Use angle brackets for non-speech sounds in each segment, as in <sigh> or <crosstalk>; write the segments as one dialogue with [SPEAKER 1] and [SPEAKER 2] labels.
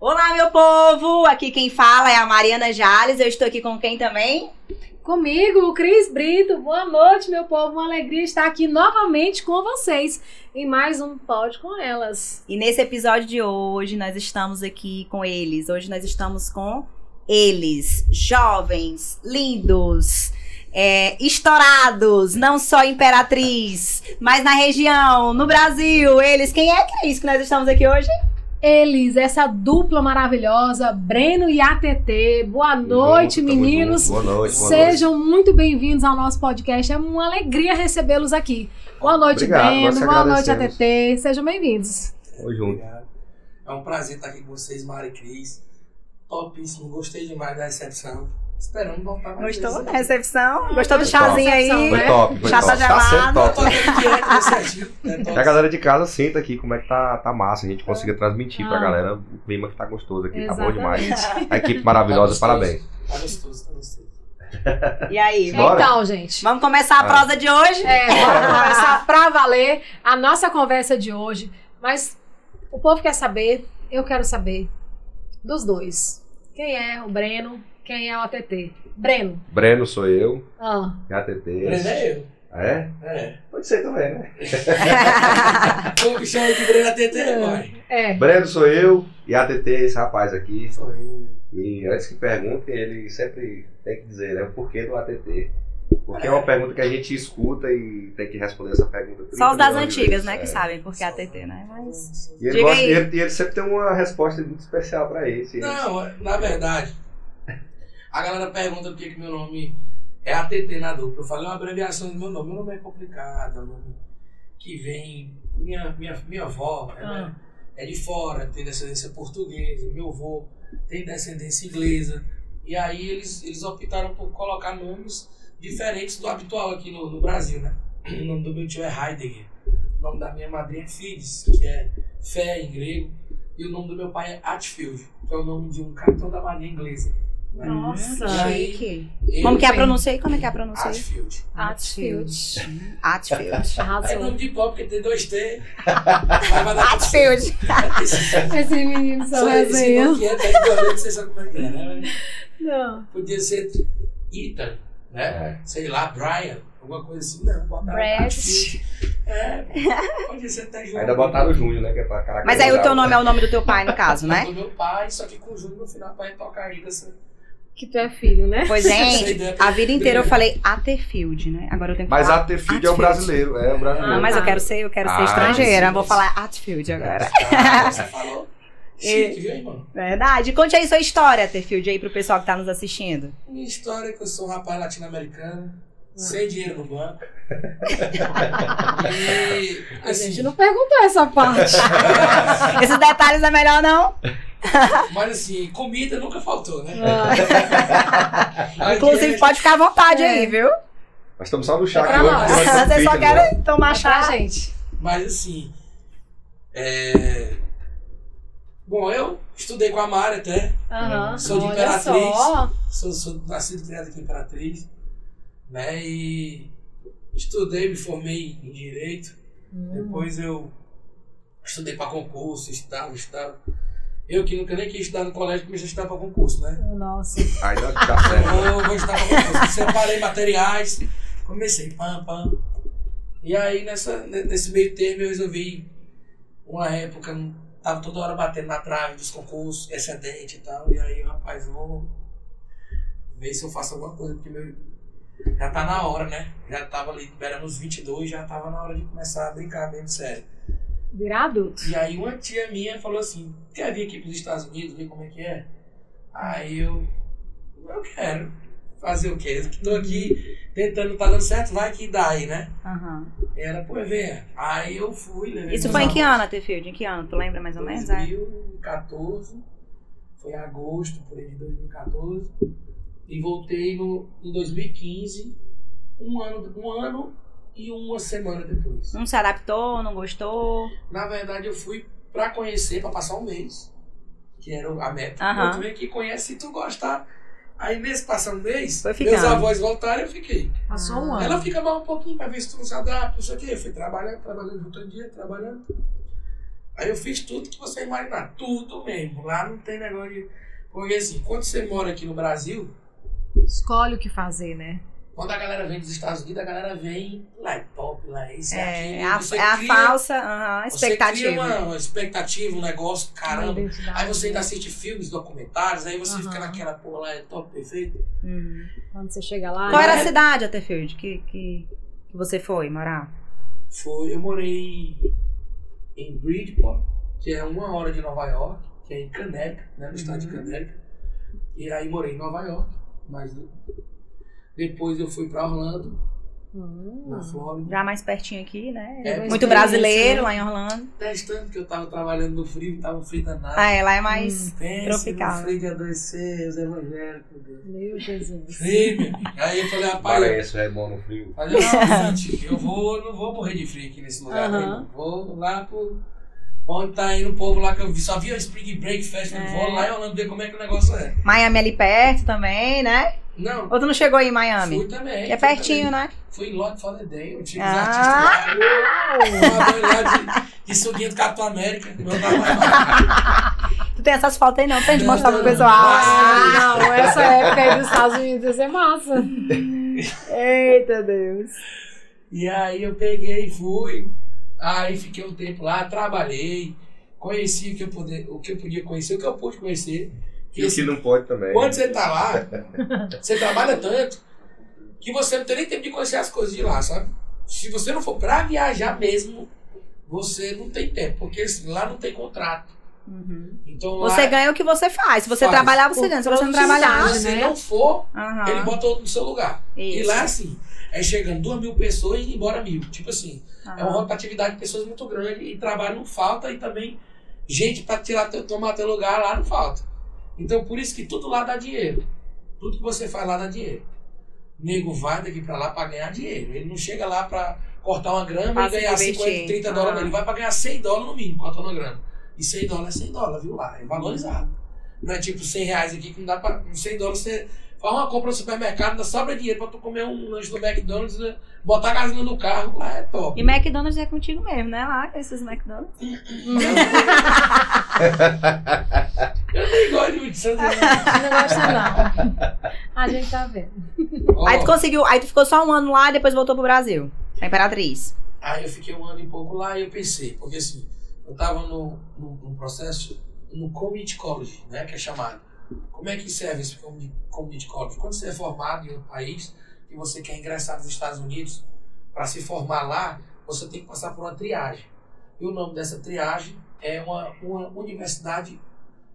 [SPEAKER 1] Olá, meu povo! Aqui quem fala é a Mariana Jales. Eu estou aqui com quem também?
[SPEAKER 2] Comigo, o Cris Brito. Boa noite, meu povo. Uma alegria estar aqui novamente com vocês em mais um Pode com Elas.
[SPEAKER 1] E nesse episódio de hoje, nós estamos aqui com eles. Hoje nós estamos com eles, jovens, lindos, é, estourados, não só Imperatriz, mas na região, no Brasil. Eles, quem é que é isso que nós estamos aqui hoje?
[SPEAKER 2] Eles, essa dupla maravilhosa, Breno e ATT. Boa noite,
[SPEAKER 3] Tamo junto.
[SPEAKER 2] meninos.
[SPEAKER 3] Boa noite, boa noite.
[SPEAKER 2] Sejam muito bem-vindos ao nosso podcast. É uma alegria recebê-los aqui. Boa noite,
[SPEAKER 3] Obrigado, nós
[SPEAKER 2] Breno.
[SPEAKER 3] que
[SPEAKER 2] Boa noite,
[SPEAKER 3] agradecemos.
[SPEAKER 2] ATT. Sejam bem-vindos.
[SPEAKER 3] Tamo junto.
[SPEAKER 4] Obrigado. tá É um prazer estar aqui com vocês, Mari e Cris. Topíssimo, gostei demais da recepção. Esperando voltar mais
[SPEAKER 1] Gostou
[SPEAKER 4] vezes né?
[SPEAKER 1] da
[SPEAKER 4] aí.
[SPEAKER 1] recepção? Gostou do
[SPEAKER 3] Foi top.
[SPEAKER 1] chazinho aí?
[SPEAKER 3] Foi
[SPEAKER 2] né?
[SPEAKER 3] top, foi
[SPEAKER 1] Já
[SPEAKER 3] top.
[SPEAKER 1] tá gelado.
[SPEAKER 3] sendo
[SPEAKER 4] Eu tô
[SPEAKER 3] top.
[SPEAKER 4] aqui direto com o Serginho, né,
[SPEAKER 3] E
[SPEAKER 4] top.
[SPEAKER 3] a galera de casa senta aqui como é que tá, tá massa. A gente consiga transmitir pra
[SPEAKER 2] Ah.
[SPEAKER 3] galera o clima que tá gostoso aqui. Tá bom demais.
[SPEAKER 2] Exatamente.
[SPEAKER 3] A equipe maravilhosa,
[SPEAKER 4] Tá gostoso.
[SPEAKER 3] parabéns.
[SPEAKER 4] Tá gostoso, tá gostoso.
[SPEAKER 1] E aí?
[SPEAKER 3] Bora.
[SPEAKER 2] Então, gente.
[SPEAKER 1] Vamos começar a
[SPEAKER 3] Ah.
[SPEAKER 1] prosa de hoje?
[SPEAKER 2] É, vamos começar pra valer a nossa conversa de hoje. Mas o povo quer saber, eu quero saber dos dois. Quem é o Breno? Quem é o ATT? Breno.
[SPEAKER 3] Breno sou eu,
[SPEAKER 2] Ah,
[SPEAKER 3] e a TT.
[SPEAKER 4] Breno é eu.
[SPEAKER 3] É?
[SPEAKER 4] É.
[SPEAKER 3] Pode ser também, né?
[SPEAKER 4] Como que chama de Breno TT, mãe?
[SPEAKER 2] é.
[SPEAKER 3] Breno sou eu e a TT, esse rapaz aqui.
[SPEAKER 4] Sou eu.
[SPEAKER 3] E antes que perguntem, ele sempre tem que dizer, né? O porquê do ATT. Porque é uma pergunta que a gente escuta e tem que responder essa pergunta.
[SPEAKER 1] Só os das
[SPEAKER 3] 30 milhões de
[SPEAKER 1] antigas,
[SPEAKER 3] vezes,
[SPEAKER 1] né?
[SPEAKER 3] é.
[SPEAKER 1] Que sabem porque é ATT, né? Mas...
[SPEAKER 3] E ele,
[SPEAKER 1] Diga
[SPEAKER 3] gosta-
[SPEAKER 1] aí.
[SPEAKER 3] e ele- e ele sempre tem uma resposta muito especial pra né? isso. E ele-
[SPEAKER 4] Não, na verdade, a galera pergunta por que que meu nome é ATT na dupla. Eu falei uma abreviação do meu nome. Meu nome é complicado, é um nome que vem. Minha, minha, minha avó
[SPEAKER 1] Ah.
[SPEAKER 4] ela é de fora, tem descendência portuguesa. Meu avô tem descendência inglesa. E aí eles, eles optaram por colocar nomes diferentes do habitual aqui no, no Brasil, né? O nome do meu tio é Heidegger. O nome da minha madrinha é Fides, que é fé em grego. E o nome do meu pai é Atfield, que é o nome de um capitão da marinha inglesa.
[SPEAKER 2] Nossa.
[SPEAKER 1] Chique. Como que é a pronúncia aí? Como é que é a pronúncia aí?
[SPEAKER 4] Atfield.
[SPEAKER 2] Atfield.
[SPEAKER 1] Atfield.
[SPEAKER 4] É
[SPEAKER 2] Arrasou.
[SPEAKER 4] nome de pop, porque
[SPEAKER 1] <laughs>
[SPEAKER 4] tem dois T. Aí vai
[SPEAKER 1] Ah,
[SPEAKER 4] dar
[SPEAKER 1] Atfield.
[SPEAKER 4] Esse,
[SPEAKER 2] Esses meninos são
[SPEAKER 4] só esse
[SPEAKER 2] resenha.
[SPEAKER 4] nome que é, tá de goleiro, vocês sabem como é que é, né?
[SPEAKER 2] Não.
[SPEAKER 4] Podia ser Ethan,
[SPEAKER 3] É.
[SPEAKER 4] né? Sei lá, Brian, alguma coisa assim. Não, botaram
[SPEAKER 2] Brad.
[SPEAKER 4] Atfield. É, podia ser até João.
[SPEAKER 3] Ainda botaram o Júnior, né? Que é pra caracterizar.
[SPEAKER 1] Mas aí o teu nome é o nome do teu pai, no caso, né?
[SPEAKER 4] Do meu pai, só que com o Júnior no final vai tocar ainda essa
[SPEAKER 2] Que tu é filho, né?
[SPEAKER 1] Pois, gente, <laughs> a vida inteira eu falei Atterfield, né? Agora eu tenho que
[SPEAKER 3] Mas
[SPEAKER 1] falar...
[SPEAKER 3] Atfield é o
[SPEAKER 1] Atfield.
[SPEAKER 3] brasileiro. É o brasileiro.
[SPEAKER 1] Não, Ah, mas eu quero ser, eu quero ser
[SPEAKER 3] Ah,
[SPEAKER 1] estrangeira.
[SPEAKER 4] sim.
[SPEAKER 1] Vou falar Atfield agora.
[SPEAKER 4] Ah, você falou.
[SPEAKER 1] E-
[SPEAKER 4] Chique, viu, irmão?
[SPEAKER 1] Verdade. Conte aí sua história, Atterfield, aí pro pessoal que tá nos assistindo.
[SPEAKER 4] Minha história é que eu sou um rapaz latino-americano,
[SPEAKER 1] Hum.
[SPEAKER 4] sem dinheiro no
[SPEAKER 1] <laughs>
[SPEAKER 4] banco. e,
[SPEAKER 2] A gente
[SPEAKER 4] assim,
[SPEAKER 2] não perguntou essa
[SPEAKER 4] <laughs>
[SPEAKER 2] parte.
[SPEAKER 1] Esses detalhes é melhor não.
[SPEAKER 4] mas assim, comida nunca faltou, né?
[SPEAKER 2] Ah,
[SPEAKER 4] Aí,
[SPEAKER 1] É. Inclusive,
[SPEAKER 4] gente,
[SPEAKER 1] pode ficar à vontade
[SPEAKER 2] É.
[SPEAKER 1] aí, viu?
[SPEAKER 3] Nós estamos só no chá
[SPEAKER 2] É pra
[SPEAKER 3] aqui hoje.
[SPEAKER 2] nós.
[SPEAKER 3] porque nós estamos
[SPEAKER 1] Vocês só
[SPEAKER 3] fit, né?
[SPEAKER 1] querem tomar
[SPEAKER 2] pra
[SPEAKER 1] chá.
[SPEAKER 2] gente.
[SPEAKER 4] Mas assim, é... Bom, eu estudei com a Mari até,
[SPEAKER 2] Aham.
[SPEAKER 4] É, Sou de
[SPEAKER 2] Olha
[SPEAKER 4] Imperatriz.
[SPEAKER 2] só.
[SPEAKER 4] sou, sou nascido e criado aqui em Imperatriz, né? E estudei, me formei em Direito.
[SPEAKER 1] Hum.
[SPEAKER 4] Depois eu estudei para concurso, estudava, estudava. Eu que nunca nem quis estudar no colégio, comecei a estudar para concurso, né?
[SPEAKER 2] Nossa.
[SPEAKER 3] Ainda tá
[SPEAKER 1] <laughs>
[SPEAKER 3] certo.
[SPEAKER 4] Eu vou, vou estudar para concurso. Separei materiais, comecei, pam, pam. E aí, nessa, ne- nesse meio termo, eu resolvi, uma época, não- tava toda hora batendo na trave dos concursos, excedente e tal. E aí, rapaz, vou ver se eu faço alguma coisa, porque meu... já tá na hora, né? Já tava ali, era nos 22, já tava na hora de começar a brincar mesmo sério.
[SPEAKER 2] Virar adulto.
[SPEAKER 4] E aí uma tia minha falou assim, quer vir aqui para os Estados Unidos, ver como é que é? Aí eu, eu quero. Fazer o quê? Eu que tô aqui tentando, tá dando certo, vai que dá aí, né?
[SPEAKER 1] Aham.
[SPEAKER 4] E Ela, pô, ver. Aí eu fui, levei
[SPEAKER 1] Isso
[SPEAKER 4] meus
[SPEAKER 1] foi em que
[SPEAKER 4] avós.
[SPEAKER 1] ano, Atterfield? Em que ano? Tu lembra mais ou menos? É?
[SPEAKER 4] 2014, foi em agosto, por aí de 2014. E voltei no, em 2015, um ano, um ano e uma semana depois.
[SPEAKER 1] Não se adaptou, não gostou.
[SPEAKER 4] Na verdade, eu fui pra conhecer, pra passar um mês, que era a meta.
[SPEAKER 1] Aham.
[SPEAKER 4] Pô, Tu vem aqui, conhece e tu gosta. Aí, nesse passar um mês,
[SPEAKER 1] Foi ficando. Ah.
[SPEAKER 4] meus avós voltaram e eu fiquei.
[SPEAKER 2] Passou um ano.
[SPEAKER 4] Ela fica mais um pouquinho pra ver se tu não se adapta, não sei o quê. Eu fui trabalhando, trabalhando, voltando dia, trabalhando. Aí eu fiz tudo que você imaginar, tudo mesmo. Lá não tem negócio de. Porque assim, quando você mora aqui no Brasil,
[SPEAKER 2] Escolhe o que fazer, né?
[SPEAKER 4] quando a galera vem dos Estados Unidos, a galera vem lá é top, lá é isso,
[SPEAKER 1] É,
[SPEAKER 4] é,
[SPEAKER 1] é
[SPEAKER 4] aquilo.
[SPEAKER 1] a,
[SPEAKER 4] Você
[SPEAKER 1] é a
[SPEAKER 4] cria-
[SPEAKER 1] falsa aham,
[SPEAKER 4] você cria
[SPEAKER 1] expectativa. né?
[SPEAKER 4] uma, uma expectativa, um negócio,
[SPEAKER 2] Uma
[SPEAKER 4] caramba.
[SPEAKER 2] identidade,
[SPEAKER 4] Aí você tá- ainda
[SPEAKER 2] né?
[SPEAKER 4] assiste filmes, documentários, aí você fica
[SPEAKER 2] Aham.
[SPEAKER 4] naquela porra lá, é top, perfeito.
[SPEAKER 1] Uhum.
[SPEAKER 2] Quando você chega lá.
[SPEAKER 1] Qual era a
[SPEAKER 4] é?
[SPEAKER 1] cidade, Atterfield, que, que, que você foi morar?
[SPEAKER 4] Foi, eu morei em Bridgeport, que é uma hora de Nova York, que é em Connecticut, né, no estado de
[SPEAKER 1] Uhum.
[SPEAKER 4] Connecticut. E aí morei em Nova York, mas depois eu fui pra Orlando,
[SPEAKER 2] Hum.
[SPEAKER 4] na Flórida.
[SPEAKER 1] Uhum. Já mais pertinho aqui, né?
[SPEAKER 4] É,
[SPEAKER 1] Muito brasileiro lá em Orlando.
[SPEAKER 4] Testando que eu tava trabalhando no frio, tava frio danado.
[SPEAKER 1] Ah, é, lá é mais.
[SPEAKER 4] Pense
[SPEAKER 1] tropical.
[SPEAKER 4] no frio de adoecer, os evangélicos, meu Deus.
[SPEAKER 2] Meu Jesus.
[SPEAKER 4] Frio, meu amigo. Aí eu falei, rapaz,
[SPEAKER 3] Paraense já é bom no frio.
[SPEAKER 4] Mas eu,
[SPEAKER 1] <laughs>
[SPEAKER 4] não, gente, eu vou, não vou morrer de frio aqui nesse lugar.
[SPEAKER 2] Aham.
[SPEAKER 4] aí, não. Vou lá pro. Onde tá indo o povo lá que eu vi- só vi o Spring Break Festival.
[SPEAKER 1] É.
[SPEAKER 4] Vou lá e Orlando ver como é que o negócio é.
[SPEAKER 1] Miami ali perto também, né?
[SPEAKER 4] Não,
[SPEAKER 1] Ou tu não chegou aí em Miami?
[SPEAKER 4] fui também.
[SPEAKER 1] É
[SPEAKER 4] fui
[SPEAKER 1] pertinho,
[SPEAKER 4] também.
[SPEAKER 1] né?
[SPEAKER 4] Fui em Lot for the Day. Eu tinha
[SPEAKER 1] Ah.
[SPEAKER 4] uns artistas lá. Eu lá de, de suguinho do Capitão América. Meu tava-
[SPEAKER 1] Tu tem essas fotos aí não, tem de
[SPEAKER 4] Não,
[SPEAKER 1] mostrar pro
[SPEAKER 4] não,
[SPEAKER 1] pessoal.
[SPEAKER 2] Uau, Ah, essa época aí dos Estados Unidos ia ser massa.
[SPEAKER 1] Eita Deus.
[SPEAKER 4] E aí eu peguei e fui. Aí fiquei um tempo lá, trabalhei. Conheci o que eu, poder, o que eu podia conhecer, o que eu pude conhecer. Que
[SPEAKER 3] E o que não pode também. né?
[SPEAKER 4] Quando você tá lá, você trabalha tanto que você não tem nem tempo de conhecer as coisas de lá, sabe? Se você não for pra viajar mesmo, você não tem tempo, porque assim, lá não tem contrato.
[SPEAKER 1] Uhum.
[SPEAKER 4] Então
[SPEAKER 1] Você
[SPEAKER 4] lá,
[SPEAKER 1] ganha um o que você faz. Se você
[SPEAKER 4] Faz.
[SPEAKER 1] trabalhar, você ganha. Se você não trabalhar.
[SPEAKER 4] se você
[SPEAKER 2] né?
[SPEAKER 4] não for,
[SPEAKER 1] Aham.
[SPEAKER 4] ele bota outro no seu lugar. E
[SPEAKER 1] Ah. Isso.
[SPEAKER 4] lá assim, é chegando duas mil pessoas e indo embora mil. Tipo assim, é uma
[SPEAKER 1] Aham.
[SPEAKER 4] rotatividade de pessoas muito grande e trabalho não falta e também gente pra tirar teu, tomar teu lugar lá não falta. Então por isso que tudo lá dá dinheiro. Tudo que você faz lá dá dinheiro. O nego vai daqui pra lá pra ganhar dinheiro. Ele não chega lá pra cortar uma grama
[SPEAKER 1] Pra
[SPEAKER 4] e
[SPEAKER 1] se
[SPEAKER 4] ganhar
[SPEAKER 1] divertir.
[SPEAKER 4] 50, 30 dólares.
[SPEAKER 1] Ah.
[SPEAKER 4] Ele vai pra ganhar 100 dólares no mínimo cortando a grama. E 100 dólares é 100 dólares, viu lá? É valorizado. Não é tipo 100 reais aqui que não dá pra. com 100 dólares você faz uma compra no supermercado, ainda sobra dinheiro pra tu comer um lanche do McDonald's, né? botar gasolina no carro. Lá é top.
[SPEAKER 1] E McDonald's é contigo mesmo, né? Lá, esses McDonald's.
[SPEAKER 4] Eu nem gosto de muito de Santos. né?
[SPEAKER 2] Não gosta, não. A gente tá vendo.
[SPEAKER 4] não.
[SPEAKER 1] Aí
[SPEAKER 4] Ó,
[SPEAKER 1] tu conseguiu. Aí tu ficou só um ano lá e depois voltou pro Brasil. A Imperatriz.
[SPEAKER 4] aí eu fiquei um ano e pouco lá e eu pensei, porque assim, eu tava no, no, no processo no Community College, né, que é chamado. Como é que serve esse Community Community College? Quando você é formado em outro país e você quer ingressar nos Estados Unidos, para se formar lá, você tem que passar por uma triagem. E o nome dessa triagem é uma, uma universidade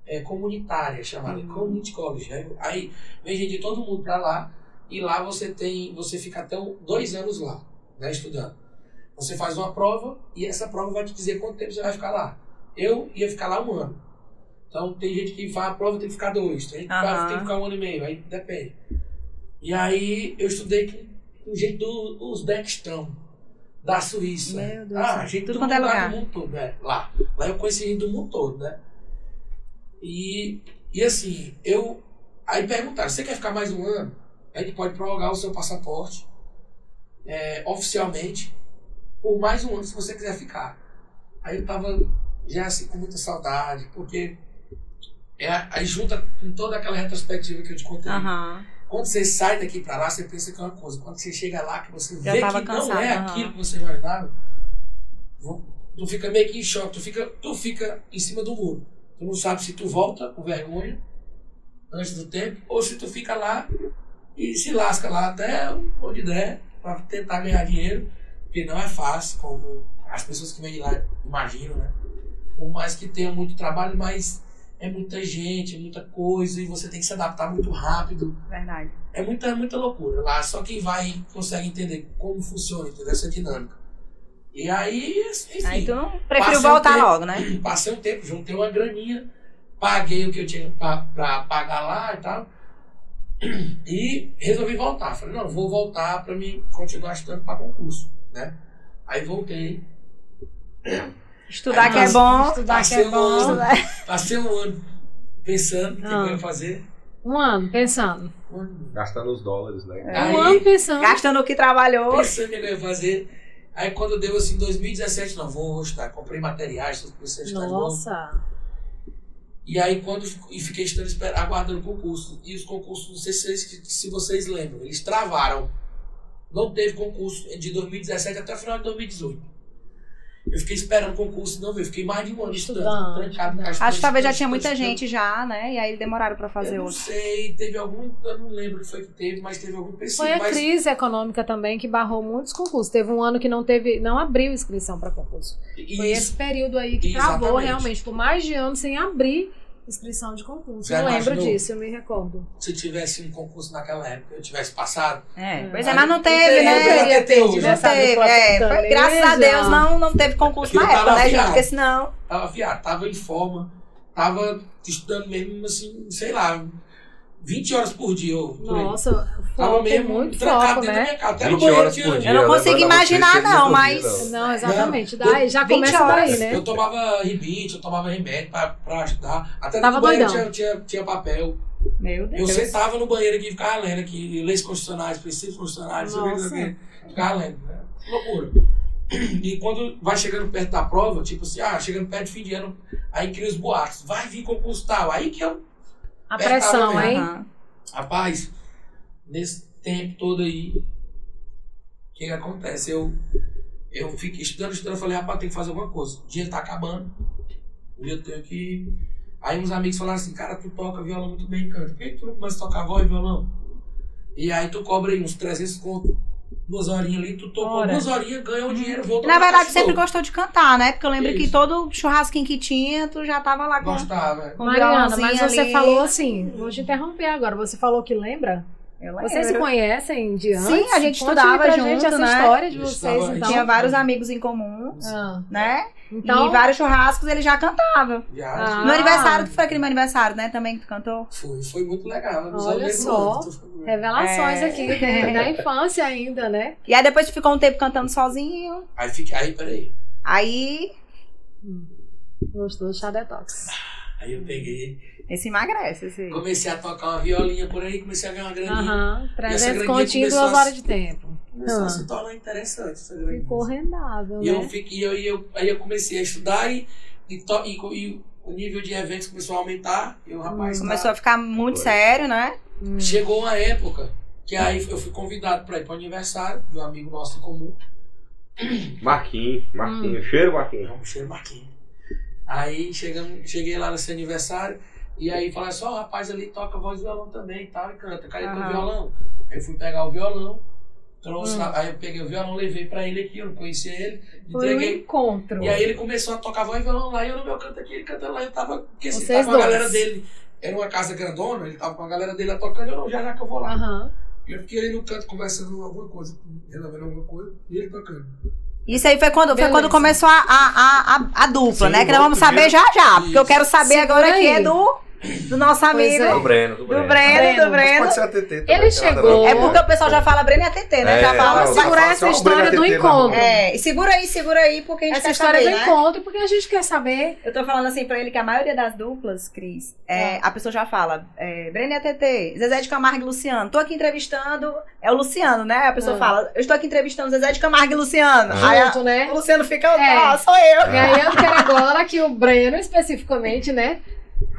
[SPEAKER 4] é, comunitária, chamada Community College. Aí, aí vem gente de todo mundo para lá e lá você tem, você fica até um- dois anos lá, né, estudando. Você faz uma prova e essa prova vai te dizer quanto tempo você vai ficar lá. Eu ia ficar lá um ano. Então tem gente que faz a prova tem que ficar dois, tem gente que faz-
[SPEAKER 1] Aham.
[SPEAKER 4] tem que ficar um ano e meio, aí depende. E aí eu estudei com, com gente do Uzbequistão, da Suíça.
[SPEAKER 1] Meu Deus do
[SPEAKER 4] ah,
[SPEAKER 1] céu.
[SPEAKER 4] gente
[SPEAKER 1] Tudo
[SPEAKER 4] do
[SPEAKER 1] quanto é
[SPEAKER 4] mundo lá,
[SPEAKER 1] lugar.
[SPEAKER 4] do mundo todo, é, lá. Lá eu conheci gente do mundo todo, né? E, e assim, eu. Aí perguntaram: você quer ficar mais um ano? A gente pode prorrogar o seu passaporte é, oficialmente por mais um ano se você quiser ficar. Aí eu tava já assim com muita saudade, porque é, aí junta com toda aquela retrospectiva que eu te contei.
[SPEAKER 1] Aham.
[SPEAKER 4] Quando você sai daqui pra lá, você pensa que é uma coisa. Quando você chega lá, que você
[SPEAKER 1] Já
[SPEAKER 4] vê que
[SPEAKER 1] tava
[SPEAKER 4] não
[SPEAKER 1] cansado,
[SPEAKER 4] é
[SPEAKER 1] aham.
[SPEAKER 4] aquilo que você imaginava, vo- tu fica meio que em choque, tu fica, tu fica em cima do muro. Tu não sabe se tu volta com vergonha antes do tempo ou se tu fica lá e se lasca lá até onde der pra tentar ganhar dinheiro, porque não é fácil, como as pessoas que vêm de lá imaginam, né? Por mais que tenha muito trabalho, mas é muita gente, é muita coisa e você tem que se adaptar muito rápido.
[SPEAKER 1] Verdade.
[SPEAKER 4] É muita, muita loucura lá. Só quem vai consegue entender como funciona, entendeu? Essa dinâmica. E aí, enfim,
[SPEAKER 1] Aí tu não. Prefiro
[SPEAKER 4] Passei um
[SPEAKER 1] voltar
[SPEAKER 4] tempo-
[SPEAKER 1] logo, né?
[SPEAKER 4] passei um tempo, juntei uma graninha, paguei o que eu tinha pra, pra pagar lá e tal. <clears throat> E resolvi voltar. Falei, não, vou voltar pra mim continuar estudando pra concurso, né? Aí voltei.
[SPEAKER 1] Estudar
[SPEAKER 4] Aí
[SPEAKER 1] que é
[SPEAKER 4] nós-
[SPEAKER 1] bom.
[SPEAKER 2] Estudar que é
[SPEAKER 4] Passei um
[SPEAKER 2] bom.
[SPEAKER 4] ano,
[SPEAKER 1] Estudar-
[SPEAKER 4] passei um ano pensando o que
[SPEAKER 2] Ah.
[SPEAKER 4] eu ia fazer.
[SPEAKER 2] Um ano pensando.
[SPEAKER 4] Um ano.
[SPEAKER 3] Gastando os dólares, né?
[SPEAKER 4] Aí-
[SPEAKER 2] Um ano pensando.
[SPEAKER 1] Gastando o que trabalhou.
[SPEAKER 4] Pensando o que eu é ia fazer. Aí quando deu assim, 2017, não, vou estar. Comprei materiais, tudo que você está
[SPEAKER 2] Nossa.
[SPEAKER 4] E aí quando e fiquei estando esper- aguardando o concurso. E os concursos, não sei se vocês, se vocês lembram, eles travaram. Não teve concurso de 2017 até o final de 2018. Eu fiquei esperando o concurso, não veio. Fiquei mais de um ano estudando,
[SPEAKER 2] Estudando,
[SPEAKER 4] trancado
[SPEAKER 2] estudando.
[SPEAKER 4] em casa,
[SPEAKER 1] Acho que talvez já
[SPEAKER 4] estudando,
[SPEAKER 1] tinha muita
[SPEAKER 4] estudando.
[SPEAKER 1] gente já, né? E aí demoraram pra fazer
[SPEAKER 4] eu não
[SPEAKER 1] outro.
[SPEAKER 4] sei, teve algum, eu não lembro o que foi que teve, mas teve algum
[SPEAKER 2] Foi
[SPEAKER 4] empecilho.
[SPEAKER 2] a
[SPEAKER 4] Mas
[SPEAKER 2] crise econômica também que barrou muitos concursos. Teve um ano que não teve, não abriu inscrição para concurso. Foi
[SPEAKER 4] isso,
[SPEAKER 2] esse período aí que travou
[SPEAKER 4] Exatamente.
[SPEAKER 2] realmente, por mais de ano sem abrir inscrição de concurso.
[SPEAKER 4] Já
[SPEAKER 2] eu lembro
[SPEAKER 4] imaginou?
[SPEAKER 2] disso, eu me recordo.
[SPEAKER 4] se tivesse um concurso naquela época, eu tivesse passado.
[SPEAKER 1] É,
[SPEAKER 2] É.
[SPEAKER 1] pois é, mas não
[SPEAKER 4] Não
[SPEAKER 1] teve,
[SPEAKER 4] teria,
[SPEAKER 1] né?
[SPEAKER 4] não teria até hoje,
[SPEAKER 1] Não
[SPEAKER 4] né?
[SPEAKER 1] teve, é. Foi- graças a Deus não, não teve concurso
[SPEAKER 4] Eu
[SPEAKER 1] na
[SPEAKER 4] tava
[SPEAKER 1] época, né, gente?
[SPEAKER 4] afiado.
[SPEAKER 1] Porque senão.
[SPEAKER 4] Tava afiado, tava em forma, tava estudando mesmo assim, sei lá, 20 horas por dia. Ou por aí.
[SPEAKER 2] Nossa, o
[SPEAKER 4] Tava
[SPEAKER 2] foco,
[SPEAKER 4] mesmo
[SPEAKER 2] muito
[SPEAKER 4] trancado
[SPEAKER 2] foco,
[SPEAKER 4] dentro da
[SPEAKER 2] né?
[SPEAKER 4] minha casa. Até no
[SPEAKER 3] 20
[SPEAKER 4] banheiro
[SPEAKER 3] horas
[SPEAKER 4] tinha-
[SPEAKER 3] por dia.
[SPEAKER 1] Eu não
[SPEAKER 3] né?
[SPEAKER 1] consigo
[SPEAKER 3] Agora vocês
[SPEAKER 1] imaginar,
[SPEAKER 3] têm
[SPEAKER 1] não,
[SPEAKER 3] dormir,
[SPEAKER 1] mas-
[SPEAKER 2] Não, exatamente. Daí já
[SPEAKER 1] 20
[SPEAKER 2] começa
[SPEAKER 1] horas.
[SPEAKER 2] daí, né?
[SPEAKER 4] Eu tomava rebite, eu tomava remédio pra, pra ajudar. Até
[SPEAKER 2] Tava
[SPEAKER 4] no banheiro
[SPEAKER 2] doidão.
[SPEAKER 4] tinha, tinha, tinha papel.
[SPEAKER 1] Meu
[SPEAKER 4] Eu
[SPEAKER 1] Deus.
[SPEAKER 4] sentava no banheiro aqui e ficava lendo aqui, leis constitucionais, princípios constitucionais, não sei o que, não sei o que. Ficava lendo, né? Loucura. E quando vai chegando perto da prova, tipo assim, ah, chegando perto de fim de ano, aí cria os boatos. Vai vir concurso tal. Aí que eu,
[SPEAKER 2] A
[SPEAKER 4] Apertava
[SPEAKER 2] pressão,
[SPEAKER 4] mesmo.
[SPEAKER 2] hein?
[SPEAKER 1] Aham.
[SPEAKER 4] rapaz, nesse tempo todo aí, o que, que acontece? Eu, eu fiquei estudando, estudando, falei, rapaz, tem que fazer alguma coisa. O dinheiro tá acabando. E eu tenho que. Aí uns amigos falaram assim, cara, tu toca violão muito bem, canta. Por que que tu não começa a tocar voz e violão? E aí tu cobra aí uns 300 conto, duas horinhas ali, tu tocou
[SPEAKER 2] Ora.
[SPEAKER 4] duas horinhas, ganha o dinheiro, volta
[SPEAKER 1] Na
[SPEAKER 4] pra
[SPEAKER 1] verdade,
[SPEAKER 4] cachorro.
[SPEAKER 1] sempre gostou de cantar, né? Porque eu lembro que
[SPEAKER 4] Isso.
[SPEAKER 1] todo churrasquinho que tinha, tu já tava lá com.
[SPEAKER 4] Gostava. né?
[SPEAKER 1] com o
[SPEAKER 2] Mariana, mas
[SPEAKER 1] violãozinho
[SPEAKER 2] você
[SPEAKER 1] ali.
[SPEAKER 2] falou assim, vou te interromper agora. Você falou que lembra?
[SPEAKER 1] Eu
[SPEAKER 2] Vocês se
[SPEAKER 1] lembro.
[SPEAKER 2] conhecem de antes?
[SPEAKER 1] Sim, a gente
[SPEAKER 2] Conte
[SPEAKER 1] estudava
[SPEAKER 2] pra
[SPEAKER 1] junto,
[SPEAKER 2] gente essa
[SPEAKER 1] né?
[SPEAKER 2] história de
[SPEAKER 4] A gente
[SPEAKER 2] vocês,
[SPEAKER 4] estudava-
[SPEAKER 2] então.
[SPEAKER 1] Tinha vários amigos em comum,
[SPEAKER 2] Ah,
[SPEAKER 1] né?
[SPEAKER 2] então,
[SPEAKER 1] E vários churrascos ele já cantava.
[SPEAKER 4] Já,
[SPEAKER 2] Ah.
[SPEAKER 1] No aniversário, que foi aquele meu aniversário, né? Também que tu cantou.
[SPEAKER 4] Foi, foi muito legal. né? Nos
[SPEAKER 2] Olha
[SPEAKER 4] amigos
[SPEAKER 2] só.
[SPEAKER 4] muito, foi muito legal.
[SPEAKER 2] revelações
[SPEAKER 1] É.
[SPEAKER 2] aqui, né? da infância ainda, né?
[SPEAKER 1] E aí depois tu ficou um tempo cantando sozinho.
[SPEAKER 4] Aí fiquei, aí peraí.
[SPEAKER 1] Aí
[SPEAKER 2] Gostou do chá detox.
[SPEAKER 4] Aí eu peguei,
[SPEAKER 1] esse emagrece, esse.
[SPEAKER 4] comecei a tocar uma violinha por aí, comecei a ganhar uma graninha.
[SPEAKER 2] Aham,
[SPEAKER 4] essa é
[SPEAKER 2] 300
[SPEAKER 4] graninha
[SPEAKER 2] continhos,
[SPEAKER 4] começou a
[SPEAKER 2] duas
[SPEAKER 4] se-
[SPEAKER 2] horas de tempo.
[SPEAKER 4] Começou
[SPEAKER 2] Ah.
[SPEAKER 4] a se tornar interessante essa graninha.
[SPEAKER 2] Ficou rendável,
[SPEAKER 4] E eu
[SPEAKER 2] né?
[SPEAKER 4] fiquei, e eu, e eu, aí eu comecei a estudar e, e, to- e co- e o nível de eventos começou a aumentar. E o rapaz tá-
[SPEAKER 1] Começou a ficar muito
[SPEAKER 3] Foi.
[SPEAKER 1] sério, né?
[SPEAKER 2] Hum.
[SPEAKER 4] Chegou uma época que aí eu fui convidado para ir para o aniversário de um amigo nosso em comum,
[SPEAKER 3] Marquinhos, Marquinhos, cheiro Marquinhos.
[SPEAKER 4] é um cheiro Marquinhos. Aí chegamos, cheguei lá nesse aniversário e aí falaram assim: ó, o rapaz ali toca voz e violão também e tal, e canta. Cadê teu
[SPEAKER 1] Aham.
[SPEAKER 4] violão? Aí eu fui pegar o violão, trouxe, lá, aí eu peguei o violão, levei pra ele aqui, eu não conhecia ele,
[SPEAKER 2] Hum. Foi um
[SPEAKER 4] entreguei
[SPEAKER 2] encontro.
[SPEAKER 4] E aí ele começou a tocar voz e violão lá, e eu no meu canto aqui, ele cantando lá, eu tava, porque assim,
[SPEAKER 2] Vocês
[SPEAKER 4] tava com a
[SPEAKER 2] dois.
[SPEAKER 4] galera dele, era uma casa grandona, ele tava com a galera dele lá tocando, eu não, já já que eu vou lá.
[SPEAKER 2] Aham.
[SPEAKER 4] Eu fiquei ali no canto conversando alguma coisa, resolvendo alguma coisa, e ele tocando.
[SPEAKER 1] Isso aí foi quando, foi
[SPEAKER 2] Beleza.
[SPEAKER 1] quando começou a, a, a, a- a dupla,
[SPEAKER 3] Sim,
[SPEAKER 1] né? Que nós
[SPEAKER 3] logo
[SPEAKER 1] vamos saber
[SPEAKER 3] primeiro.
[SPEAKER 1] já já. Porque eu
[SPEAKER 4] Isso.
[SPEAKER 1] quero saber
[SPEAKER 2] Segura
[SPEAKER 1] agora
[SPEAKER 2] aí.
[SPEAKER 1] aqui é do, do nosso
[SPEAKER 2] Pois
[SPEAKER 1] amigo.
[SPEAKER 2] é.
[SPEAKER 3] Do Breno, do
[SPEAKER 1] Do
[SPEAKER 3] Breno.
[SPEAKER 1] Breno, do
[SPEAKER 2] Breno.
[SPEAKER 3] Mas
[SPEAKER 1] Breno.
[SPEAKER 3] Pode ser a TT também.
[SPEAKER 2] Ele
[SPEAKER 3] que ela tá
[SPEAKER 2] chegou-
[SPEAKER 3] na-
[SPEAKER 1] É porque o pessoal já fala Breno e ATT, né? já
[SPEAKER 3] É,
[SPEAKER 1] fala.
[SPEAKER 3] não,
[SPEAKER 1] segura-
[SPEAKER 2] segurar
[SPEAKER 3] fala
[SPEAKER 2] essa
[SPEAKER 3] só o
[SPEAKER 2] história
[SPEAKER 3] Breno
[SPEAKER 2] do
[SPEAKER 3] TT na mão.
[SPEAKER 2] encontro.
[SPEAKER 1] É, e segura aí, segura aí, porque a gente
[SPEAKER 2] Essa
[SPEAKER 1] quer
[SPEAKER 2] história é
[SPEAKER 1] saber,
[SPEAKER 2] do
[SPEAKER 1] né?
[SPEAKER 2] encontro, porque a gente quer saber.
[SPEAKER 1] Eu tô falando assim pra ele que a maioria das duplas, Cris, é, a pessoa já fala, é, Breno e ATT, Zezé de Camargo e Luciano. Tô aqui entrevistando, é o Luciano, né? A pessoa
[SPEAKER 2] Ah.
[SPEAKER 1] fala, eu estou aqui entrevistando Zezé de Camargo e Luciano.
[SPEAKER 3] Ah.
[SPEAKER 1] Aí a-
[SPEAKER 2] Junto, né?
[SPEAKER 1] o Luciano fica,
[SPEAKER 2] É.
[SPEAKER 1] ó, sou eu.
[SPEAKER 2] E aí eu quero agora que o Breno, especificamente, né?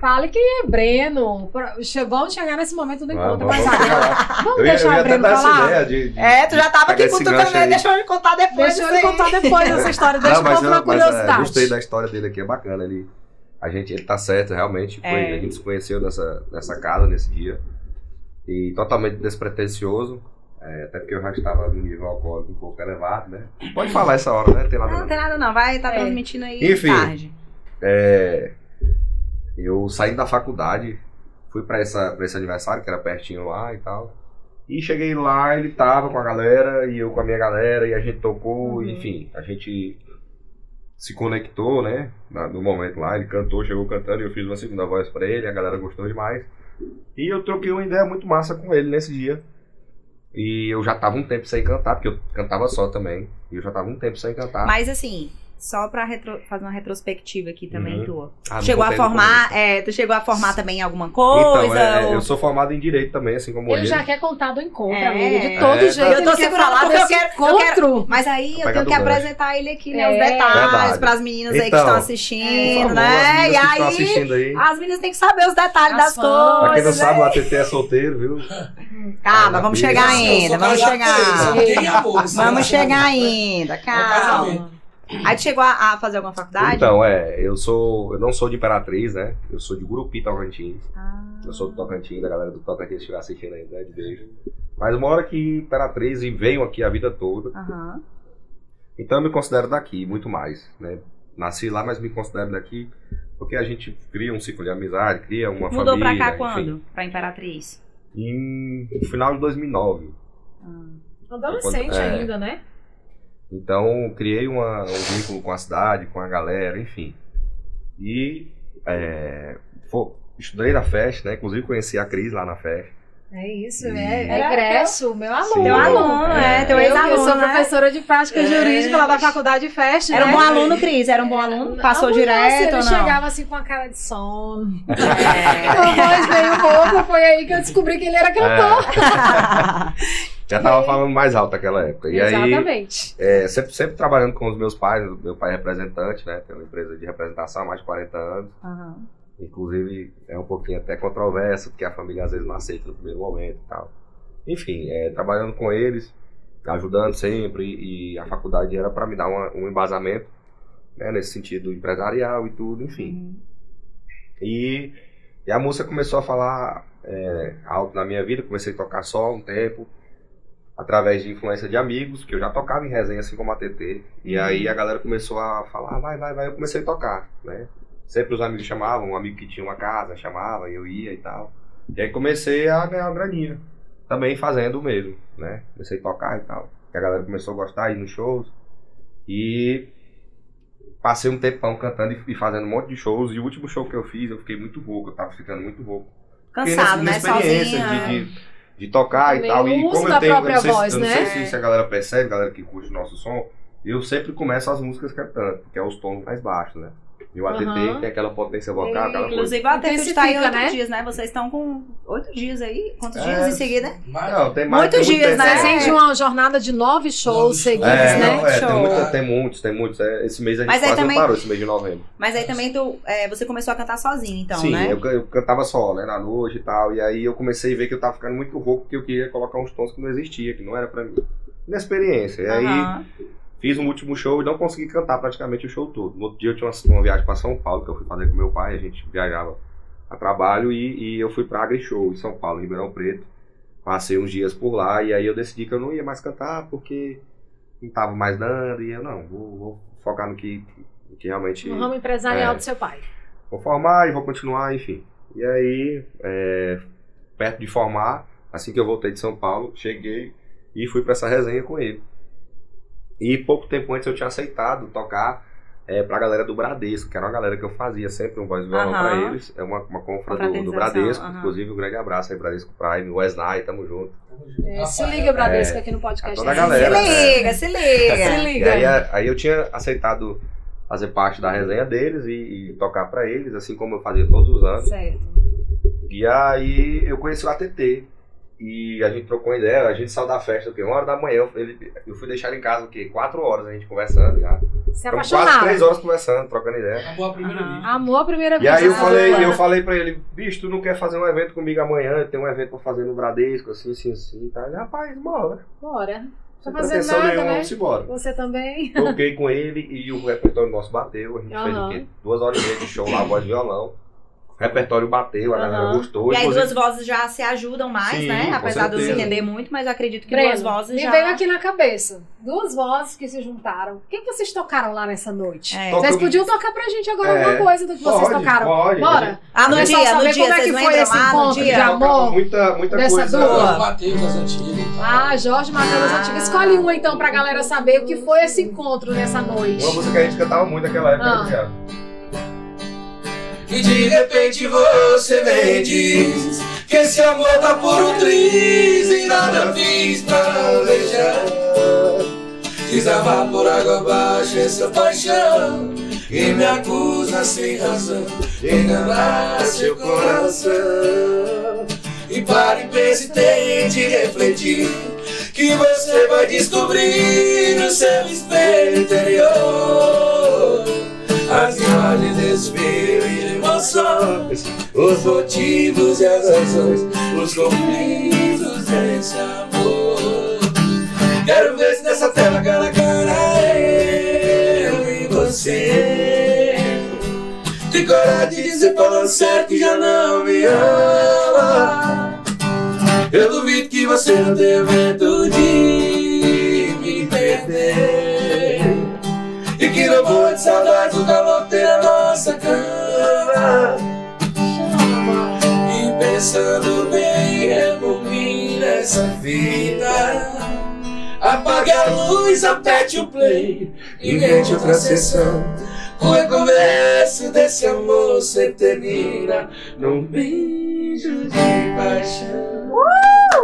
[SPEAKER 2] Fale quem é Breno. Pra- che- Vamos chegar nesse momento do encontro.
[SPEAKER 3] Vamos,
[SPEAKER 2] Mas
[SPEAKER 3] vamos
[SPEAKER 2] agora,
[SPEAKER 3] falar.
[SPEAKER 2] vamos
[SPEAKER 3] Eu ia, eu
[SPEAKER 2] deixar
[SPEAKER 3] ia
[SPEAKER 2] o
[SPEAKER 3] até
[SPEAKER 2] Breno
[SPEAKER 3] dar essa
[SPEAKER 2] falar.
[SPEAKER 3] ideia de. de-
[SPEAKER 1] É, tu já tava
[SPEAKER 3] Pega
[SPEAKER 1] aqui
[SPEAKER 3] esse
[SPEAKER 1] cutucando,
[SPEAKER 3] gancho
[SPEAKER 1] né?
[SPEAKER 3] aí.
[SPEAKER 1] Deixa eu me contar depois.
[SPEAKER 2] Deixa ele
[SPEAKER 1] disso aí.
[SPEAKER 2] contar depois essa história. Deixa
[SPEAKER 3] Não,
[SPEAKER 2] eu
[SPEAKER 3] mas,
[SPEAKER 2] contar uma
[SPEAKER 3] eu, mas é,
[SPEAKER 2] curiosidade.
[SPEAKER 3] gostei da história dele aqui, é bacana. Ele, a gente, ele tá certo, realmente. Foi,
[SPEAKER 1] É.
[SPEAKER 3] A gente se conheceu nessa, nessa casa, nesse dia. E totalmente despretensioso. é, até porque eu já estava no nível alcoólico um pouco elevado, né? Pode falar essa hora, né? Tem nada
[SPEAKER 1] Não,
[SPEAKER 3] não.
[SPEAKER 1] não tem nada não, vai tá
[SPEAKER 2] É.
[SPEAKER 1] transmitindo aí
[SPEAKER 3] Enfim.
[SPEAKER 1] tarde.
[SPEAKER 3] É, eu saí da faculdade, fui pra, essa, pra esse aniversário, que era pertinho lá e tal. E cheguei lá, ele tava com a galera, e eu com a minha galera, e a gente tocou,
[SPEAKER 1] Uhum.
[SPEAKER 3] enfim, a gente se conectou, né? na- No momento lá, ele cantou, chegou cantando, e eu fiz uma segunda voz pra ele, a galera gostou demais. E eu troquei uma ideia muito massa com ele nesse dia. E eu já tava um tempo sem cantar, porque eu cantava só também. E eu já tava um tempo sem cantar.
[SPEAKER 1] Mas assim, Só pra retro- fazer uma retrospectiva aqui também
[SPEAKER 3] Uhum.
[SPEAKER 1] tua.
[SPEAKER 3] Ah, não
[SPEAKER 1] chegou a
[SPEAKER 3] contei no
[SPEAKER 1] formar, é, tu chegou a formar também alguma
[SPEAKER 3] começo.
[SPEAKER 1] coisa?
[SPEAKER 3] Então, é,
[SPEAKER 1] ou-
[SPEAKER 3] eu sou formado em direito também, assim como
[SPEAKER 2] Ele
[SPEAKER 3] ele.
[SPEAKER 2] já quer contar do encontro,
[SPEAKER 1] É.
[SPEAKER 2] amiga. De todo
[SPEAKER 3] É,
[SPEAKER 2] jeito.
[SPEAKER 1] eu tô
[SPEAKER 2] ele quer
[SPEAKER 1] segurando
[SPEAKER 2] falar
[SPEAKER 1] porque eu
[SPEAKER 2] desse
[SPEAKER 1] quero- eu
[SPEAKER 2] encontro.
[SPEAKER 1] Mas aí eu
[SPEAKER 3] Pegar
[SPEAKER 1] tenho
[SPEAKER 3] do
[SPEAKER 1] que
[SPEAKER 3] gancho.
[SPEAKER 1] apresentar ele aqui, né? Os
[SPEAKER 2] É.
[SPEAKER 1] detalhes
[SPEAKER 3] Verdade.
[SPEAKER 1] pras meninas aí que
[SPEAKER 3] Então,
[SPEAKER 1] estão
[SPEAKER 3] Por
[SPEAKER 1] assistindo,
[SPEAKER 3] favor, as
[SPEAKER 1] né?
[SPEAKER 3] meninas
[SPEAKER 1] E
[SPEAKER 3] que estão
[SPEAKER 1] aí, Ah,
[SPEAKER 3] assistindo aí.
[SPEAKER 1] as meninas têm que saber os detalhes
[SPEAKER 2] As
[SPEAKER 1] das
[SPEAKER 2] fãs.
[SPEAKER 3] Pra quem não
[SPEAKER 1] coisas. né?
[SPEAKER 3] sabe, o ATT é solteiro, viu?
[SPEAKER 1] Calma, vamos
[SPEAKER 3] Ela
[SPEAKER 1] chegar
[SPEAKER 3] diz,
[SPEAKER 1] ainda, vamos chegar.
[SPEAKER 4] assim,
[SPEAKER 3] É um
[SPEAKER 1] Vamos chegar ainda, calma.
[SPEAKER 4] casamento.
[SPEAKER 1] Aí tu chegou a, a fazer alguma faculdade?
[SPEAKER 3] Então, é, eu sou. Eu não sou de Imperatriz, né? Eu sou de Gurupi Tocantins.
[SPEAKER 1] Ah,
[SPEAKER 3] Eu sou do Tocantins, a galera do Tocantins estiver assistindo aí, um grande beijo. Mas moro aqui em Imperatriz e venho aqui a vida toda.
[SPEAKER 1] aham.
[SPEAKER 3] Então eu me considero daqui, muito mais, né? Nasci lá, mas me considero daqui porque a gente cria um ciclo de amizade, cria uma
[SPEAKER 1] Mudou pra
[SPEAKER 3] família.
[SPEAKER 1] cá
[SPEAKER 3] enfim.
[SPEAKER 1] quando? Pra Imperatriz?
[SPEAKER 3] Em no final de 2009.
[SPEAKER 2] Adolescente
[SPEAKER 3] É.
[SPEAKER 2] ainda, né?
[SPEAKER 3] Então criei uma, um vínculo com a cidade, com a galera, enfim. E é, fo- estudei na festa, né? Inclusive conheci a Cris lá na festa.
[SPEAKER 2] É isso,
[SPEAKER 3] Sim.
[SPEAKER 2] é, é
[SPEAKER 1] Era
[SPEAKER 2] ingresso, meu aluno.
[SPEAKER 3] Sim.
[SPEAKER 1] Teu aluno, é,
[SPEAKER 3] É.
[SPEAKER 1] teu
[SPEAKER 2] eu, eu
[SPEAKER 1] ex-aluno,
[SPEAKER 2] sou
[SPEAKER 1] né?
[SPEAKER 2] professora de prática
[SPEAKER 4] É.
[SPEAKER 2] jurídica lá da faculdade de fest,
[SPEAKER 1] Era um
[SPEAKER 2] né?
[SPEAKER 1] bom aluno, Cris, era um bom aluno? Passou
[SPEAKER 2] Ah, mas
[SPEAKER 1] direto
[SPEAKER 2] Ele
[SPEAKER 1] ou não?
[SPEAKER 2] chegava assim com a cara de sono. <laughs>
[SPEAKER 1] É.
[SPEAKER 2] Depois veio um pouco, foi aí que eu descobri que ele
[SPEAKER 3] É,
[SPEAKER 2] era cantor.
[SPEAKER 3] Já tava falando mais alto naquela época. E aí,
[SPEAKER 2] Exatamente.
[SPEAKER 3] É, sempre, sempre trabalhando com os meus pais, meu pai é representante, né? Tem uma empresa de representação há mais de 40 anos.
[SPEAKER 1] <laughs> Aham.
[SPEAKER 3] Inclusive, é um pouquinho até controverso, porque a família às vezes não aceita no primeiro momento e tal. Enfim, é, trabalhando com eles, ajudando sempre, e a faculdade era para me dar uma- um embasamento, né? Nesse sentido empresarial e tudo, enfim. E, e a música começou a falar é, alto na minha vida, comecei a tocar só um tempo, através de influência de amigos, que eu já tocava em resenha, assim como a TT. E aí a galera começou a falar, "Ah, vai, vai, vai, eu comecei a tocar, né? Sempre os amigos chamavam, um amigo que tinha uma casa chamava, e eu ia e tal. E aí comecei a ganhar uma graninha, também fazendo o mesmo, né? Comecei a tocar e tal. E a galera começou a gostar, ir nos shows. E passei um tempão cantando e- e fazendo um monte de shows. E o último show que eu fiz, eu fiquei muito rouco, eu tava ficando muito rouco. Porque
[SPEAKER 1] Cansado,
[SPEAKER 3] nessa-
[SPEAKER 1] né?
[SPEAKER 3] nessa experiência
[SPEAKER 1] Sozinha.
[SPEAKER 3] De, de, de tocar
[SPEAKER 2] Também
[SPEAKER 3] e tal.
[SPEAKER 2] o
[SPEAKER 3] E
[SPEAKER 2] uso
[SPEAKER 3] como
[SPEAKER 2] da
[SPEAKER 3] eu tenho, eu não
[SPEAKER 2] própria
[SPEAKER 3] sei, se-
[SPEAKER 2] voz,
[SPEAKER 3] eu não
[SPEAKER 2] né?
[SPEAKER 3] sei se isso a galera percebe, a galera que curte o nosso som, eu sempre começo as músicas cantando, porque é os tons mais baixos, né? E o ATT
[SPEAKER 2] Aham.
[SPEAKER 3] tem é aquela potência vocal,
[SPEAKER 2] E,
[SPEAKER 3] aquela coisa.
[SPEAKER 1] Inclusive, até está aí oito
[SPEAKER 2] Intensifica, Então né?
[SPEAKER 1] dias, né? Vocês estão com oito dias aí? Quantos
[SPEAKER 3] É.
[SPEAKER 1] dias em seguida?
[SPEAKER 3] Não,
[SPEAKER 1] Muitos
[SPEAKER 3] tem tem muito
[SPEAKER 1] dias,
[SPEAKER 3] tempo.
[SPEAKER 1] né?
[SPEAKER 2] Vocês vêm de uma jornada de nove
[SPEAKER 4] Nove
[SPEAKER 2] shows
[SPEAKER 4] shows.
[SPEAKER 2] seguidos,
[SPEAKER 3] É,
[SPEAKER 2] né?
[SPEAKER 3] não, é, tem,
[SPEAKER 1] Show.
[SPEAKER 3] muita- tem muitos, tem muitos. É, esse mês a gente
[SPEAKER 1] Mas aí
[SPEAKER 3] quase
[SPEAKER 1] também-
[SPEAKER 3] não parou, esse mês de novembro.
[SPEAKER 1] Mas aí também tu, é, você começou a cantar sozinho, então,
[SPEAKER 3] Sim,
[SPEAKER 1] né?
[SPEAKER 3] eu, can- eu cantava só, né, na noite e tal. E aí eu comecei a ver que eu tava ficando muito rouco, porque eu queria colocar uns tons que não existia, que não era pra mim. Inexperiência. E aí
[SPEAKER 1] Aham.
[SPEAKER 3] Fiz um último show e não consegui cantar praticamente o show todo. No outro dia eu tinha uma, uma viagem para São Paulo que eu fui fazer com meu pai, a gente viajava a trabalho e, e eu fui pra Agri Show em São Paulo, em Ribeirão Preto. Passei uns dias por lá e aí eu decidi que eu não ia mais cantar porque não tava mais dando e eu não, vou, vou focar no que, no que realmente
[SPEAKER 2] No Um ramo empresarial
[SPEAKER 3] É.
[SPEAKER 2] do seu pai.
[SPEAKER 3] vou formar e vou continuar, enfim. E aí, é, perto de formar, assim que eu voltei de São Paulo, cheguei e fui para essa resenha com ele. E pouco tempo antes eu tinha aceitado tocar é, pra galera do Bradesco, que era uma galera que eu fazia sempre um voz e violão
[SPEAKER 1] Aham.
[SPEAKER 3] pra eles. É uma, uma confra do- do,
[SPEAKER 1] Confraternização,
[SPEAKER 3] Bradesco,
[SPEAKER 1] aham.
[SPEAKER 3] inclusive um grande abraço aí, Bradesco Prime, Wesley, tamo junto.
[SPEAKER 2] É, se liga, Bradesco, aqui no
[SPEAKER 3] a
[SPEAKER 2] podcast.
[SPEAKER 3] toda a
[SPEAKER 2] né?
[SPEAKER 3] galera,
[SPEAKER 1] se liga, se liga.
[SPEAKER 3] <laughs>
[SPEAKER 2] Se
[SPEAKER 3] É. E aí,
[SPEAKER 2] liga.
[SPEAKER 3] a- aí eu tinha aceitado fazer parte da resenha deles e, e tocar pra eles, assim como eu fazia todos os anos.
[SPEAKER 2] Certo.
[SPEAKER 3] E aí eu conheci o ATT. E a gente trocou uma ideia, a gente saiu da festa, o quê? Uma hora da manhã. Eu, ele- eu fui deixar ele em casa, o quê? Quatro horas a gente
[SPEAKER 2] Tá
[SPEAKER 3] conversando já.
[SPEAKER 2] Se
[SPEAKER 3] Ficamos quase três
[SPEAKER 2] apaixonaram.
[SPEAKER 3] horas conversando, trocando ideia.
[SPEAKER 4] Acabou a primeira
[SPEAKER 1] Aham.
[SPEAKER 4] vez.
[SPEAKER 2] Amor à primeira
[SPEAKER 3] E aí eu
[SPEAKER 2] vista.
[SPEAKER 3] falei, eu falei pra ele, bicho, tu não quer fazer um evento comigo amanhã? Eu tenho um evento pra fazer no Bradesco, assim, assim, assim. Tá? Ele, rapaz, bora.
[SPEAKER 2] Bora.
[SPEAKER 3] Sem
[SPEAKER 2] fazer
[SPEAKER 3] pretensão
[SPEAKER 2] nada,
[SPEAKER 3] nenhuma,
[SPEAKER 2] né?
[SPEAKER 3] vamos embora.
[SPEAKER 2] Você também?
[SPEAKER 3] Toquei com ele e o repertório nosso bateu. A gente fez
[SPEAKER 2] Aham.
[SPEAKER 3] o quê? Duas horas e meia de show lá, voz e violão. O repertório bateu, a galera
[SPEAKER 2] Aham.
[SPEAKER 3] gostou.
[SPEAKER 1] E aí
[SPEAKER 3] inclusive-
[SPEAKER 1] duas vozes já se ajudam mais,
[SPEAKER 3] Sim,
[SPEAKER 1] né?
[SPEAKER 3] com
[SPEAKER 1] Apesar de eu não
[SPEAKER 3] certeza.
[SPEAKER 1] entender muito, mas eu acredito que duas
[SPEAKER 2] Breno,
[SPEAKER 1] vozes
[SPEAKER 2] me
[SPEAKER 1] já...
[SPEAKER 2] veio aqui na cabeça. Duas vozes que se juntaram. O que, que vocês tocaram lá nessa noite?
[SPEAKER 1] É.
[SPEAKER 3] Toca-
[SPEAKER 2] Vocês podiam tocar pra gente agora
[SPEAKER 3] É,
[SPEAKER 2] alguma coisa do que vocês
[SPEAKER 3] Pode,
[SPEAKER 2] tocaram.
[SPEAKER 3] pode.
[SPEAKER 2] Bora!
[SPEAKER 1] Ah, no
[SPEAKER 2] Deixa eu
[SPEAKER 1] dia, no
[SPEAKER 2] saber
[SPEAKER 1] dia,
[SPEAKER 2] como é
[SPEAKER 1] vocês
[SPEAKER 2] que
[SPEAKER 1] não
[SPEAKER 2] foi
[SPEAKER 1] lembram
[SPEAKER 2] esse
[SPEAKER 1] lá no
[SPEAKER 2] encontro de
[SPEAKER 1] dia?
[SPEAKER 2] amor?
[SPEAKER 3] Muita, muita
[SPEAKER 2] Dessa
[SPEAKER 3] coisa.
[SPEAKER 2] dor.
[SPEAKER 4] Os Mateus, as antigas.
[SPEAKER 2] Ah, Jorge Matheus
[SPEAKER 1] Ah.
[SPEAKER 2] Antigo. Escolhe uma então pra galera saber o que foi esse encontro nessa noite.
[SPEAKER 3] Uma música que a gente cantava muito naquela época.
[SPEAKER 2] Ah.
[SPEAKER 3] né?
[SPEAKER 4] E de repente você vem e diz Que esse amor tá por um triz E nada fiz pra não beijar desaba por água abaixo essa paixão que me acusa sem razão de enganar seu coração. E pare, pense, tente refletir que você vai descobrir no seu espelho interior as imagens de espelho e de emoções, os motivos e as razões, os conflitos desse amor. Quero ver se nessa tela cara a cara eu e você. Tem coragem de dizer falando certo que já não me ama. Eu duvido que você não tenha medo de me perder. E que não vou de saudade do calor ter a nossa cama. E pensando bem, rebobina essa vida. Apague a luz, aperte o play e invente outra sessão. O recomeço desse amor sempre termina num beijo de paixão.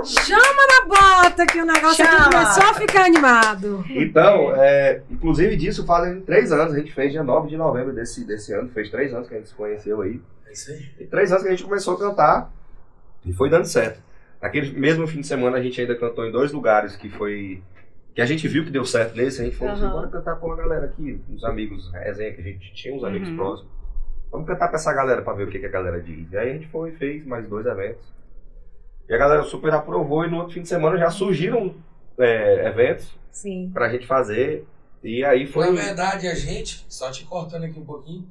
[SPEAKER 2] Chama na bota que o negócio aqui
[SPEAKER 1] Chama.
[SPEAKER 2] começou a ficar animado.
[SPEAKER 3] Então, é, inclusive disso fazem três anos, a gente fez dia 9 de novembro desse, desse ano, fez três anos que a gente se conheceu aí.
[SPEAKER 4] É isso aí.
[SPEAKER 3] E três anos que a gente começou a cantar e foi dando certo. Naquele mesmo fim de semana a gente ainda cantou em dois lugares que foi. Que a gente viu que deu certo nesse, a gente falou assim,
[SPEAKER 1] Aham.
[SPEAKER 3] bora cantar pra uma galera aqui, uns amigos, resenha que a gente tinha, uns amigos
[SPEAKER 1] Uhum.
[SPEAKER 3] próximos. Vamos cantar pra essa galera pra ver o que, que a galera diz. E aí a gente foi e fez mais dois eventos. E a galera super aprovou e no outro fim de semana já surgiram é, eventos
[SPEAKER 2] Sim.
[SPEAKER 3] pra gente fazer. E aí foi.
[SPEAKER 4] Na verdade, a gente, só te cortando aqui um pouquinho,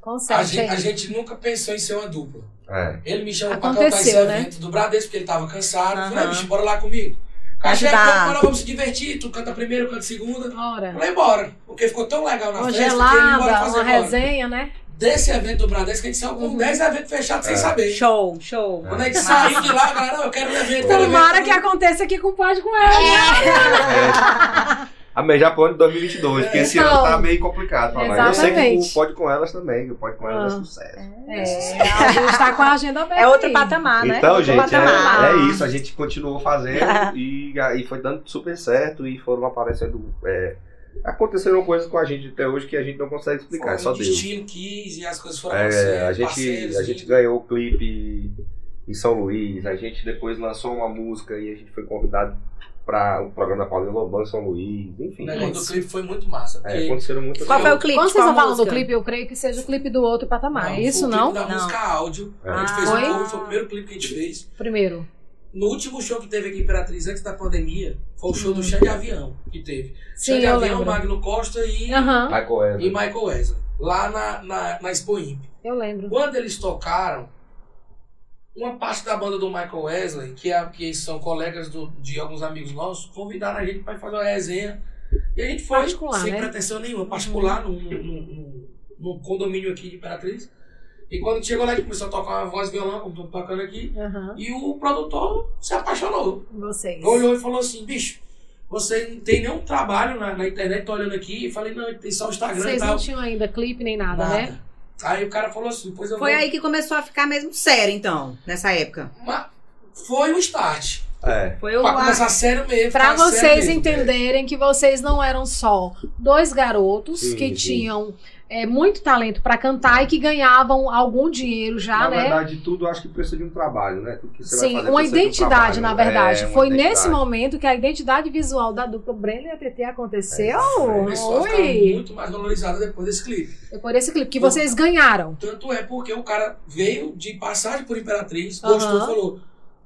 [SPEAKER 4] a
[SPEAKER 2] Consegue.
[SPEAKER 4] gente, a
[SPEAKER 2] hein?
[SPEAKER 4] gente nunca pensou em ser uma dupla.
[SPEAKER 3] É.
[SPEAKER 4] Ele me chamou pra cantar
[SPEAKER 2] Aconteceu,
[SPEAKER 4] esse
[SPEAKER 2] né?
[SPEAKER 4] evento do Bradesco, porque ele tava cansado. Eu Falei, "Ah,
[SPEAKER 1] Aham.
[SPEAKER 4] bicho, bora lá comigo. Cachê,
[SPEAKER 1] Ajudar.
[SPEAKER 4] vamos, bora, vamos se divertir. Tu canta primeiro, canta segunda.
[SPEAKER 2] Ora.
[SPEAKER 4] Falei, bora. Porque ficou tão legal na festa que ele bora
[SPEAKER 2] Congelada,
[SPEAKER 4] fazer
[SPEAKER 2] uma
[SPEAKER 4] bora.
[SPEAKER 2] resenha, né?
[SPEAKER 4] Desse evento do Bradesco, a gente saiu com
[SPEAKER 2] Uhum.
[SPEAKER 4] 10 eventos fechados sem
[SPEAKER 3] É.
[SPEAKER 4] saber.
[SPEAKER 1] Show, show.
[SPEAKER 4] Quando a gente saiu de lá, a galera, não, eu quero um evento. quero um
[SPEAKER 2] Tomara
[SPEAKER 4] evento.
[SPEAKER 2] Então que aconteça aqui com o Pode com ela. né?
[SPEAKER 3] A Mejar pro ano de 2022, porque esse
[SPEAKER 2] Então,
[SPEAKER 3] ano tá meio complicado pra nós. Eu sei que
[SPEAKER 2] exatamente.
[SPEAKER 3] o Pode Com Elas também, que o Pode Com Elas
[SPEAKER 2] Ah.
[SPEAKER 3] é sucesso.
[SPEAKER 2] É, a gente tá com a agenda aberta.
[SPEAKER 1] É outro
[SPEAKER 2] aí.
[SPEAKER 1] patamar, né?
[SPEAKER 3] Então,
[SPEAKER 1] outro
[SPEAKER 3] gente, é,
[SPEAKER 1] patamar.
[SPEAKER 3] é isso. A gente continuou fazendo e, aí foi dando super certo e foram aparecendo. é, aconteceram coisas com a gente até hoje que a gente não consegue explicar, é só
[SPEAKER 4] o
[SPEAKER 3] Deus.
[SPEAKER 4] um destino quis e as coisas foram
[SPEAKER 3] É,
[SPEAKER 4] acontecendo,
[SPEAKER 3] a, gente,
[SPEAKER 4] parceiros,
[SPEAKER 3] a gente
[SPEAKER 4] e-
[SPEAKER 3] ganhou o clipe em São Luís, a gente depois lançou uma música e a gente foi convidado para o programa da Paulinha Lobão em São Luís,
[SPEAKER 4] O
[SPEAKER 3] enfim.
[SPEAKER 4] negócio do
[SPEAKER 3] É,
[SPEAKER 4] clipe foi muito massa. Né? porque
[SPEAKER 3] aconteceram muitas
[SPEAKER 1] Qual foi o clipe?
[SPEAKER 2] Quando vocês
[SPEAKER 1] Qual
[SPEAKER 2] estão falando
[SPEAKER 1] Tipo
[SPEAKER 2] do
[SPEAKER 1] música?
[SPEAKER 2] clipe, eu creio que seja o clipe do outro
[SPEAKER 4] não,
[SPEAKER 2] patamar.
[SPEAKER 4] foi
[SPEAKER 2] é isso
[SPEAKER 4] o clipe
[SPEAKER 2] não?
[SPEAKER 4] Da
[SPEAKER 1] Não.
[SPEAKER 4] música áudio. A gente
[SPEAKER 1] Ah.
[SPEAKER 4] fez o
[SPEAKER 2] Foi?
[SPEAKER 4] cover, foi o primeiro clipe que a gente fez.
[SPEAKER 2] Primeiro.
[SPEAKER 4] No último show que teve aqui em Imperatriz antes da pandemia, foi o show do Chá de Avião que teve. Chá
[SPEAKER 2] Uhum. Sim,
[SPEAKER 4] de
[SPEAKER 2] eu
[SPEAKER 4] Avião,
[SPEAKER 2] lembro.
[SPEAKER 4] Magno Costa e,
[SPEAKER 2] Aham,
[SPEAKER 3] Michael Evans.
[SPEAKER 4] e Michael Wesley. Lá na, na, na Expo Imp.
[SPEAKER 2] eu lembro.
[SPEAKER 4] Quando eles tocaram, uma parte da banda do Michael Wesley, que, é, que são colegas do- de alguns amigos nossos, convidaram a gente para fazer uma resenha. E a gente foi
[SPEAKER 2] Particular,
[SPEAKER 4] sem
[SPEAKER 2] né? Uhum.
[SPEAKER 4] pretensão nenhuma, particular, num, num- num- num condomínio aqui de Imperatriz. E quando chegou lá, a gente começou a tocar uma voz e violão, como estamos tocando aqui.
[SPEAKER 2] Aham,
[SPEAKER 4] E o produtor se apaixonou.
[SPEAKER 2] vocês.
[SPEAKER 4] Olhou e falou assim: bicho, você não tem nenhum trabalho na, na internet, tô olhando aqui. E falei: não, tem só o Instagram e
[SPEAKER 2] Vocês
[SPEAKER 4] tal.
[SPEAKER 2] não tinham ainda clipe nem nada, né?
[SPEAKER 4] Aí o cara falou assim: pois eu
[SPEAKER 1] Foi
[SPEAKER 4] vou.
[SPEAKER 1] aí que começou a ficar mesmo sério, então, nessa época.
[SPEAKER 4] Mas foi o start.
[SPEAKER 3] É.
[SPEAKER 1] Foi o
[SPEAKER 4] pra começar sério mesmo.
[SPEAKER 2] Pra
[SPEAKER 4] ficar sério
[SPEAKER 2] vocês
[SPEAKER 4] mesmo.
[SPEAKER 2] entenderem que vocês não eram só dois garotos
[SPEAKER 3] Sim,
[SPEAKER 2] que
[SPEAKER 3] sim.
[SPEAKER 2] tinham é, muito talento pra cantar e que ganhavam algum dinheiro já,
[SPEAKER 3] na
[SPEAKER 2] né?
[SPEAKER 3] verdade, tudo acho que precisa de um trabalho, né? Tudo que você vai
[SPEAKER 2] Sim,
[SPEAKER 3] fazer
[SPEAKER 2] uma
[SPEAKER 3] precisa de um
[SPEAKER 2] identidade,
[SPEAKER 3] trabalho.
[SPEAKER 2] na verdade.
[SPEAKER 3] É, uma
[SPEAKER 2] Foi
[SPEAKER 3] identidade.
[SPEAKER 2] nesse momento que a identidade visual da dupla Breno e a TT
[SPEAKER 3] É,
[SPEAKER 2] aconteceu.
[SPEAKER 4] É, Começou a ficar
[SPEAKER 2] Oi!
[SPEAKER 4] muito mais valorizada depois desse clipe.
[SPEAKER 2] Foi Por esse clipe que vocês ganharam.
[SPEAKER 4] Tanto é porque o cara veio de passagem por Imperatriz,
[SPEAKER 2] Aham.
[SPEAKER 4] gostou e falou: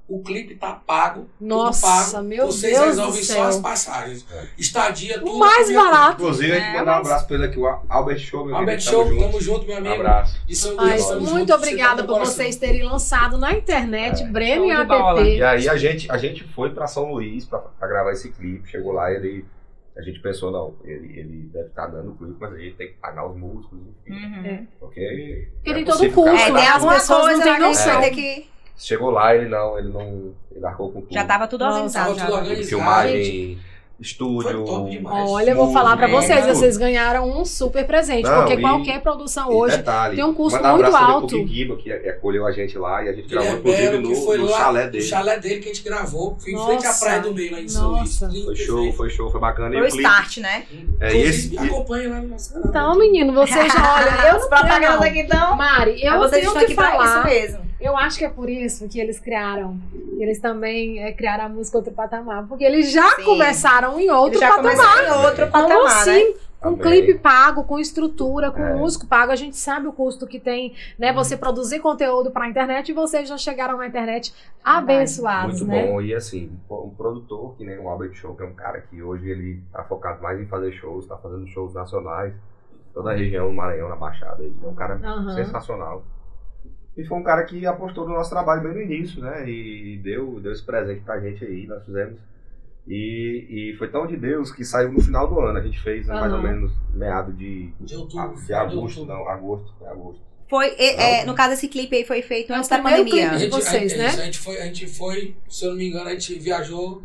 [SPEAKER 4] o clipe tá pago. tudo
[SPEAKER 2] Nossa,
[SPEAKER 4] pago,
[SPEAKER 2] meu
[SPEAKER 4] Vocês
[SPEAKER 2] Deus
[SPEAKER 4] resolvem
[SPEAKER 2] do
[SPEAKER 4] só
[SPEAKER 2] céu.
[SPEAKER 4] as passagens.
[SPEAKER 3] É.
[SPEAKER 4] Estadia, tudo.
[SPEAKER 2] O mais
[SPEAKER 4] tudo, tudo.
[SPEAKER 2] barato.
[SPEAKER 3] Inclusive, a gente
[SPEAKER 1] É,
[SPEAKER 3] mandar um
[SPEAKER 1] mas-
[SPEAKER 3] abraço pra ele aqui, o Albert Show, meu
[SPEAKER 4] Albert
[SPEAKER 3] querido.
[SPEAKER 4] Show,
[SPEAKER 3] Tamo junto.
[SPEAKER 4] tamo junto, meu amigo.
[SPEAKER 3] abraço.
[SPEAKER 4] De São
[SPEAKER 2] Mas
[SPEAKER 4] Luís, tamo junto,
[SPEAKER 2] muito
[SPEAKER 4] você tá
[SPEAKER 2] obrigada
[SPEAKER 4] no
[SPEAKER 2] por
[SPEAKER 4] coração.
[SPEAKER 2] vocês terem lançado na
[SPEAKER 3] É.
[SPEAKER 2] internet Breno
[SPEAKER 1] Show
[SPEAKER 2] e
[SPEAKER 1] de bola.
[SPEAKER 2] ATT.
[SPEAKER 3] E aí a gente, a gente foi pra São Luís pra, pra gravar esse clipe. Chegou lá, ele. A gente pensou, não, ele, ele deve estar dando clipe, mas a gente tem que pagar os músicos, enfim.
[SPEAKER 1] Uhum.
[SPEAKER 3] Porque.
[SPEAKER 2] Porque
[SPEAKER 3] não
[SPEAKER 2] tem
[SPEAKER 3] é
[SPEAKER 2] todo o
[SPEAKER 3] possível
[SPEAKER 2] custo,
[SPEAKER 3] o
[SPEAKER 1] É,
[SPEAKER 3] cara
[SPEAKER 1] tem
[SPEAKER 3] tá-
[SPEAKER 1] alguma
[SPEAKER 2] As pessoas
[SPEAKER 1] coisa
[SPEAKER 2] É. não têm
[SPEAKER 1] né, que a gente
[SPEAKER 2] noção.
[SPEAKER 1] vai ter que.
[SPEAKER 3] Chegou lá, ele não, ele não. Ele arcou com tudo.
[SPEAKER 1] Já tava tudo
[SPEAKER 2] Nossa,
[SPEAKER 1] organizado.
[SPEAKER 4] tava tudo
[SPEAKER 1] já.
[SPEAKER 4] organizado.
[SPEAKER 3] Teve filmagem. estúdio.
[SPEAKER 4] Foi top demais.
[SPEAKER 2] Olha, eu vou
[SPEAKER 3] Tudo,
[SPEAKER 2] falar pra
[SPEAKER 3] tudo,
[SPEAKER 2] vocês,
[SPEAKER 3] tudo.
[SPEAKER 2] vocês ganharam um super presente,
[SPEAKER 3] Não,
[SPEAKER 2] porque
[SPEAKER 3] e-
[SPEAKER 2] qualquer produção
[SPEAKER 3] E
[SPEAKER 2] hoje
[SPEAKER 3] detalhe,
[SPEAKER 2] tem um custo
[SPEAKER 3] mandar um
[SPEAKER 2] muito
[SPEAKER 3] abraço
[SPEAKER 2] alto.
[SPEAKER 3] Pro Guiba, que acolheu a gente lá e a gente
[SPEAKER 4] Que ele
[SPEAKER 3] gravou,
[SPEAKER 4] é
[SPEAKER 3] inclusive,
[SPEAKER 4] belo,
[SPEAKER 3] no,
[SPEAKER 4] que foi
[SPEAKER 3] no
[SPEAKER 4] lá,
[SPEAKER 3] chalé
[SPEAKER 4] O
[SPEAKER 3] dele.
[SPEAKER 4] chalé dele que a gente gravou, foi em frente à
[SPEAKER 2] Nossa.
[SPEAKER 4] Praia do Meio, lá em São Luís.
[SPEAKER 2] Nossa.
[SPEAKER 4] Lindo,
[SPEAKER 3] Foi show,
[SPEAKER 4] perfeito.
[SPEAKER 3] foi show, foi bacana. E
[SPEAKER 1] Foi o
[SPEAKER 3] o clipe.
[SPEAKER 1] start, né?
[SPEAKER 3] É, e esse,
[SPEAKER 4] Inclusive,
[SPEAKER 3] e-
[SPEAKER 4] acompanha lá no nosso canal.
[SPEAKER 2] Então, menino, vocês já
[SPEAKER 1] <laughs>
[SPEAKER 3] <laughs>
[SPEAKER 2] olha, eu
[SPEAKER 1] As
[SPEAKER 2] não
[SPEAKER 1] propagandas
[SPEAKER 2] tenho,
[SPEAKER 1] aqui então.
[SPEAKER 2] não. Mari, eu
[SPEAKER 1] Mas vocês
[SPEAKER 2] tenho
[SPEAKER 1] estão
[SPEAKER 2] que
[SPEAKER 1] aqui pra isso
[SPEAKER 2] falar.
[SPEAKER 1] mesmo.
[SPEAKER 2] Eu acho que é por isso que eles criaram. que Eles também eh, criaram a música Outro Patamar, porque eles já
[SPEAKER 1] Sim.
[SPEAKER 2] começaram em outro
[SPEAKER 1] Ele já
[SPEAKER 2] patamar.
[SPEAKER 1] começou em outro
[SPEAKER 3] Como
[SPEAKER 2] Como
[SPEAKER 1] patamar, né?
[SPEAKER 2] assim?
[SPEAKER 4] um
[SPEAKER 2] Com
[SPEAKER 3] Amém.
[SPEAKER 2] clipe pago, com estrutura, com
[SPEAKER 3] É. Uhum.
[SPEAKER 2] músico pago, a gente sabe o custo que tem, né? Você produzir conteúdo pra internet e vocês já chegaram na internet
[SPEAKER 1] Verdade.
[SPEAKER 2] abençoados,
[SPEAKER 3] Muito
[SPEAKER 2] né?
[SPEAKER 3] bom. E assim, um po- um produtor, que nem o Albert Show, que é um cara que hoje ele tá focado mais em fazer shows, tá fazendo shows nacionais, toda a região do Maranhão, na Baixada. Ele é um cara
[SPEAKER 2] Aham.
[SPEAKER 3] sensacional. E foi um cara que apostou no nosso trabalho bem no início, né? E deu, deu esse presente pra gente aí, nós fizemos. E, e foi tão de Deus que saiu no final do ano. A gente fez né, mais ou
[SPEAKER 2] Aham.
[SPEAKER 3] menos meado de,
[SPEAKER 4] De outubro.
[SPEAKER 3] de agosto, não, agosto, foi agosto.
[SPEAKER 1] Foi, é, é, no caso, esse clipe aí foi feito
[SPEAKER 2] É o
[SPEAKER 1] antes da
[SPEAKER 2] primeiro
[SPEAKER 1] pandemia.
[SPEAKER 4] A
[SPEAKER 2] clipe.
[SPEAKER 4] gente,
[SPEAKER 2] vocês,
[SPEAKER 4] a,
[SPEAKER 2] né?
[SPEAKER 4] isso, A gente, foi, a gente foi, se eu não me engano, a gente viajou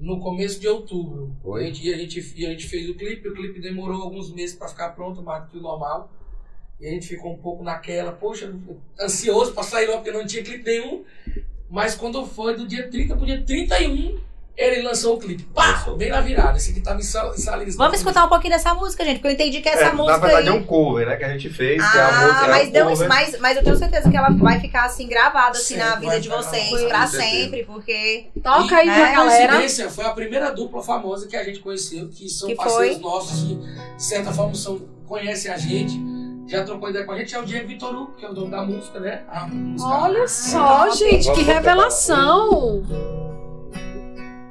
[SPEAKER 4] no começo de outubro.
[SPEAKER 3] Foi.
[SPEAKER 4] A gente, e, a gente, e a gente fez o clipe, o clipe demorou alguns meses pra ficar pronto, mais do que o normal. E a gente ficou um pouco naquela, poxa, ansioso pra sair logo, porque não tinha clipe nenhum. Mas quando foi do dia 30 pro dia 31, ele lançou o clipe. Pá!
[SPEAKER 3] Lançou.
[SPEAKER 4] Bem na virada. Esse aqui tava em Sal- Salinas.
[SPEAKER 1] Vamos escutar um pouquinho dessa música, gente, porque eu entendi que essa
[SPEAKER 3] É,
[SPEAKER 1] música
[SPEAKER 3] na verdade
[SPEAKER 1] aí...
[SPEAKER 3] é um cover, né? Que a gente fez, que é a música.
[SPEAKER 1] Ah,
[SPEAKER 3] é
[SPEAKER 1] mas,
[SPEAKER 3] um
[SPEAKER 1] deu,
[SPEAKER 3] cover.
[SPEAKER 1] mas, mas eu tenho certeza que ela vai ficar assim gravada assim,
[SPEAKER 4] Sim,
[SPEAKER 1] na
[SPEAKER 4] vai
[SPEAKER 1] vida de
[SPEAKER 4] ficar
[SPEAKER 1] vocês
[SPEAKER 4] gravada,
[SPEAKER 1] pra
[SPEAKER 3] com certeza.
[SPEAKER 1] sempre, porque
[SPEAKER 2] Toca
[SPEAKER 4] E,
[SPEAKER 2] aí pra
[SPEAKER 1] né,
[SPEAKER 2] É, galera.
[SPEAKER 4] Coincidência, foi a primeira dupla famosa que a gente conheceu, que são
[SPEAKER 1] Que
[SPEAKER 4] parceiros nossos, que de certa forma são, conhecem a gente, já trocou ideia com a gente, é o Diego Vitor Hugo, que é o dono da música, né? A música.
[SPEAKER 2] Olha só, gente, que
[SPEAKER 3] Vamos botar.
[SPEAKER 2] revelação!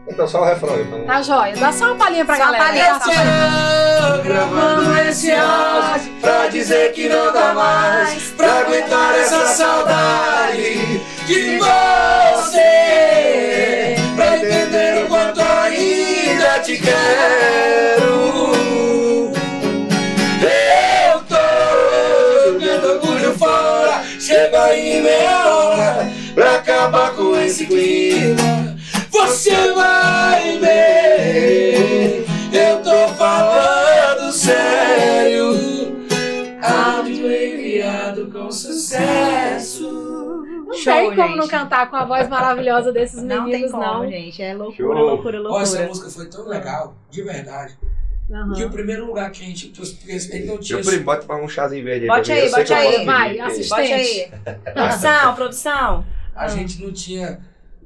[SPEAKER 3] Então só o refrão aí, pra não-
[SPEAKER 2] Tá joia? Dá só uma palhinha pra
[SPEAKER 1] Só uma
[SPEAKER 2] galera.
[SPEAKER 1] palhinha, só uma palhinha.
[SPEAKER 4] Tô gravando esse áudio pra dizer que não dá mais pra aguentar essa saudade de você pra entender o quanto ainda te quero eu tô jogando orgulho fora chega em meia hora pra acabar com esse clima você vai ver eu tô falando sério. Áudio enviado com sucesso.
[SPEAKER 2] Não
[SPEAKER 1] Show,
[SPEAKER 2] tem como
[SPEAKER 1] gente.
[SPEAKER 2] não cantar com a voz maravilhosa desses
[SPEAKER 1] não tem
[SPEAKER 2] meninos,
[SPEAKER 1] como,
[SPEAKER 2] não.
[SPEAKER 1] gente. É loucura,
[SPEAKER 3] Show.
[SPEAKER 1] loucura,
[SPEAKER 4] Ó, essa
[SPEAKER 1] loucura.
[SPEAKER 4] música foi tão legal, de verdade.
[SPEAKER 2] Aham.
[SPEAKER 4] Que o primeiro lugar que a gente. que a gente não tinha.
[SPEAKER 3] Meu primo, bota pra um chazinho verde aí.
[SPEAKER 1] Bote
[SPEAKER 3] pra mim.
[SPEAKER 1] aí,
[SPEAKER 3] Eu sei
[SPEAKER 1] bote
[SPEAKER 3] que eu
[SPEAKER 1] aí.
[SPEAKER 3] posso pedir,
[SPEAKER 2] Vai,
[SPEAKER 3] porque-
[SPEAKER 2] assiste.
[SPEAKER 1] Bote aí. produção, produção.
[SPEAKER 4] A gente não tinha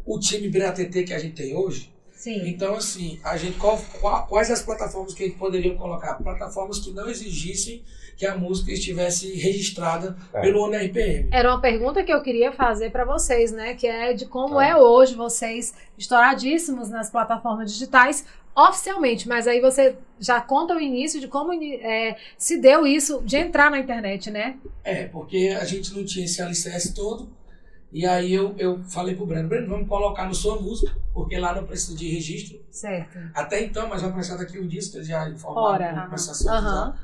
[SPEAKER 4] o time BraTT que a gente tem hoje.
[SPEAKER 1] Sim.
[SPEAKER 4] Então, assim, a gente, qual- qua- quais as plataformas que a gente poderia colocar? Plataformas que não exigissem que a música estivesse registrada
[SPEAKER 3] É.
[SPEAKER 4] pelo ONRPM.
[SPEAKER 2] Era uma pergunta que eu queria fazer pra vocês, né? Que é de como
[SPEAKER 3] Tá.
[SPEAKER 2] é hoje vocês estouradíssimos nas plataformas digitais oficialmente, mas aí você já conta o início de como ini- é, se deu isso de entrar na internet, né?
[SPEAKER 4] É, porque a gente não tinha esse alicerce todo. E aí eu, eu falei pro Breno, Breno, vamos colocar no sua música, porque lá não precisa de registro.
[SPEAKER 2] Certo.
[SPEAKER 4] Até então, mas vai precisar daqui um disco, eles já
[SPEAKER 2] Ora.
[SPEAKER 4] informaram. Ora,
[SPEAKER 2] Aham.
[SPEAKER 4] tá? então.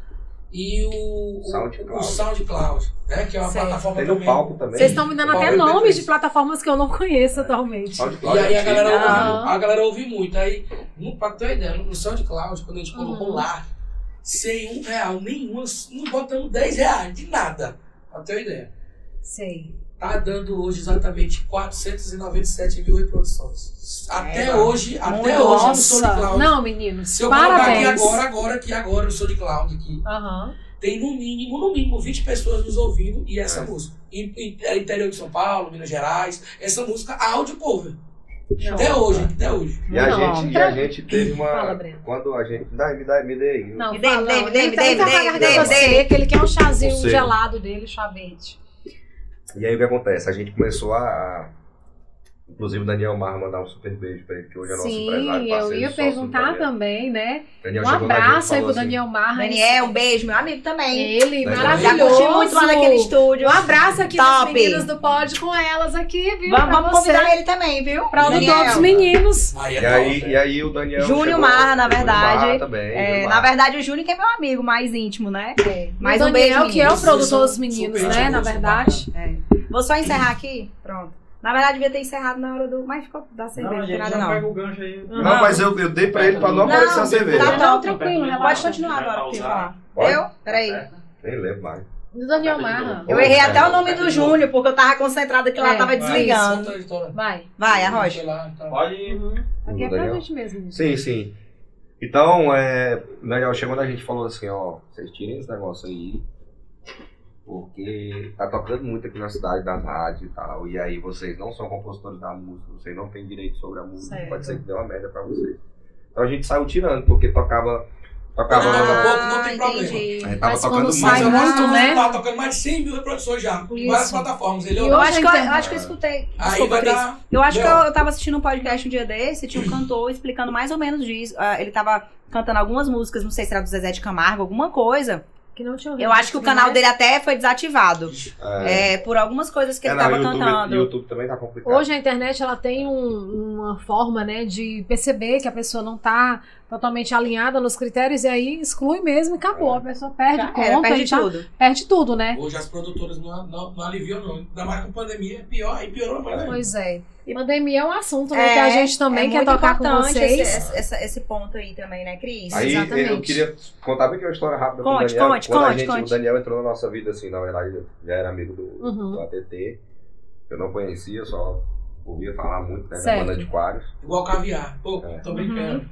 [SPEAKER 4] E o, o
[SPEAKER 3] SoundCloud.
[SPEAKER 4] o SoundCloud, né? Que é uma
[SPEAKER 2] Certo.
[SPEAKER 4] plataforma
[SPEAKER 3] Tem
[SPEAKER 4] também.
[SPEAKER 3] no palco também.
[SPEAKER 2] Vocês estão me dando até
[SPEAKER 4] Paulo,
[SPEAKER 2] nomes de
[SPEAKER 4] depois.
[SPEAKER 2] plataformas que eu não conheço atualmente.
[SPEAKER 3] Pode,
[SPEAKER 4] E
[SPEAKER 3] pode,
[SPEAKER 4] aí a
[SPEAKER 3] pode.
[SPEAKER 4] galera, ouve,
[SPEAKER 3] né?
[SPEAKER 2] Aham.
[SPEAKER 4] a galera ouve muito. Aí, no, pra ter uma ideia, no SoundCloud, quando a gente colocou
[SPEAKER 2] Uhum.
[SPEAKER 4] lá, sem um real nenhum, não botamos 10 reais de nada. Pra ter uma ideia.
[SPEAKER 2] Sei.
[SPEAKER 4] Tá dando hoje exatamente 497 mil reproduções. Até
[SPEAKER 1] É,
[SPEAKER 4] hoje, até
[SPEAKER 1] Nossa.
[SPEAKER 4] hoje no SoundCloud.
[SPEAKER 2] Não, meninos.
[SPEAKER 4] Se eu colocar aqui
[SPEAKER 2] parabéns.
[SPEAKER 4] agora, agora, aqui agora, no SoundCloud, aqui,
[SPEAKER 2] Aham.
[SPEAKER 4] tem no mínimo, no mínimo, 20 pessoas nos ouvindo e essa
[SPEAKER 3] É.
[SPEAKER 4] música. Em, em- é interior de São Paulo, Minas Gerais, essa música áudio cover.
[SPEAKER 2] Não.
[SPEAKER 4] Até hoje, até hoje.
[SPEAKER 3] E a,
[SPEAKER 2] Não,
[SPEAKER 3] gente, e
[SPEAKER 2] pra-
[SPEAKER 3] a gente teve uma.
[SPEAKER 2] Fala, Breno.
[SPEAKER 3] Quando a gente. Dá, me, dá, me dê aí.
[SPEAKER 2] Não,
[SPEAKER 1] Me dê,
[SPEAKER 2] fala,
[SPEAKER 1] me dê,
[SPEAKER 2] não.
[SPEAKER 1] me dê,
[SPEAKER 2] Ele
[SPEAKER 1] me
[SPEAKER 2] tá
[SPEAKER 1] dê,
[SPEAKER 2] ele tá
[SPEAKER 1] me
[SPEAKER 2] com
[SPEAKER 1] dê,
[SPEAKER 2] a
[SPEAKER 3] me
[SPEAKER 2] garganta
[SPEAKER 3] dê,
[SPEAKER 1] me
[SPEAKER 2] seca, ele quer um chazinho
[SPEAKER 3] Não sei.
[SPEAKER 2] gelado dele, chá verde.
[SPEAKER 3] E aí o que acontece? A gente começou a. a- Inclusive o Daniel Mar mandar um super beijo pra ele, que hoje é nosso empresário.
[SPEAKER 2] Sim, eu
[SPEAKER 3] parceiro,
[SPEAKER 2] ia
[SPEAKER 3] sócio do
[SPEAKER 2] perguntar
[SPEAKER 3] Daniel.
[SPEAKER 2] também, né?
[SPEAKER 3] Daniel
[SPEAKER 2] Um
[SPEAKER 3] chegou na gente e
[SPEAKER 2] abraço aí
[SPEAKER 3] falou
[SPEAKER 2] pro
[SPEAKER 3] assim,
[SPEAKER 2] Daniel Marra.
[SPEAKER 1] Daniel, um beijo, meu amigo também.
[SPEAKER 2] Ele,
[SPEAKER 3] Daniel.
[SPEAKER 1] Já
[SPEAKER 2] maravilhoso.
[SPEAKER 1] curti muito lá naquele estúdio.
[SPEAKER 2] Um abraço aqui nas
[SPEAKER 1] Top.
[SPEAKER 2] meninas do pódio com elas aqui, viu?
[SPEAKER 1] Vamos,
[SPEAKER 2] pra
[SPEAKER 1] vamos
[SPEAKER 2] você.
[SPEAKER 1] convidar ele também, viu?
[SPEAKER 2] Pra
[SPEAKER 1] Daniel.
[SPEAKER 2] todos os meninos.
[SPEAKER 4] Aí é
[SPEAKER 3] E aí, e aí o Daniel.
[SPEAKER 1] Júnior
[SPEAKER 3] chegou-
[SPEAKER 1] Marra, na
[SPEAKER 3] Júnior
[SPEAKER 1] verdade.
[SPEAKER 3] Marra também,
[SPEAKER 1] É,
[SPEAKER 3] Júnior
[SPEAKER 1] na
[SPEAKER 3] Marra.
[SPEAKER 1] verdade, o Júnior que é meu amigo mais íntimo, né? Mais
[SPEAKER 2] É. o
[SPEAKER 1] um
[SPEAKER 2] Daniel,
[SPEAKER 1] beijo,
[SPEAKER 2] que é o
[SPEAKER 1] meninos.
[SPEAKER 2] produtor dos meninos,
[SPEAKER 4] Super
[SPEAKER 2] né? Na
[SPEAKER 4] gente boa,
[SPEAKER 2] verdade.
[SPEAKER 1] Vou só encerrar aqui. Pronto. Na verdade, devia ter encerrado na hora do. Mas ficou da cerveja,
[SPEAKER 5] Não,
[SPEAKER 1] não tem
[SPEAKER 5] gente,
[SPEAKER 1] nada
[SPEAKER 5] não
[SPEAKER 1] não. Tá,
[SPEAKER 5] pega o gancho aí.
[SPEAKER 3] Não, mas eu, eu dei pra ele pra não,
[SPEAKER 1] Não,
[SPEAKER 3] aparecer a cerveja.
[SPEAKER 1] Tá
[SPEAKER 2] Não,
[SPEAKER 1] bom,
[SPEAKER 2] tranquilo, relaxa.
[SPEAKER 1] Pode continuar agora o que eu ia falar.
[SPEAKER 3] Pode?
[SPEAKER 1] Eu? Peraí.
[SPEAKER 3] Nem lembro mais.
[SPEAKER 2] Do Daniel Marra.
[SPEAKER 1] Eu errei até o nome do Júnior, porque eu tava concentrada que ela
[SPEAKER 2] É,
[SPEAKER 1] tava
[SPEAKER 2] vai.
[SPEAKER 1] desligando.
[SPEAKER 2] Vai.
[SPEAKER 1] Vai, arroja.
[SPEAKER 5] então. Pode.
[SPEAKER 2] Uhum. Aqui é pra
[SPEAKER 3] Daniel.
[SPEAKER 2] gente mesmo.
[SPEAKER 3] Sim, sim. Então, é, Daniel, chegou quando a gente falou assim, ó, vocês tirem esse negócio aí, porque tá tocando muito aqui na cidade, das rádios e tal, e aí vocês não são compositores da música, vocês não têm direito sobre a música, então
[SPEAKER 2] Certo.
[SPEAKER 3] pode ser que dê uma merda pra vocês. Então a gente saiu tirando, porque tocava, tocava
[SPEAKER 4] Ah,
[SPEAKER 3] nova...
[SPEAKER 4] pouco, não tem
[SPEAKER 1] entendi.
[SPEAKER 3] A gente tava
[SPEAKER 2] Mas
[SPEAKER 3] tocando
[SPEAKER 2] quando
[SPEAKER 3] muito.
[SPEAKER 2] sai
[SPEAKER 1] Mas
[SPEAKER 2] muito,
[SPEAKER 1] eu-
[SPEAKER 2] né?
[SPEAKER 4] Tá tocando mais de 100 mil reproduções já. em
[SPEAKER 2] Isso.
[SPEAKER 4] Várias plataformas. Ele
[SPEAKER 2] E
[SPEAKER 1] Eu
[SPEAKER 4] olhou.
[SPEAKER 2] hoje
[SPEAKER 1] acho, que eu,
[SPEAKER 2] a internet-
[SPEAKER 1] eu acho que eu escutei.
[SPEAKER 4] Aí vai
[SPEAKER 1] Cris.
[SPEAKER 4] dar. Hum.
[SPEAKER 1] Eu acho que eu,
[SPEAKER 4] Não.
[SPEAKER 1] eu tava assistindo um podcast um dia desse, tinha um cantor explicando mais ou menos disso. Ah, ele tava cantando algumas músicas, não sei se era do Zezé de Camargo, alguma coisa.
[SPEAKER 2] Que não tinha ouvido.
[SPEAKER 1] Eu acho que o canal dele até foi desativado.
[SPEAKER 3] É,
[SPEAKER 1] É, por algumas coisas que
[SPEAKER 3] é,
[SPEAKER 1] ele
[SPEAKER 3] não,
[SPEAKER 1] tava
[SPEAKER 3] YouTube,
[SPEAKER 1] cantando.
[SPEAKER 3] YouTube também tá complicado.
[SPEAKER 2] Hoje a internet ela tem um- uma forma né, de perceber que a pessoa não está totalmente alinhada nos critérios e aí exclui mesmo e acabou. A pessoa perde
[SPEAKER 1] Já
[SPEAKER 2] conta,
[SPEAKER 1] era, É, perde
[SPEAKER 2] e tá-
[SPEAKER 1] tudo.
[SPEAKER 2] perde tudo, né?
[SPEAKER 4] Hoje as produtoras não, não, não aliviam, não. Ainda mais com pandemia, é pior, e piorou mais. ainda.
[SPEAKER 2] Pois é. E pandemia é um assunto né, que a gente também
[SPEAKER 1] é
[SPEAKER 2] quer
[SPEAKER 1] muito
[SPEAKER 2] tocar com
[SPEAKER 1] importante
[SPEAKER 2] vocês.
[SPEAKER 1] Esse, esse, esse ponto aí também, né, Cris?
[SPEAKER 3] Aí
[SPEAKER 2] Exatamente.
[SPEAKER 3] eu queria contar bem que é uma história rápida com o
[SPEAKER 1] Conte,
[SPEAKER 3] Daniel.
[SPEAKER 1] conte,
[SPEAKER 3] Quando a
[SPEAKER 1] conte,
[SPEAKER 3] gente,
[SPEAKER 1] conte.
[SPEAKER 3] O Daniel entrou na nossa vida, assim, na verdade, ele já era amigo do,
[SPEAKER 2] Uhum.
[SPEAKER 3] do ATT. Eu não conhecia, só ouvia falar muito, né? Da
[SPEAKER 2] Certo.
[SPEAKER 3] banda de Quários.
[SPEAKER 4] Igual caviar. Pô,
[SPEAKER 3] É.
[SPEAKER 4] tô brincando.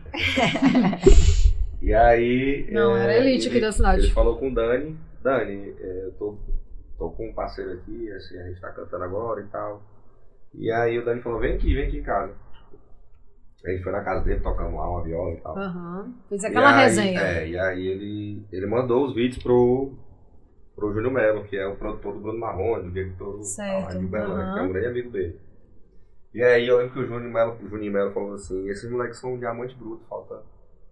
[SPEAKER 3] E aí.
[SPEAKER 2] Não,
[SPEAKER 3] é,
[SPEAKER 2] era elite
[SPEAKER 3] ele,
[SPEAKER 2] aqui da cidade.
[SPEAKER 3] Ele falou com o Dani. Dani, é, eu tô, tô com um parceiro aqui, assim, a gente tá cantando agora e tal. E aí o Dani falou, vem aqui, vem aqui em casa. A gente foi na casa dele, tocando lá uma viola e tal.
[SPEAKER 2] Aham. Fez
[SPEAKER 3] E
[SPEAKER 2] aquela
[SPEAKER 3] aí-
[SPEAKER 2] resenha.
[SPEAKER 3] É, e aí ele, ele mandou os vídeos pro, pro Júnior Melo, que é o produtor do Bruno Marrone, o diretor do
[SPEAKER 2] Certo,
[SPEAKER 3] Rádio Belândia, que é
[SPEAKER 2] aham.
[SPEAKER 3] um grande amigo dele. E aí eu lembro que o Júnior Melo, o Juninho Melo falou assim, esses moleques são um diamante bruto, falta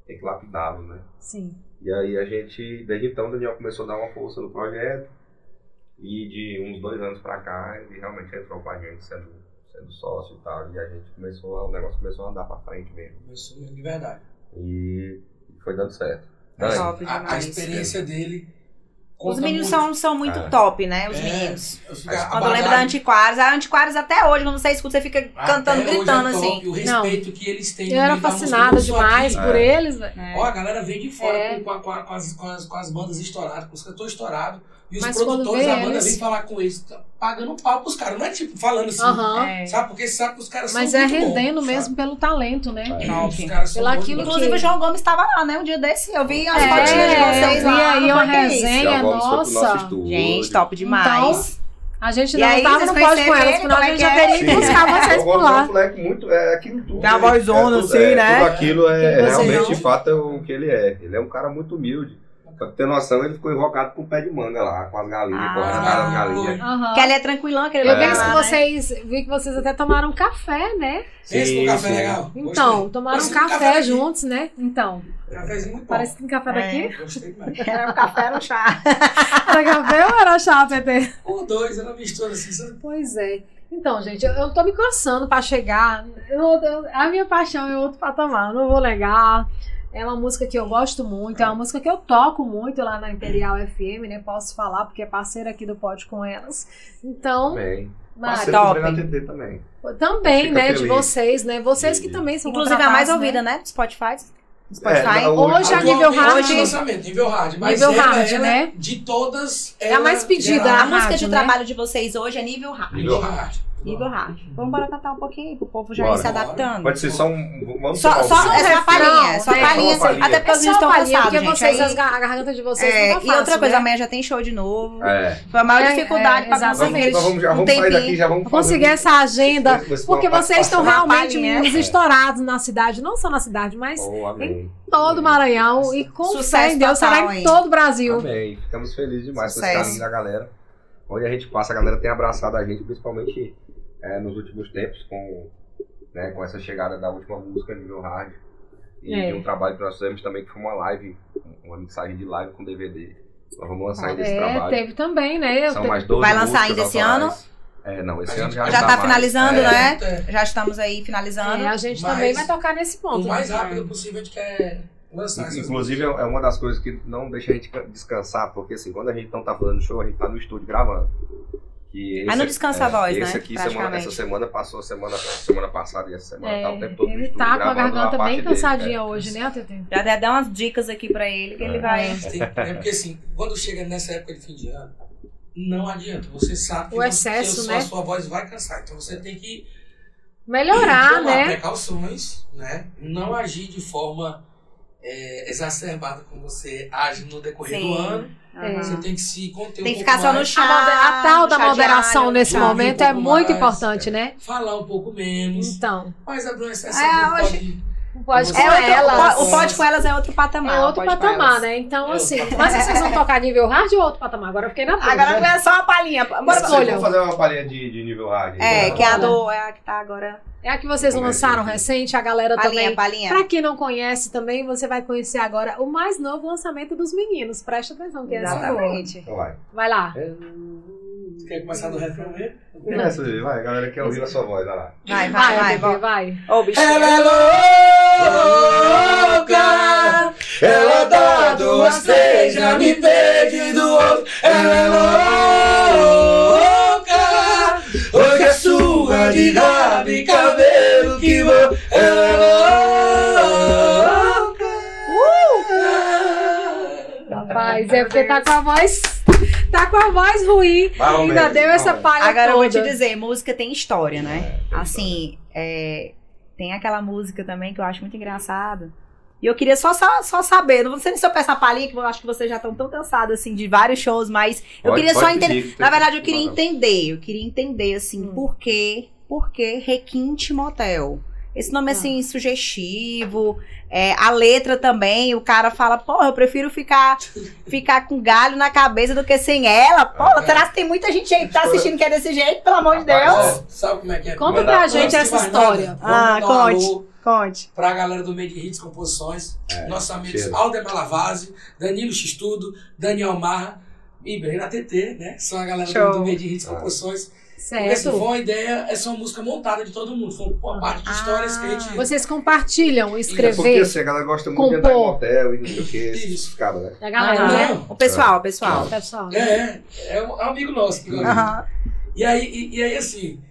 [SPEAKER 3] tem que lapidá-los, né?
[SPEAKER 2] Sim.
[SPEAKER 3] E aí a gente, desde então o Daniel começou a dar uma força no projeto. E de uns dois anos pra cá, ele realmente entrou com a gente sendo, sendo sócio e tal. E a gente começou, a- o negócio começou a andar pra frente mesmo.
[SPEAKER 1] Uhum.
[SPEAKER 4] Começou mesmo, de verdade.
[SPEAKER 3] E foi dando certo.
[SPEAKER 1] Mas,
[SPEAKER 3] Dani,
[SPEAKER 1] ó, Top
[SPEAKER 4] A, a
[SPEAKER 1] demais.
[SPEAKER 4] experiência dele.
[SPEAKER 1] Os
[SPEAKER 4] conta
[SPEAKER 1] meninos
[SPEAKER 4] muito.
[SPEAKER 1] são, são muito
[SPEAKER 3] É.
[SPEAKER 1] top, né? Os
[SPEAKER 4] É.
[SPEAKER 1] meninos.
[SPEAKER 4] Eu fico-
[SPEAKER 3] Mas
[SPEAKER 4] a
[SPEAKER 1] Quando lembra da
[SPEAKER 4] bagagem-
[SPEAKER 1] Antiquários, a Antiquários até hoje, quando você escuta, você fica
[SPEAKER 4] até
[SPEAKER 1] cantando,
[SPEAKER 4] hoje
[SPEAKER 1] gritando
[SPEAKER 4] é top,
[SPEAKER 1] assim.
[SPEAKER 4] O respeito que eles têm. no
[SPEAKER 2] Eu era
[SPEAKER 4] meio da música,
[SPEAKER 2] fascinada
[SPEAKER 4] não só
[SPEAKER 2] demais
[SPEAKER 4] aqui.
[SPEAKER 2] por eles, velho.
[SPEAKER 1] É.
[SPEAKER 4] Ó, a galera vem de fora
[SPEAKER 2] É.
[SPEAKER 4] com, com a- com a- com as, com, as, com as bandas estouradas, com os cantores estourados. E os
[SPEAKER 2] Mas quando
[SPEAKER 4] produtores
[SPEAKER 2] vê
[SPEAKER 4] da banda
[SPEAKER 2] eles-
[SPEAKER 4] vêm falar com eles, tá pagando pau pros caras. Não é tipo falando assim,
[SPEAKER 2] Aham.
[SPEAKER 1] É.
[SPEAKER 4] sabe? Porque sabe que os caras
[SPEAKER 2] Mas
[SPEAKER 4] são
[SPEAKER 2] é
[SPEAKER 4] muito bons,
[SPEAKER 2] rendendo
[SPEAKER 4] sabe?
[SPEAKER 2] mesmo pelo talento, né?
[SPEAKER 3] É.
[SPEAKER 1] Top.
[SPEAKER 4] Os caras são
[SPEAKER 2] Pelo
[SPEAKER 4] bons
[SPEAKER 2] aquilo
[SPEAKER 4] demais.
[SPEAKER 1] Inclusive,
[SPEAKER 2] que-
[SPEAKER 1] o João Gomes estava lá, né? Um dia desse, eu vi as
[SPEAKER 2] É,
[SPEAKER 1] fotinhas de vocês
[SPEAKER 2] eu vi
[SPEAKER 1] lá.
[SPEAKER 2] aí
[SPEAKER 1] não foi
[SPEAKER 2] uma
[SPEAKER 1] que isso?
[SPEAKER 2] resenha. Então,
[SPEAKER 3] Thiago Alves foi pro
[SPEAKER 2] nossa. tá
[SPEAKER 3] nosso estúdio.
[SPEAKER 1] Gente, top demais.
[SPEAKER 2] Então, A gente
[SPEAKER 1] E
[SPEAKER 2] não
[SPEAKER 1] aí,
[SPEAKER 2] tava
[SPEAKER 1] vocês
[SPEAKER 2] no pódio com
[SPEAKER 1] conheceram
[SPEAKER 2] elas,
[SPEAKER 1] ele?
[SPEAKER 2] senão a
[SPEAKER 1] Como é
[SPEAKER 2] gente
[SPEAKER 1] que
[SPEAKER 2] já
[SPEAKER 1] é?
[SPEAKER 2] teria ido
[SPEAKER 3] Sim.
[SPEAKER 2] buscar
[SPEAKER 3] Eu
[SPEAKER 2] vocês por
[SPEAKER 3] gosto do
[SPEAKER 2] lá.
[SPEAKER 3] moleque muito, é aquilo tudo.
[SPEAKER 1] Tem uma
[SPEAKER 3] ele-
[SPEAKER 1] vozona
[SPEAKER 3] é tudo-
[SPEAKER 1] assim,
[SPEAKER 3] é,
[SPEAKER 1] né?
[SPEAKER 3] Tudo aquilo é,
[SPEAKER 2] Que
[SPEAKER 3] é
[SPEAKER 2] coisa
[SPEAKER 3] realmente,
[SPEAKER 2] não.
[SPEAKER 3] de fato, é o que ele é. Ele é um cara muito humilde. Pra ter noção, ele ficou invocado com o pé de manga lá, com as galinhas,
[SPEAKER 1] Ah.
[SPEAKER 3] com as caras das galinhas.
[SPEAKER 2] Aham.
[SPEAKER 1] Que ali é tranquilão, aquele
[SPEAKER 2] Eu
[SPEAKER 1] lugar
[SPEAKER 2] vi
[SPEAKER 1] lá,
[SPEAKER 2] que
[SPEAKER 1] né?
[SPEAKER 2] vocês, vi que vocês até tomaram café, né?
[SPEAKER 4] Esse
[SPEAKER 3] Sim,
[SPEAKER 4] no café
[SPEAKER 3] sim.
[SPEAKER 4] legal.
[SPEAKER 2] Então, tomaram
[SPEAKER 4] Mas um
[SPEAKER 2] café,
[SPEAKER 4] café-
[SPEAKER 2] juntos, né? Então,
[SPEAKER 4] Gostei. Cafézinho muito bom.
[SPEAKER 2] parece que tem café daqui.
[SPEAKER 4] Gostei demais.
[SPEAKER 1] Era um café, era um
[SPEAKER 2] <laughs>
[SPEAKER 1] chá.
[SPEAKER 2] Era café ou era chá, Tete?
[SPEAKER 4] Ou dois, ela mistura assim. sabe?
[SPEAKER 2] Pois é. Então, gente, eu, eu tô me cansando pra chegar. Eu- eu- a minha paixão é outro patamar, eu não vou negar. É uma música que eu gosto muito, é uma música que eu toco muito lá na Imperial FM, né? Posso falar, porque é parceira aqui do Pódio com elas. Então,
[SPEAKER 3] Também.
[SPEAKER 2] mas,
[SPEAKER 3] Parceiro
[SPEAKER 1] top,
[SPEAKER 3] do Breno
[SPEAKER 1] hein?
[SPEAKER 3] ATT também.
[SPEAKER 2] também,
[SPEAKER 3] Fica
[SPEAKER 2] né? De
[SPEAKER 3] feliz.
[SPEAKER 2] vocês, né? Vocês que
[SPEAKER 3] Entendi.
[SPEAKER 2] também são
[SPEAKER 1] Inclusive, a mais
[SPEAKER 2] contratados, né?
[SPEAKER 1] ouvida, né? Do Spotify. Do Spotify.
[SPEAKER 3] É, o-
[SPEAKER 2] Hoje a nível
[SPEAKER 4] Atualmente,
[SPEAKER 2] hard-
[SPEAKER 4] no lançamento, nível hard. Mas
[SPEAKER 2] Nível
[SPEAKER 4] ela, é
[SPEAKER 2] hard,
[SPEAKER 4] ela,
[SPEAKER 2] né?
[SPEAKER 4] De todas.
[SPEAKER 2] É a
[SPEAKER 4] ela-
[SPEAKER 2] mais pedida.
[SPEAKER 4] ela-
[SPEAKER 1] a
[SPEAKER 2] rádio,
[SPEAKER 1] música de
[SPEAKER 2] né?
[SPEAKER 1] trabalho de vocês hoje é nível hard.
[SPEAKER 4] Nível hard.
[SPEAKER 1] Nível hard. Vamos embora cantar um pouquinho aí, pro povo já ir
[SPEAKER 3] Bora.
[SPEAKER 1] se adaptando.
[SPEAKER 3] Pode ser só um. Vamos
[SPEAKER 1] Só,
[SPEAKER 3] tomar um
[SPEAKER 1] só,
[SPEAKER 3] suco?
[SPEAKER 1] é só a palhinha,
[SPEAKER 2] Não,
[SPEAKER 1] só a
[SPEAKER 2] né?
[SPEAKER 1] palhinha. assim,
[SPEAKER 3] Só a palhinha.
[SPEAKER 1] Até porque
[SPEAKER 2] É
[SPEAKER 1] os
[SPEAKER 2] só
[SPEAKER 1] meninos estão
[SPEAKER 2] palhinha, porque
[SPEAKER 1] cansados, gente.
[SPEAKER 2] vocês,
[SPEAKER 1] aí-
[SPEAKER 2] as ga- a garganta de vocês
[SPEAKER 1] É,
[SPEAKER 2] não tá
[SPEAKER 1] e outra
[SPEAKER 2] fácil,
[SPEAKER 1] coisa,
[SPEAKER 2] né?
[SPEAKER 1] amanhã já tem show de novo.
[SPEAKER 3] É.
[SPEAKER 1] Foi a maior
[SPEAKER 2] É,
[SPEAKER 1] dificuldade
[SPEAKER 2] é,
[SPEAKER 1] pra conseguir
[SPEAKER 2] exatamente.
[SPEAKER 3] Vamos, nós vamos, já
[SPEAKER 1] um
[SPEAKER 3] vamos sair
[SPEAKER 1] tempinho.
[SPEAKER 3] daqui, já vamos
[SPEAKER 2] Conseguir
[SPEAKER 1] né?
[SPEAKER 3] fazer-
[SPEAKER 2] essa agenda,
[SPEAKER 3] Esse-
[SPEAKER 2] porque
[SPEAKER 3] uma
[SPEAKER 2] vocês estão
[SPEAKER 1] participação.
[SPEAKER 2] realmente
[SPEAKER 1] Uma palhinha.
[SPEAKER 2] meninos estourados na cidade, não só na cidade, mas
[SPEAKER 3] Oh, amém.
[SPEAKER 2] todo o Maranhão e com
[SPEAKER 1] Sucesso
[SPEAKER 2] fé em Deus
[SPEAKER 1] total,
[SPEAKER 2] será em
[SPEAKER 1] hein?
[SPEAKER 2] todo o Brasil.
[SPEAKER 3] Amém. Ficamos felizes demais com esse
[SPEAKER 1] Sucesso.
[SPEAKER 3] carinho da galera. Onde a gente passa, a galera tem abraçado a gente, principalmente eh, nos últimos tempos, com, né, com essa chegada da última música nível hard. E
[SPEAKER 2] É.
[SPEAKER 3] de um trabalho que nós fizemos também, que foi uma live, uma mixagem de live com DVD. Nós vamos lançar ainda Tá esse
[SPEAKER 2] É,
[SPEAKER 3] trabalho.
[SPEAKER 2] teve também, né? Eu
[SPEAKER 3] São
[SPEAKER 2] te-
[SPEAKER 3] mais 12
[SPEAKER 1] Vai lançar
[SPEAKER 3] músicas
[SPEAKER 1] ainda esse
[SPEAKER 3] autorais. É, não, esse ano já
[SPEAKER 1] Já
[SPEAKER 3] não
[SPEAKER 1] tá
[SPEAKER 3] mais.
[SPEAKER 1] finalizando,
[SPEAKER 3] É,
[SPEAKER 1] né?
[SPEAKER 4] É.
[SPEAKER 1] Já estamos aí finalizando.
[SPEAKER 2] É, a gente
[SPEAKER 4] Mas-
[SPEAKER 2] também vai tocar nesse ponto.
[SPEAKER 4] O mais
[SPEAKER 2] né?
[SPEAKER 4] rápido possível a gente quer lançar essas
[SPEAKER 3] Inclusive, é é uma das coisas que não deixa a gente descansar, porque assim, quando a gente não tá fazendo show, a gente tá no estúdio gravando. Que
[SPEAKER 1] Aí não descansa a voz,
[SPEAKER 3] esse
[SPEAKER 1] né?
[SPEAKER 3] aqui, semana,
[SPEAKER 1] Praticamente. É,
[SPEAKER 3] essa semana passou, semana, semana passada e essa semana. tá o tempo todo no
[SPEAKER 2] É, ele
[SPEAKER 3] estúdio
[SPEAKER 2] tá com a
[SPEAKER 3] gravando
[SPEAKER 2] garganta
[SPEAKER 3] parte
[SPEAKER 2] bem
[SPEAKER 3] dele,
[SPEAKER 2] cansadinha
[SPEAKER 3] é.
[SPEAKER 2] hoje, né, Tetê?
[SPEAKER 1] Já deve dar umas dicas aqui pra ele que ele
[SPEAKER 3] É.
[SPEAKER 1] vai.
[SPEAKER 4] Tem- É porque assim, quando chega nessa época de fim de ano, não adianta. Você sabe que,
[SPEAKER 2] O
[SPEAKER 4] você-
[SPEAKER 2] excesso,
[SPEAKER 4] que a sua-
[SPEAKER 2] né?
[SPEAKER 4] a sua voz vai cansar. Então você tem que
[SPEAKER 2] Melhorar,
[SPEAKER 4] tomar
[SPEAKER 2] né?
[SPEAKER 4] precauções, né? Não agir de forma é, exacerbada como você age no decorrer
[SPEAKER 1] Sim.
[SPEAKER 4] do ano.
[SPEAKER 1] Aham.
[SPEAKER 4] Você tem que se conter
[SPEAKER 1] Tem
[SPEAKER 4] um
[SPEAKER 1] que
[SPEAKER 4] pouco
[SPEAKER 1] ficar só no
[SPEAKER 4] mais,
[SPEAKER 1] chá.
[SPEAKER 2] A, moder- a tal
[SPEAKER 1] chá
[SPEAKER 2] da
[SPEAKER 1] Ah, de tá.
[SPEAKER 2] moderação
[SPEAKER 1] alho.
[SPEAKER 2] nesse
[SPEAKER 4] um
[SPEAKER 2] momento é
[SPEAKER 4] pouco
[SPEAKER 2] muito
[SPEAKER 4] mais,
[SPEAKER 2] importante, né?
[SPEAKER 4] falar um pouco menos.
[SPEAKER 2] Então,
[SPEAKER 4] Mas a doença é
[SPEAKER 1] Ah,
[SPEAKER 4] sempre
[SPEAKER 1] hoje-
[SPEAKER 4] pode...
[SPEAKER 2] pode
[SPEAKER 4] É
[SPEAKER 2] com
[SPEAKER 1] É outro- o
[SPEAKER 2] elas.
[SPEAKER 1] po- o pode com elas é outro patamar.
[SPEAKER 2] É outro
[SPEAKER 1] o Pode com
[SPEAKER 2] patamar,
[SPEAKER 1] Elas.
[SPEAKER 2] né? Então,
[SPEAKER 4] É
[SPEAKER 2] assim,
[SPEAKER 4] outro
[SPEAKER 2] mas
[SPEAKER 1] <laughs>
[SPEAKER 2] vocês vão tocar nível hard ou outro patamar? Agora eu fiquei na dúvida.
[SPEAKER 1] Agora é só uma palhinha. Bora
[SPEAKER 3] Mas
[SPEAKER 1] pro
[SPEAKER 2] Escolha.
[SPEAKER 3] Vamos fazer uma palhinha de, de nível hard.
[SPEAKER 1] É,
[SPEAKER 3] né?
[SPEAKER 1] que é a do. É a que tá agora.
[SPEAKER 2] É a que vocês lançaram recente, a galera
[SPEAKER 1] Palhinha,
[SPEAKER 2] também.
[SPEAKER 1] palhinha.
[SPEAKER 2] Pra quem não conhece também, você vai conhecer agora o mais novo lançamento dos meninos. Presta atenção que é essa é boa.
[SPEAKER 1] Exatamente.
[SPEAKER 3] Então vai.
[SPEAKER 2] Vai lá.
[SPEAKER 4] Quer começar do refrão mesmo?
[SPEAKER 3] Começa, Vivi, vai, a galera quer ouvir a sua voz, vai lá.
[SPEAKER 1] Vai, vai, vai.
[SPEAKER 2] bebê,
[SPEAKER 1] vai.
[SPEAKER 2] vai.
[SPEAKER 1] Ô, bicho.
[SPEAKER 4] Ela é louca, ela dá duas três, já me pegue do outro. Ela é louca, hoje é sua de rabo e cabelo que vou. Ela é louca.
[SPEAKER 2] Rapaz, é porque tá com a voz. Tá com a voz ruim.
[SPEAKER 3] Vai,
[SPEAKER 2] Ainda
[SPEAKER 3] Romero,
[SPEAKER 2] deu
[SPEAKER 3] vai,
[SPEAKER 2] essa
[SPEAKER 3] Romero.
[SPEAKER 2] palha
[SPEAKER 1] Agora eu vou te
[SPEAKER 2] toda.
[SPEAKER 1] dizer, música tem história, né?
[SPEAKER 3] É, tem
[SPEAKER 1] Assim, é, tem aquela música também que eu acho muito engraçada. E eu queria só, só, só saber, não sei nem se eu peço a palhinha, que eu acho que vocês já estão tão cansados, assim, de vários shows, mas eu
[SPEAKER 3] Pode-
[SPEAKER 1] queria só
[SPEAKER 3] pode
[SPEAKER 1] entender.
[SPEAKER 3] pedir, que tem
[SPEAKER 1] Na verdade, eu
[SPEAKER 3] que- né?
[SPEAKER 1] queria entender, eu queria entender, assim,
[SPEAKER 2] Hum.
[SPEAKER 1] por quê, por que Requinte Motel? Esse
[SPEAKER 2] Ah.
[SPEAKER 1] nome, assim, sugestivo, é, a letra também, o cara fala, porra, eu prefiro ficar, ficar com galho na cabeça do que sem ela,
[SPEAKER 3] Ah,
[SPEAKER 1] porra, será que tem muita gente aí que tá assistindo que é desse jeito, pelo amor de
[SPEAKER 3] é. Rapaz,
[SPEAKER 1] Deus?
[SPEAKER 3] é.
[SPEAKER 4] Sabe como é que é?
[SPEAKER 2] Conta
[SPEAKER 3] Mandar
[SPEAKER 2] pra
[SPEAKER 3] pra
[SPEAKER 2] gente
[SPEAKER 4] Antes de
[SPEAKER 2] essa
[SPEAKER 4] mais
[SPEAKER 2] história.
[SPEAKER 4] nada, vamos
[SPEAKER 1] Ah,
[SPEAKER 4] dar um alô
[SPEAKER 1] conte.
[SPEAKER 3] é.
[SPEAKER 1] Conte.
[SPEAKER 4] Pra galera do Made Hits Composições, nossos amigos
[SPEAKER 3] cheiro.
[SPEAKER 4] Alder Malavase, Danilo Xistudo, Daniel Marra e Brena TT, né? São a galera
[SPEAKER 1] Show.
[SPEAKER 4] do, do Made Hits
[SPEAKER 3] Ah.
[SPEAKER 4] Composições.
[SPEAKER 1] É,
[SPEAKER 4] Porque assim, foi
[SPEAKER 2] Certo.
[SPEAKER 4] uma ideia, essa é uma música montada de todo mundo. Foi uma parte de histórias que a gente.
[SPEAKER 2] Vocês compartilham,
[SPEAKER 3] É porque
[SPEAKER 2] escrever.
[SPEAKER 3] assim, a galera gosta muito de andar em
[SPEAKER 2] compor.
[SPEAKER 3] motel e não sei o que, esses
[SPEAKER 4] Isso.
[SPEAKER 3] cabos, né?
[SPEAKER 2] A galera,
[SPEAKER 1] Aham.
[SPEAKER 2] né?
[SPEAKER 4] Não,
[SPEAKER 1] O
[SPEAKER 3] Tá.
[SPEAKER 1] pessoal, o pessoal.
[SPEAKER 2] Pessoal.
[SPEAKER 4] é, é, é um é um amigo nosso. que gosta.
[SPEAKER 1] Aham.
[SPEAKER 4] E aí, e, e aí assim,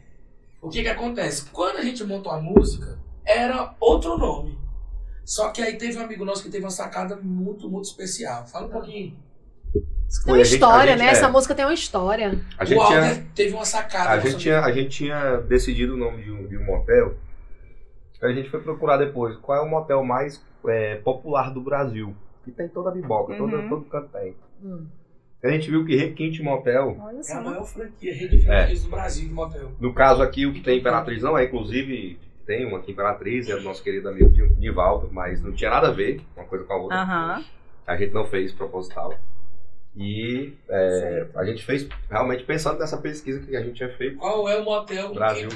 [SPEAKER 4] o que que acontece? Quando a gente montou a música, era outro nome. Só que aí teve um amigo nosso que teve uma sacada muito, muito especial. Fala um pouquinho.
[SPEAKER 2] Tem
[SPEAKER 3] E
[SPEAKER 2] uma
[SPEAKER 3] a gente-
[SPEAKER 2] história,
[SPEAKER 3] a gente-
[SPEAKER 2] né?
[SPEAKER 3] é,
[SPEAKER 2] Essa música tem uma história.
[SPEAKER 3] A gente
[SPEAKER 4] o
[SPEAKER 3] tinha-
[SPEAKER 4] Alder teve uma sacada.
[SPEAKER 3] A
[SPEAKER 4] nossa
[SPEAKER 3] gente, tinha, a gente tinha decidido o nome de um, de um motel. A gente foi procurar depois qual é o motel mais é, popular do Brasil. Que tem toda a biboca,
[SPEAKER 1] Uhum.
[SPEAKER 3] todo, todo canto tem.
[SPEAKER 2] Hum.
[SPEAKER 3] A gente viu que Requinte Motel,
[SPEAKER 2] Olha
[SPEAKER 4] É a
[SPEAKER 2] só.
[SPEAKER 4] maior franquia, rede de franquias do Brasil de motel.
[SPEAKER 3] no caso aqui, o que tem em Imperatriz não é, inclusive tem uma aqui em Imperatriz, é do nosso querido amigo Di- Divaldo, mas não tinha nada a ver uma coisa com a outra.
[SPEAKER 1] Aham.
[SPEAKER 3] A gente não fez proposital. E é, a gente fez realmente pensando nessa pesquisa que a gente tinha feito.
[SPEAKER 4] Qual é o motel? que-
[SPEAKER 3] Brasil.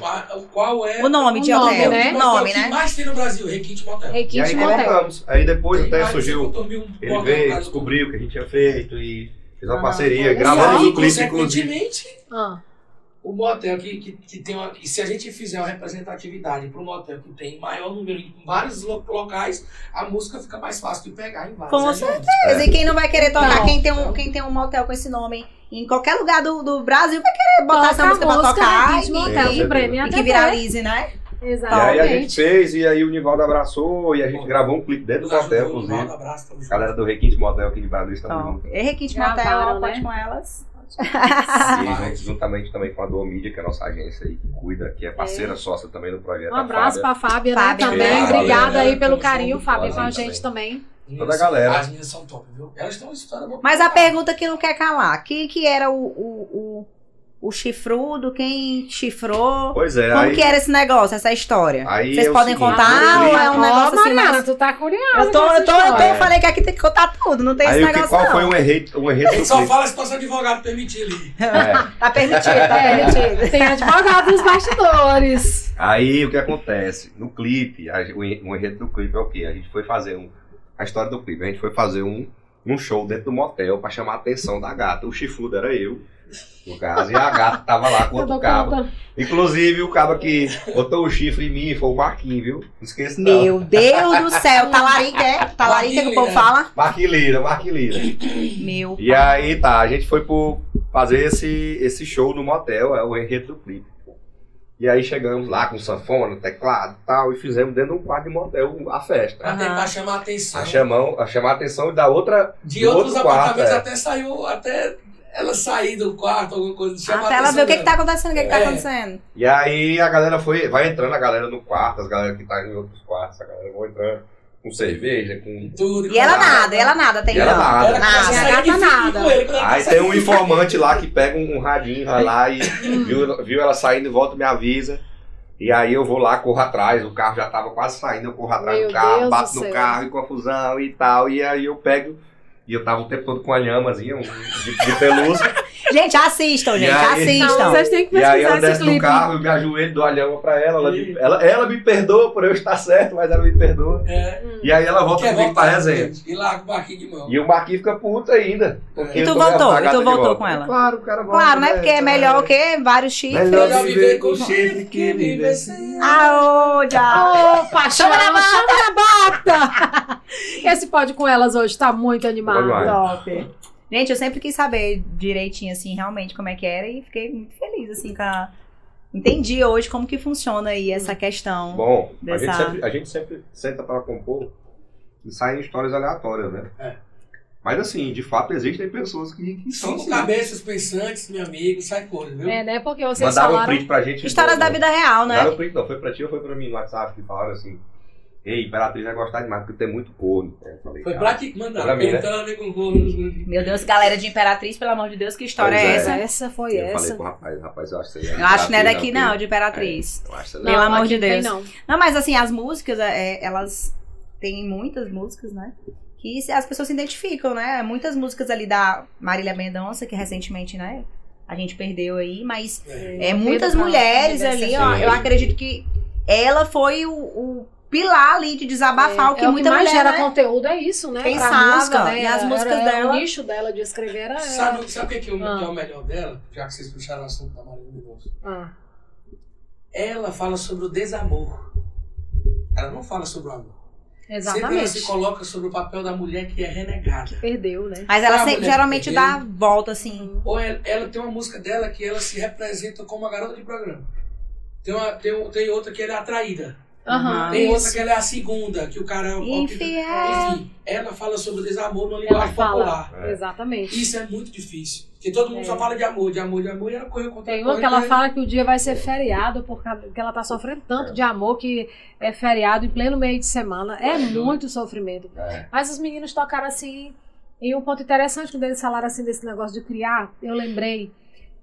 [SPEAKER 4] qual é
[SPEAKER 1] O nome de
[SPEAKER 2] O nome,
[SPEAKER 1] hotel.
[SPEAKER 2] né?
[SPEAKER 1] O nome,
[SPEAKER 4] que
[SPEAKER 1] né?
[SPEAKER 4] mais tem no Brasil? Requinte Motel.
[SPEAKER 3] E aí né,
[SPEAKER 2] Requinte Motel.
[SPEAKER 3] colocamos. Aí depois
[SPEAKER 4] Tem
[SPEAKER 3] até
[SPEAKER 4] vários,
[SPEAKER 3] surgiu.
[SPEAKER 4] eu dormi um
[SPEAKER 3] Ele
[SPEAKER 4] motel na
[SPEAKER 3] veio,
[SPEAKER 4] casa do-
[SPEAKER 3] descobriu o que a gente tinha feito e fez uma
[SPEAKER 2] Ah,
[SPEAKER 3] parceria,
[SPEAKER 2] olha
[SPEAKER 3] gravamos
[SPEAKER 2] só.
[SPEAKER 3] um clipe, inclusive.
[SPEAKER 4] Consequentemente,
[SPEAKER 2] Ah,
[SPEAKER 4] o motel que, que, que tem uma. E se a gente fizer uma representatividade para um motel que tem maior número em vários lo- locais, a música fica mais fácil de pegar em vários.
[SPEAKER 1] Com
[SPEAKER 4] certeza.
[SPEAKER 3] É.
[SPEAKER 1] Mas E quem não vai querer tocar?
[SPEAKER 2] Não.
[SPEAKER 1] Quem, tem um, quem tem um motel com esse nome em qualquer lugar do, do Brasil vai querer É,
[SPEAKER 2] Então,
[SPEAKER 1] botar essa música pra tocar
[SPEAKER 2] Requinte
[SPEAKER 1] e,
[SPEAKER 2] Motel.
[SPEAKER 3] e-
[SPEAKER 2] E é prêmio
[SPEAKER 1] e que viralize, né?
[SPEAKER 3] E aí a gente
[SPEAKER 2] Exatamente.
[SPEAKER 3] fez, e aí o Nivaldo abraçou, e a gente gravou um clipe dentro
[SPEAKER 4] Nos
[SPEAKER 3] do motel,
[SPEAKER 4] ajudou,
[SPEAKER 3] inclusive.
[SPEAKER 4] Valdo, abraço, tamo junto.
[SPEAKER 3] Galera
[SPEAKER 1] <laughs>
[SPEAKER 3] do Requinte Motel aqui de Brasília estamos
[SPEAKER 1] Então,
[SPEAKER 3] juntos.
[SPEAKER 1] é Requinte
[SPEAKER 2] Gravaram,
[SPEAKER 1] Motel, ela
[SPEAKER 2] né?
[SPEAKER 1] pode com elas.
[SPEAKER 4] Ah.
[SPEAKER 3] E junto- juntamente também com a Duo Media, que é a nossa agência aí que cuida, que é parceira sócia também do projeto.
[SPEAKER 2] Um
[SPEAKER 3] a
[SPEAKER 2] abraço
[SPEAKER 3] Fábia.
[SPEAKER 2] pra Fábia, né?
[SPEAKER 1] Fábia,
[SPEAKER 2] também.
[SPEAKER 3] Fábia. né?
[SPEAKER 2] Obrigada aí
[SPEAKER 4] Fábia.
[SPEAKER 2] pelo carinho, Fábia, com a
[SPEAKER 3] Fábia
[SPEAKER 2] gente também.
[SPEAKER 3] toda a galera.
[SPEAKER 4] As meninas são top, viu? Elas estão história boa.
[SPEAKER 1] Mas a pergunta que não quer calar: quem que era o, o, o, o chifrudo? Quem chifrou?
[SPEAKER 3] Pois é,
[SPEAKER 1] Como
[SPEAKER 3] aí,
[SPEAKER 1] que era esse negócio, essa
[SPEAKER 2] Ah,
[SPEAKER 1] história?
[SPEAKER 3] aí
[SPEAKER 1] Vocês
[SPEAKER 3] é o
[SPEAKER 1] podem
[SPEAKER 3] seguinte,
[SPEAKER 1] contar
[SPEAKER 3] o
[SPEAKER 1] ou
[SPEAKER 3] clipe-
[SPEAKER 1] é um
[SPEAKER 2] Ó,
[SPEAKER 1] negócio assim,
[SPEAKER 2] Mariana,
[SPEAKER 1] mas-
[SPEAKER 2] tu tá curiosa.
[SPEAKER 1] Eu tô,
[SPEAKER 2] com essa
[SPEAKER 1] eu tô, eu tô,
[SPEAKER 2] história.
[SPEAKER 1] eu falei que aqui tem que contar tudo, não tem
[SPEAKER 3] Aí
[SPEAKER 1] esse
[SPEAKER 3] o que,
[SPEAKER 1] negócio
[SPEAKER 3] qual
[SPEAKER 1] não.
[SPEAKER 3] foi um enredo, um
[SPEAKER 4] A
[SPEAKER 3] enredo do
[SPEAKER 4] gente só
[SPEAKER 3] clipe?
[SPEAKER 4] fala se nosso advogado permitir ali.
[SPEAKER 3] É.
[SPEAKER 1] Tá permitido, tá
[SPEAKER 2] <laughs>
[SPEAKER 1] <laughs>
[SPEAKER 2] É.
[SPEAKER 1] permitido.
[SPEAKER 2] Tem advogado nos bastidores.
[SPEAKER 3] Aí o que acontece? No clipe, a gen- o en- o enredo do clipe é o quê? A gente foi fazer um. A história do clipe, a gente foi fazer um, um show dentro do motel pra chamar a atenção da gata. O chifrudo era eu, no caso, e a gata tava lá com
[SPEAKER 2] Eu
[SPEAKER 3] outro
[SPEAKER 2] tô
[SPEAKER 3] cabo.
[SPEAKER 2] contando.
[SPEAKER 3] Inclusive, o cabo que botou o chifre em mim foi o Marquinhos, viu? Não esqueça não.
[SPEAKER 1] Meu Deus do céu, talarica é? Talarica que o povo fala?
[SPEAKER 3] Marquinhos Lira, Marquinhos Lira.
[SPEAKER 1] Meu
[SPEAKER 3] E aí tá, a gente foi pro. fazer esse, esse show no motel, é o enredo do clipe. pô. E aí chegamos lá com sanfona, teclado e tal, e fizemos dentro de um quarto de motel a festa.
[SPEAKER 4] Pra, ter-
[SPEAKER 1] Aham.
[SPEAKER 4] pra chamar a atenção.
[SPEAKER 3] A, chamão, a chamar a atenção da outra.
[SPEAKER 4] De
[SPEAKER 3] do
[SPEAKER 4] outros
[SPEAKER 3] outro quarto,
[SPEAKER 4] apartamentos
[SPEAKER 3] é.
[SPEAKER 4] até saiu, até ela sair do quarto, alguma coisa. chamar
[SPEAKER 1] Até
[SPEAKER 4] a
[SPEAKER 1] ela ver
[SPEAKER 4] atenção
[SPEAKER 1] o que, que
[SPEAKER 4] dela.
[SPEAKER 1] tá acontecendo, o que, que tá
[SPEAKER 4] É.
[SPEAKER 1] acontecendo.
[SPEAKER 3] E aí a galera foi. Vai entrando a galera no quarto, as galera que tá em outros quartos, a galera vai entrando com cerveja, com.
[SPEAKER 4] Tudo,
[SPEAKER 1] E ela
[SPEAKER 4] com
[SPEAKER 1] nada, ela nada, tem
[SPEAKER 3] E ela
[SPEAKER 1] não.
[SPEAKER 3] nada.
[SPEAKER 4] Ela começa a
[SPEAKER 1] Nada.
[SPEAKER 4] sair
[SPEAKER 2] Gata
[SPEAKER 4] de fique
[SPEAKER 2] nada.
[SPEAKER 4] com ele, né? quando ela
[SPEAKER 3] Aí
[SPEAKER 4] começa a
[SPEAKER 3] tem um informante lá que pega um radinho, vai lá e viu, viu ela saindo e volta, me avisa. E aí eu vou lá, corro atrás, o carro já tava quase saindo, eu corro atrás
[SPEAKER 2] Meu
[SPEAKER 3] do carro,
[SPEAKER 2] Deus
[SPEAKER 3] bato
[SPEAKER 2] do
[SPEAKER 3] no
[SPEAKER 2] céu.
[SPEAKER 3] carro e confusão e tal. E aí eu pego. E eu tava o tempo todo com a nhamazinha um- de, de
[SPEAKER 1] <laughs>
[SPEAKER 3] pelúcia.
[SPEAKER 1] Gente, assistam,
[SPEAKER 3] E
[SPEAKER 1] gente,
[SPEAKER 3] aí-
[SPEAKER 2] Então,
[SPEAKER 1] assistam.
[SPEAKER 2] vocês têm que
[SPEAKER 3] e aí
[SPEAKER 2] pesquisar
[SPEAKER 3] eu
[SPEAKER 2] esse
[SPEAKER 3] desço do
[SPEAKER 2] clipe.
[SPEAKER 3] carro, eu me ajoelho, dou a lhama pra ela ela, me,
[SPEAKER 4] Ih.
[SPEAKER 3] ela. ela me perdoa por eu estar certo, mas ela me perdoa.
[SPEAKER 4] É,
[SPEAKER 3] E aí ela volta
[SPEAKER 4] quer
[SPEAKER 3] comigo pra
[SPEAKER 4] voltar
[SPEAKER 3] resenha.
[SPEAKER 4] gente, E larga o barquinho de mão.
[SPEAKER 3] E o Marquinhos fica puto ainda. porque
[SPEAKER 1] E tu
[SPEAKER 3] eu tô levando
[SPEAKER 1] voltou,
[SPEAKER 3] a
[SPEAKER 1] e
[SPEAKER 3] gata
[SPEAKER 1] tu
[SPEAKER 3] de
[SPEAKER 1] voltou
[SPEAKER 3] volta.
[SPEAKER 1] com ela?
[SPEAKER 3] Claro, o cara volta.
[SPEAKER 1] Claro, né?
[SPEAKER 3] né?
[SPEAKER 1] Porque é melhor o quê? Vários
[SPEAKER 3] Melhor
[SPEAKER 1] chifres.
[SPEAKER 4] Melhor viver com chifre que viver sem.
[SPEAKER 1] Ah, Aô, já.
[SPEAKER 2] Ô, paixão,
[SPEAKER 1] Chama na bota!
[SPEAKER 2] <laughs> Esse pode com elas hoje tá muito animado.
[SPEAKER 3] Vai, vai.
[SPEAKER 1] Top. Ah, é. Gente, eu sempre quis saber direitinho, assim, realmente como é que era e fiquei muito feliz, assim, com a... Entendi hoje como que funciona aí essa questão.
[SPEAKER 3] Bom, a
[SPEAKER 1] Dessa-
[SPEAKER 3] gente, sempre, a gente sempre senta para compor e saem histórias aleatórias, né?
[SPEAKER 4] É.
[SPEAKER 3] Mas assim, de fato existem pessoas que, que
[SPEAKER 4] São
[SPEAKER 3] são
[SPEAKER 4] os
[SPEAKER 3] assim.
[SPEAKER 4] cabeças pensantes, meu amigo, sai coisa, viu?
[SPEAKER 2] É, né? Porque vocês
[SPEAKER 3] Mandaram um
[SPEAKER 2] falaram.
[SPEAKER 3] print pra gente.
[SPEAKER 1] Histórias da vida real, né?
[SPEAKER 3] Mandaram um print, não. Foi pra ti ou foi pra mim no WhatsApp que falaram assim: Ei, Imperatriz vai gostar demais porque tem muito corno. Eu falei,
[SPEAKER 4] Foi
[SPEAKER 3] cara,
[SPEAKER 4] pra que mandaram.
[SPEAKER 3] Pra mim, né?
[SPEAKER 4] Então ela veio com o gorro nos grupos.
[SPEAKER 1] Meu Deus, galera de Imperatriz, pelo amor de Deus, que história
[SPEAKER 3] Pois
[SPEAKER 1] é
[SPEAKER 3] é.
[SPEAKER 1] essa?
[SPEAKER 2] Essa foi
[SPEAKER 3] Eu
[SPEAKER 2] essa.
[SPEAKER 3] falei pro rapaz, rapaz, eu acho que você
[SPEAKER 1] Eu acho que não é daqui não, de Imperatriz.
[SPEAKER 3] Eu acho que você é
[SPEAKER 1] Pelo amor
[SPEAKER 2] aqui
[SPEAKER 1] de Deus.
[SPEAKER 2] tem Não.
[SPEAKER 1] Não, mas assim, as músicas, é, elas têm muitas músicas, né? Que se- as pessoas se identificam, né? Muitas músicas ali da Marília Mendonça, que recentemente, né? A gente perdeu aí, mas
[SPEAKER 4] É.
[SPEAKER 1] é, muitas
[SPEAKER 2] Pedro
[SPEAKER 1] mulheres
[SPEAKER 2] Paulo,
[SPEAKER 1] ali,
[SPEAKER 2] dessa
[SPEAKER 1] ó.
[SPEAKER 3] gente.
[SPEAKER 1] Eu acredito que ela foi o, o pilar ali de desabafar o que
[SPEAKER 2] é,
[SPEAKER 1] muita
[SPEAKER 2] o que mais
[SPEAKER 1] mulher,
[SPEAKER 2] gera
[SPEAKER 1] né?
[SPEAKER 2] conteúdo é isso, né?
[SPEAKER 1] Pensava,
[SPEAKER 2] Pra música, né?
[SPEAKER 1] e as
[SPEAKER 2] Era-
[SPEAKER 1] músicas
[SPEAKER 2] era-
[SPEAKER 1] dela-
[SPEAKER 2] O nicho dela de escrever era.
[SPEAKER 4] Sabe, sabe o que, é que, o-
[SPEAKER 2] Ah.
[SPEAKER 4] que é o melhor dela? Já que vocês puxaram o assunto da Marília Mendonça.
[SPEAKER 2] Ah,
[SPEAKER 4] Ela fala sobre o desamor. Ela não fala sobre o amor. Sempre ela
[SPEAKER 2] exatamente.
[SPEAKER 4] se coloca sobre o papel da mulher que é renegada.
[SPEAKER 2] Perdeu, né?
[SPEAKER 1] Mas ela
[SPEAKER 4] Ah,
[SPEAKER 1] se-
[SPEAKER 4] mulher,
[SPEAKER 1] geralmente
[SPEAKER 4] entendeu?
[SPEAKER 1] dá a volta, assim.
[SPEAKER 4] Ou ela, ela tem uma música dela que ela se representa como uma garota de programa. Tem, uma, tem, um- tem outra que ela é atraída.
[SPEAKER 1] Aham. Ah,
[SPEAKER 4] tem outra
[SPEAKER 2] isso.
[SPEAKER 4] que ela é a segunda, que o cara é o- o. que-
[SPEAKER 1] Infiel.
[SPEAKER 4] Enfim, ela fala sobre o desamor numa
[SPEAKER 2] Ela
[SPEAKER 4] linguagem popular.
[SPEAKER 2] fala.
[SPEAKER 3] É.
[SPEAKER 2] Exatamente.
[SPEAKER 4] Isso é muito difícil. Porque todo mundo
[SPEAKER 2] É.
[SPEAKER 4] só fala de amor, de amor, de amor, e ela correu contra
[SPEAKER 2] Tem uma que ela fala que o dia vai ser feriado por causa que ela tá sofrendo tanto de amor que é feriado em pleno meio de semana. É muito sofrimento.
[SPEAKER 3] É.
[SPEAKER 2] Mas os meninos tocaram assim. E um ponto interessante quando eles falaram assim desse negócio de criar, eu lembrei.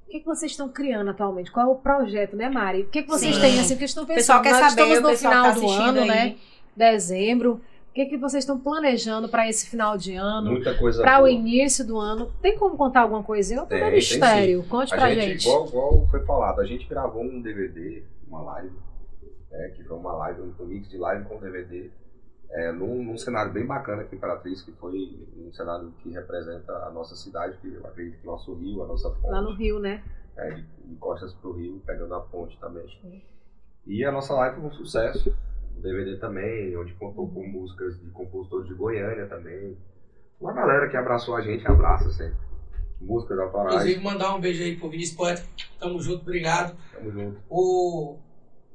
[SPEAKER 2] O que, que vocês estão criando atualmente? Qual é o projeto, né, Mari? O que, que vocês
[SPEAKER 1] Sim.
[SPEAKER 2] têm assim? Porque estão
[SPEAKER 1] O
[SPEAKER 2] pensando,
[SPEAKER 1] pessoal quer
[SPEAKER 2] nós
[SPEAKER 1] saber,
[SPEAKER 2] estamos
[SPEAKER 1] o
[SPEAKER 2] no
[SPEAKER 1] pessoal
[SPEAKER 2] final
[SPEAKER 1] tá
[SPEAKER 2] do
[SPEAKER 1] assistindo
[SPEAKER 2] ano,
[SPEAKER 1] aí.
[SPEAKER 2] né? Dezembro. O que, que vocês estão planejando para esse final de ano?
[SPEAKER 3] Muita coisa.
[SPEAKER 2] Para o
[SPEAKER 3] boa.
[SPEAKER 2] início do ano? Tem como contar alguma coisinha? Eu tô
[SPEAKER 3] Tem,
[SPEAKER 2] no
[SPEAKER 3] tem
[SPEAKER 2] um mistério. Conte
[SPEAKER 3] A
[SPEAKER 2] pra
[SPEAKER 3] gente,
[SPEAKER 2] gente.
[SPEAKER 3] Igual, igual foi falado, a gente gravou um DVD, uma live, né, que foi uma live, um mix de live com DVD, é, num, num cenário bem bacana aqui em Imperatriz, que foi um cenário que representa a nossa cidade, que eu acredito que o nosso rio, a nossa
[SPEAKER 2] Lá no
[SPEAKER 3] ponte,
[SPEAKER 2] Rio, né?
[SPEAKER 3] é, de, de costas pro rio, pegando a ponte
[SPEAKER 2] Sim.
[SPEAKER 3] também. E a nossa live foi um sucesso. O DVD também, onde contou com músicas de compositores de Goiânia também. Uma galera que abraçou a gente, abraça sempre. Músicas autorais,
[SPEAKER 4] Inclusive, mandar um beijo aí pro Vinícius Poeta. Tamo junto, obrigado.
[SPEAKER 3] tamo junto.
[SPEAKER 4] O,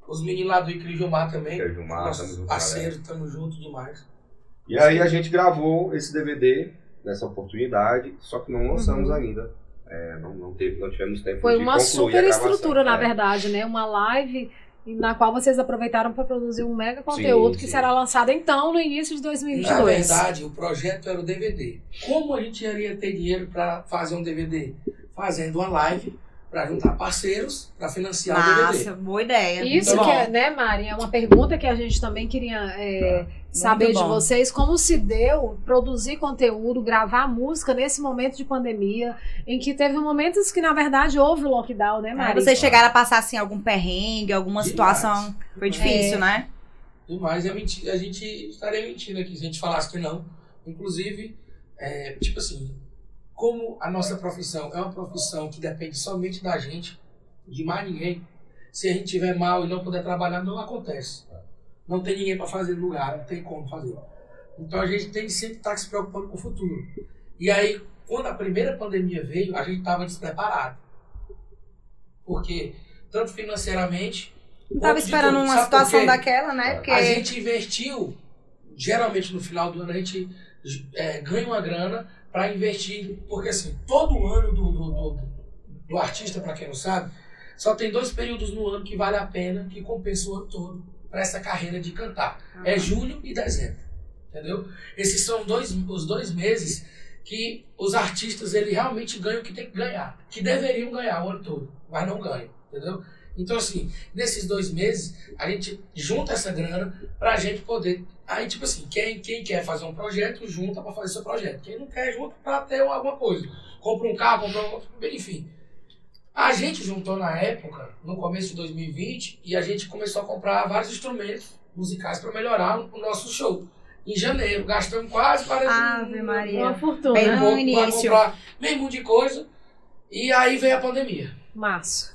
[SPEAKER 4] os meninos lá do Icri Gilmar também.
[SPEAKER 3] Que é o Gilmar,
[SPEAKER 4] Nosso
[SPEAKER 3] tamo junto,
[SPEAKER 4] parceiro, tamo junto demais.
[SPEAKER 3] E aí a gente gravou esse DVD nessa oportunidade, só que não lançamos
[SPEAKER 2] Uhum.
[SPEAKER 3] ainda. É, não, não teve, não tivemos tempo
[SPEAKER 2] Foi
[SPEAKER 3] de
[SPEAKER 2] uma
[SPEAKER 3] concluir
[SPEAKER 2] super
[SPEAKER 3] a gravação,
[SPEAKER 2] estrutura, na
[SPEAKER 3] né?
[SPEAKER 2] verdade, né? Uma live na qual vocês aproveitaram para produzir um mega conteúdo que
[SPEAKER 3] sim.
[SPEAKER 2] será lançado então no início de
[SPEAKER 4] Na
[SPEAKER 2] 2022.
[SPEAKER 4] É verdade, o projeto era o DVD. Como a gente iria ter dinheiro pra fazer um DVD? Fazendo uma live pra juntar parceiros pra financiar o DVD.
[SPEAKER 1] Nossa, boa ideia.
[SPEAKER 2] Isso
[SPEAKER 4] Então,
[SPEAKER 1] Muito
[SPEAKER 2] que
[SPEAKER 1] bom.
[SPEAKER 2] é, né, Mari? É uma pergunta que a gente também queria é, saber de
[SPEAKER 1] bom.
[SPEAKER 2] vocês. Como se deu produzir conteúdo, gravar música nesse momento de pandemia, em que teve momentos que, na verdade, houve o lockdown, né,
[SPEAKER 1] Mas
[SPEAKER 2] Mari?
[SPEAKER 1] Ah, Vocês chegaram a passar assim algum perrengue, alguma
[SPEAKER 4] Demais.
[SPEAKER 1] situação.
[SPEAKER 4] É.
[SPEAKER 1] Foi difícil, né?
[SPEAKER 4] Demais, é menti- a gente estaria mentindo aqui se a gente falasse que não. Inclusive, é, tipo assim, como a nossa profissão é uma profissão que depende somente da gente, de mais ninguém, se a gente tiver mal e não puder trabalhar, não acontece. Não tem ninguém para fazer no tá lugar, não tem como fazer. Então a gente tem que sempre estar se preocupando com o futuro. E aí quando a primeira pandemia veio, a gente estava despreparado. Porque, tanto financeiramente.
[SPEAKER 1] Não tava
[SPEAKER 4] quanto de
[SPEAKER 1] esperando
[SPEAKER 4] tudo.
[SPEAKER 1] uma
[SPEAKER 4] então, Sabe por
[SPEAKER 1] situação
[SPEAKER 4] quê?
[SPEAKER 1] daquela, né? Porque
[SPEAKER 4] A gente investiu, geralmente no final do ano, a gente eh, ganha uma grana para investir, porque assim, todo ano do, do, do, do artista, para quem não sabe, só tem dois períodos no ano que vale a pena, que compensa o ano todo para essa carreira de cantar. É julho e dezembro, entendeu? Esses são dois, os dois meses que os artistas ele realmente ganham o que tem que ganhar, que deveriam ganhar o ano todo, mas não ganham, entendeu? Então assim, nesses dois meses a gente junta essa grana pra gente poder. Aí, tipo assim, quem, quem quer fazer um projeto, junta pra fazer seu projeto. Quem não quer, junta pra ter alguma coisa. Compra um carro, compra um. Enfim. A gente juntou na época, no começo de 2020, e a gente começou a comprar vários instrumentos musicais pra melhorar o nosso show. Em janeiro, gastamos quase um 40
[SPEAKER 1] Ave Maria.
[SPEAKER 2] Uma fortuna.
[SPEAKER 1] Bem
[SPEAKER 2] né?
[SPEAKER 1] no
[SPEAKER 4] pouco pra
[SPEAKER 1] início.
[SPEAKER 4] comprar meio monte de coisa. E aí veio a pandemia.
[SPEAKER 2] Março.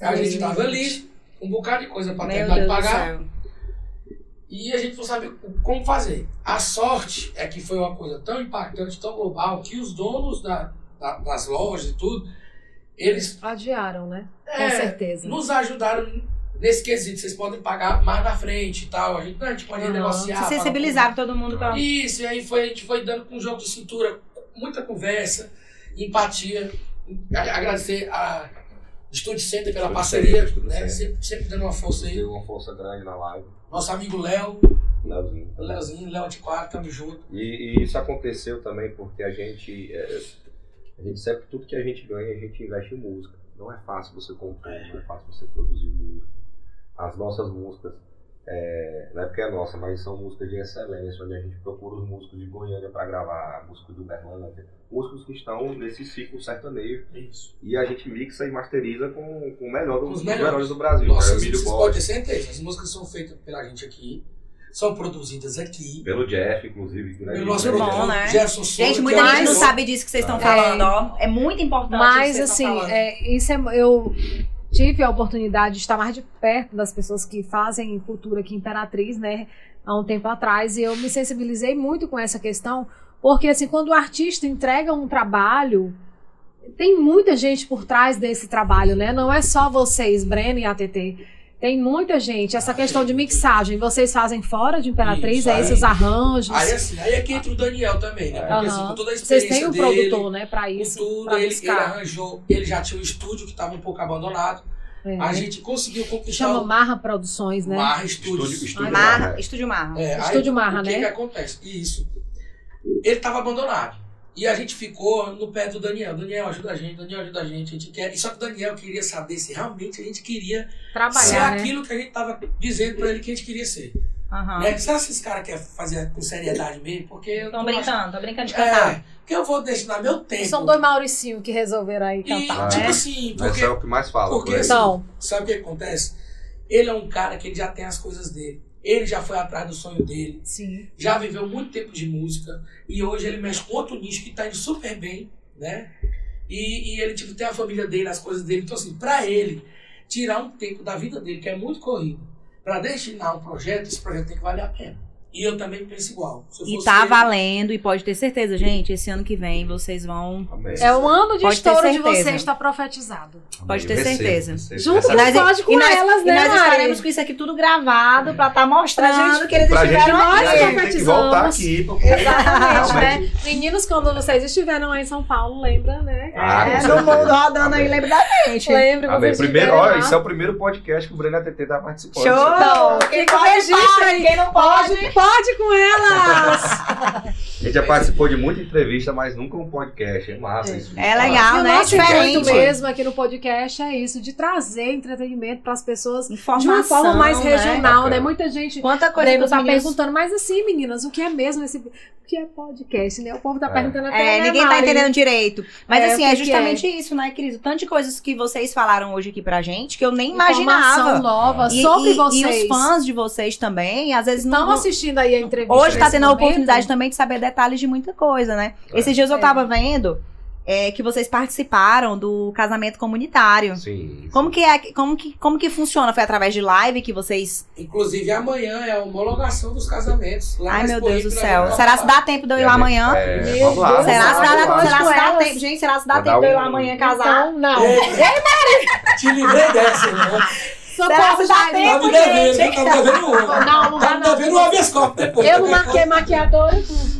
[SPEAKER 4] A gente tava ali, um bocado de coisa pra
[SPEAKER 1] Meu
[SPEAKER 4] tentar
[SPEAKER 1] Deus do
[SPEAKER 4] pagar.
[SPEAKER 1] céu.
[SPEAKER 4] E a gente não sabe como fazer. A sorte é que foi uma coisa tão impactante, tão global, que os donos da- da- das lojas e tudo, eles
[SPEAKER 2] Adiaram, né? Com
[SPEAKER 4] é,
[SPEAKER 2] certeza.
[SPEAKER 4] nos ajudaram nesse quesito. Vocês podem pagar mais na frente e tal. A gente, não, a gente pode
[SPEAKER 2] Aham.
[SPEAKER 4] negociar.
[SPEAKER 1] Se
[SPEAKER 4] pagar
[SPEAKER 1] sensibilizaram todo mundo pra.
[SPEAKER 4] isso, e aí foi, a gente foi dando com um jogo de cintura, muita conversa, empatia. A- Agradecer a Estúdio Center pela
[SPEAKER 3] Estúdio
[SPEAKER 4] parceria,
[SPEAKER 3] Center, Estúdio
[SPEAKER 4] né?
[SPEAKER 3] Center.
[SPEAKER 4] Sempre, sempre dando uma força aí.
[SPEAKER 3] Deu uma força grande na live.
[SPEAKER 4] Nosso amigo Léo,
[SPEAKER 3] Leozinho. também.
[SPEAKER 4] Léozinho, Léo de Quatro, tamo junto.
[SPEAKER 3] E, e isso aconteceu também porque a gente, é, a gente sempre, tudo que a gente ganha, a gente investe em música. Não é fácil você comprar, não é fácil você produzir música. As nossas músicas, é, não é porque é nossa, mas são músicas de excelência, onde a gente procura os músicos de Goiânia para gravar, músicos de Uberlândia, músicos que estão nesse ciclo sertanejo.
[SPEAKER 4] Isso.
[SPEAKER 3] E a gente mixa e masteriza com, com o melhor
[SPEAKER 4] Com
[SPEAKER 3] dos
[SPEAKER 4] os
[SPEAKER 3] dos
[SPEAKER 4] melhores.
[SPEAKER 3] melhores do Brasil.
[SPEAKER 4] Nossa,
[SPEAKER 3] cara, Emílio
[SPEAKER 4] vocês
[SPEAKER 3] Borges.
[SPEAKER 4] podem ter certeza, as músicas são feitas pela gente aqui, são produzidas aqui.
[SPEAKER 3] Pelo Jeff, inclusive. que, né, ele-
[SPEAKER 4] Pelo nosso
[SPEAKER 1] Bom,
[SPEAKER 4] produtor,
[SPEAKER 1] né?
[SPEAKER 4] Jefferson
[SPEAKER 1] Gente,
[SPEAKER 4] Souza,
[SPEAKER 1] muita
[SPEAKER 4] que é
[SPEAKER 1] gente não
[SPEAKER 4] um-
[SPEAKER 1] sabe disso que vocês estão
[SPEAKER 3] É.
[SPEAKER 1] falando, ó. É muito importante. o que
[SPEAKER 2] Mas
[SPEAKER 1] vocês
[SPEAKER 2] assim,
[SPEAKER 1] estão falando.
[SPEAKER 2] é, isso é, eu tive a oportunidade de estar mais de perto das pessoas que fazem cultura aqui em Imperatriz, né? Há um tempo atrás, e eu me sensibilizei muito com essa questão, porque assim, quando o artista entrega um trabalho, tem muita gente por trás desse trabalho, né? Não é só vocês, Breno e ATT. Tem muita gente. Essa questão de mixagem, vocês fazem fora de Imperatriz,
[SPEAKER 4] Ah, Isso,
[SPEAKER 2] é
[SPEAKER 4] aí-
[SPEAKER 2] esses arranjos.
[SPEAKER 4] Aí assim, aí é que entra o Daniel também, né? Porque assim,
[SPEAKER 2] Aham.
[SPEAKER 4] com toda a
[SPEAKER 2] Vocês
[SPEAKER 4] experiência
[SPEAKER 2] têm um
[SPEAKER 4] dele,
[SPEAKER 2] produtor, né, pra isso,
[SPEAKER 4] Cultura,
[SPEAKER 2] pra
[SPEAKER 4] ele, ele
[SPEAKER 2] buscar.
[SPEAKER 4] arranjou, ele já tinha um estúdio que estava um pouco abandonado.
[SPEAKER 2] É.
[SPEAKER 4] A gente tá conseguiu conquistar
[SPEAKER 2] Chama
[SPEAKER 4] o
[SPEAKER 2] Marra Produções, né?
[SPEAKER 4] Marra
[SPEAKER 3] Estúdio,
[SPEAKER 4] Estúdios.
[SPEAKER 3] estúdio
[SPEAKER 1] Marra,
[SPEAKER 3] Marra.
[SPEAKER 1] Estúdio Marra.
[SPEAKER 4] É, aí,
[SPEAKER 2] Estúdio Marra,
[SPEAKER 4] o que
[SPEAKER 2] né?
[SPEAKER 4] que acontece? Isso. Ele estava abandonado. E a gente ficou no pé do Daniel. Daniel, ajuda a gente, Daniel, ajuda a gente, a gente quer. E só que o Daniel queria saber se realmente a gente queria ser
[SPEAKER 2] Trabalhar, né?
[SPEAKER 4] aquilo que a gente estava dizendo para ele que a gente queria ser.
[SPEAKER 2] Ah.
[SPEAKER 1] Aham.
[SPEAKER 4] Né? Será que esses caras querem fazer com seriedade mesmo? Porque eu
[SPEAKER 1] Estão
[SPEAKER 4] tô achando-
[SPEAKER 1] brincando, estão brincando de cantar.
[SPEAKER 4] É, porque eu vou destinar meu tempo.
[SPEAKER 2] São dois Mauricinho que resolveram aí
[SPEAKER 4] E,
[SPEAKER 2] cantar,
[SPEAKER 4] tipo
[SPEAKER 2] né?
[SPEAKER 4] assim,
[SPEAKER 3] Mas
[SPEAKER 4] porque
[SPEAKER 3] é o que mais fala.
[SPEAKER 4] porque
[SPEAKER 3] por aí.
[SPEAKER 4] assim,
[SPEAKER 2] Então,
[SPEAKER 4] sabe o que acontece? Ele é um cara que ele já tem as coisas dele. Ele já foi atrás do sonho dele,
[SPEAKER 2] sim.
[SPEAKER 4] já viveu muito tempo de música e hoje ele mexe com outro nicho que tá indo super bem, né? E, e ele tipo, tem a família dele, as coisas dele. Então, assim, pra ele tirar um tempo da vida dele, que é muito corrido, pra destinar um projeto, esse projeto tem que valer a pena. E eu também penso igual. Se eu
[SPEAKER 1] E
[SPEAKER 4] fosse
[SPEAKER 1] tá
[SPEAKER 4] ele-
[SPEAKER 1] valendo, e pode ter certeza, gente, esse ano que vem vocês vão.
[SPEAKER 3] Amém.
[SPEAKER 2] É um ano de
[SPEAKER 1] Pode ter
[SPEAKER 2] estouro de
[SPEAKER 1] certeza.
[SPEAKER 2] vocês, está profetizado.
[SPEAKER 1] Pode ter
[SPEAKER 3] Eu recebo,
[SPEAKER 1] certeza.
[SPEAKER 3] recebo.
[SPEAKER 2] Junto
[SPEAKER 3] Essa-
[SPEAKER 2] com
[SPEAKER 1] Nós-
[SPEAKER 2] pode com
[SPEAKER 1] e nós-
[SPEAKER 2] elas,
[SPEAKER 1] E
[SPEAKER 2] né,
[SPEAKER 1] nós
[SPEAKER 2] Mari?
[SPEAKER 1] estaremos com isso aqui tudo gravado pra estar mostrando
[SPEAKER 2] Pra gente-
[SPEAKER 1] que eles
[SPEAKER 3] pra gente,
[SPEAKER 1] estiveram
[SPEAKER 2] nós
[SPEAKER 3] a gente tem que é
[SPEAKER 2] profetizamos.
[SPEAKER 3] voltar aqui. pra-
[SPEAKER 2] Exatamente,
[SPEAKER 3] Realmente.
[SPEAKER 2] né? Meninos, quando vocês estiveram aí em São Paulo, lembra, né?
[SPEAKER 3] Ah, com
[SPEAKER 1] É, no
[SPEAKER 3] certeza.
[SPEAKER 1] mundo rodando aí,
[SPEAKER 3] Amém.
[SPEAKER 1] lembra da gente.
[SPEAKER 2] Lembra quando
[SPEAKER 3] Amém.
[SPEAKER 2] vocês
[SPEAKER 3] Primeiro,
[SPEAKER 2] estiveram
[SPEAKER 3] olha,
[SPEAKER 2] lá?
[SPEAKER 3] isso é o primeiro podcast que o Breno ATT tá participando.
[SPEAKER 1] Show!
[SPEAKER 2] Então,
[SPEAKER 1] Quem
[SPEAKER 2] fica o
[SPEAKER 1] pode,
[SPEAKER 2] registro
[SPEAKER 1] pode.
[SPEAKER 2] aí.
[SPEAKER 1] Quem não pode,
[SPEAKER 2] Pode, pode com
[SPEAKER 1] <laughs>
[SPEAKER 2] elas!
[SPEAKER 3] A gente já participou de muita entrevista, mas nunca um podcast. É massa isso.
[SPEAKER 1] É legal,
[SPEAKER 2] E o
[SPEAKER 1] né?
[SPEAKER 2] nosso
[SPEAKER 1] Diferente.
[SPEAKER 2] intuito mesmo aqui no podcast é isso, de trazer entretenimento para as pessoas de
[SPEAKER 1] Informação,
[SPEAKER 2] uma forma mais
[SPEAKER 1] né?
[SPEAKER 2] regional, né?
[SPEAKER 3] Bacana.
[SPEAKER 2] Muita gente
[SPEAKER 1] Quanta coisa que
[SPEAKER 2] Breno
[SPEAKER 1] os
[SPEAKER 2] tá
[SPEAKER 1] meninos-
[SPEAKER 2] perguntando, mas assim, meninas, o que é mesmo esse. O que é podcast, né? O povo tá
[SPEAKER 3] É.
[SPEAKER 2] perguntando até.
[SPEAKER 1] É,
[SPEAKER 2] né,
[SPEAKER 1] ninguém tá
[SPEAKER 2] Mari?
[SPEAKER 1] entendendo direito. Mas
[SPEAKER 2] É,
[SPEAKER 1] assim,
[SPEAKER 2] o
[SPEAKER 1] é
[SPEAKER 2] que que
[SPEAKER 1] justamente isso, né, querido? Tanto de coisas que vocês falaram hoje aqui pra gente que eu nem
[SPEAKER 2] Informação
[SPEAKER 1] imaginava.
[SPEAKER 2] nova
[SPEAKER 1] E,
[SPEAKER 2] sobre
[SPEAKER 1] e-
[SPEAKER 2] vocês.
[SPEAKER 1] e os fãs de vocês também, às vezes
[SPEAKER 2] estão
[SPEAKER 1] não.
[SPEAKER 2] assistindo aí a entrevista.
[SPEAKER 1] Hoje tá
[SPEAKER 2] nesse
[SPEAKER 1] tendo a
[SPEAKER 2] momento.
[SPEAKER 1] oportunidade também de saber detalhes de muita coisa, né?
[SPEAKER 3] É.
[SPEAKER 1] Esses dias eu
[SPEAKER 2] É.
[SPEAKER 1] tava vendo. é, que vocês participaram do casamento comunitário.
[SPEAKER 3] Sim.
[SPEAKER 1] Como que, é, como, que, como que funciona? Foi através de live que vocês.
[SPEAKER 4] Inclusive, amanhã é a homologação dos casamentos. Lá
[SPEAKER 1] Ai,
[SPEAKER 4] na
[SPEAKER 1] meu
[SPEAKER 4] Expo
[SPEAKER 1] Deus do
[SPEAKER 4] Hip, nós
[SPEAKER 1] céu.
[SPEAKER 4] vamos
[SPEAKER 1] Será se
[SPEAKER 4] falar.
[SPEAKER 1] dá tempo de eu ir lá amanhã?
[SPEAKER 3] né? É,
[SPEAKER 2] Meu
[SPEAKER 3] vamos lá.
[SPEAKER 2] Deus,
[SPEAKER 3] vamos
[SPEAKER 1] Será
[SPEAKER 3] lá,
[SPEAKER 1] se dá,
[SPEAKER 3] vamos lá.
[SPEAKER 1] será se dá
[SPEAKER 2] Elas-
[SPEAKER 1] tempo? Gente, será se dá
[SPEAKER 3] Vai
[SPEAKER 1] tempo
[SPEAKER 3] dar
[SPEAKER 1] de eu ir
[SPEAKER 3] um-
[SPEAKER 1] lá amanhã casar?
[SPEAKER 2] Então, não.
[SPEAKER 4] Ei, Te livrei dessa, né?
[SPEAKER 1] Será
[SPEAKER 2] Socorro,
[SPEAKER 1] que dá
[SPEAKER 2] Jair.
[SPEAKER 1] tempo?
[SPEAKER 4] Tá me devendo, viu? tá me devendo
[SPEAKER 2] Não,
[SPEAKER 4] uma.
[SPEAKER 2] não dá
[SPEAKER 4] Tá me devendo um
[SPEAKER 2] não.
[SPEAKER 4] habeas corpus depois.
[SPEAKER 2] Eu não marquei maquiador,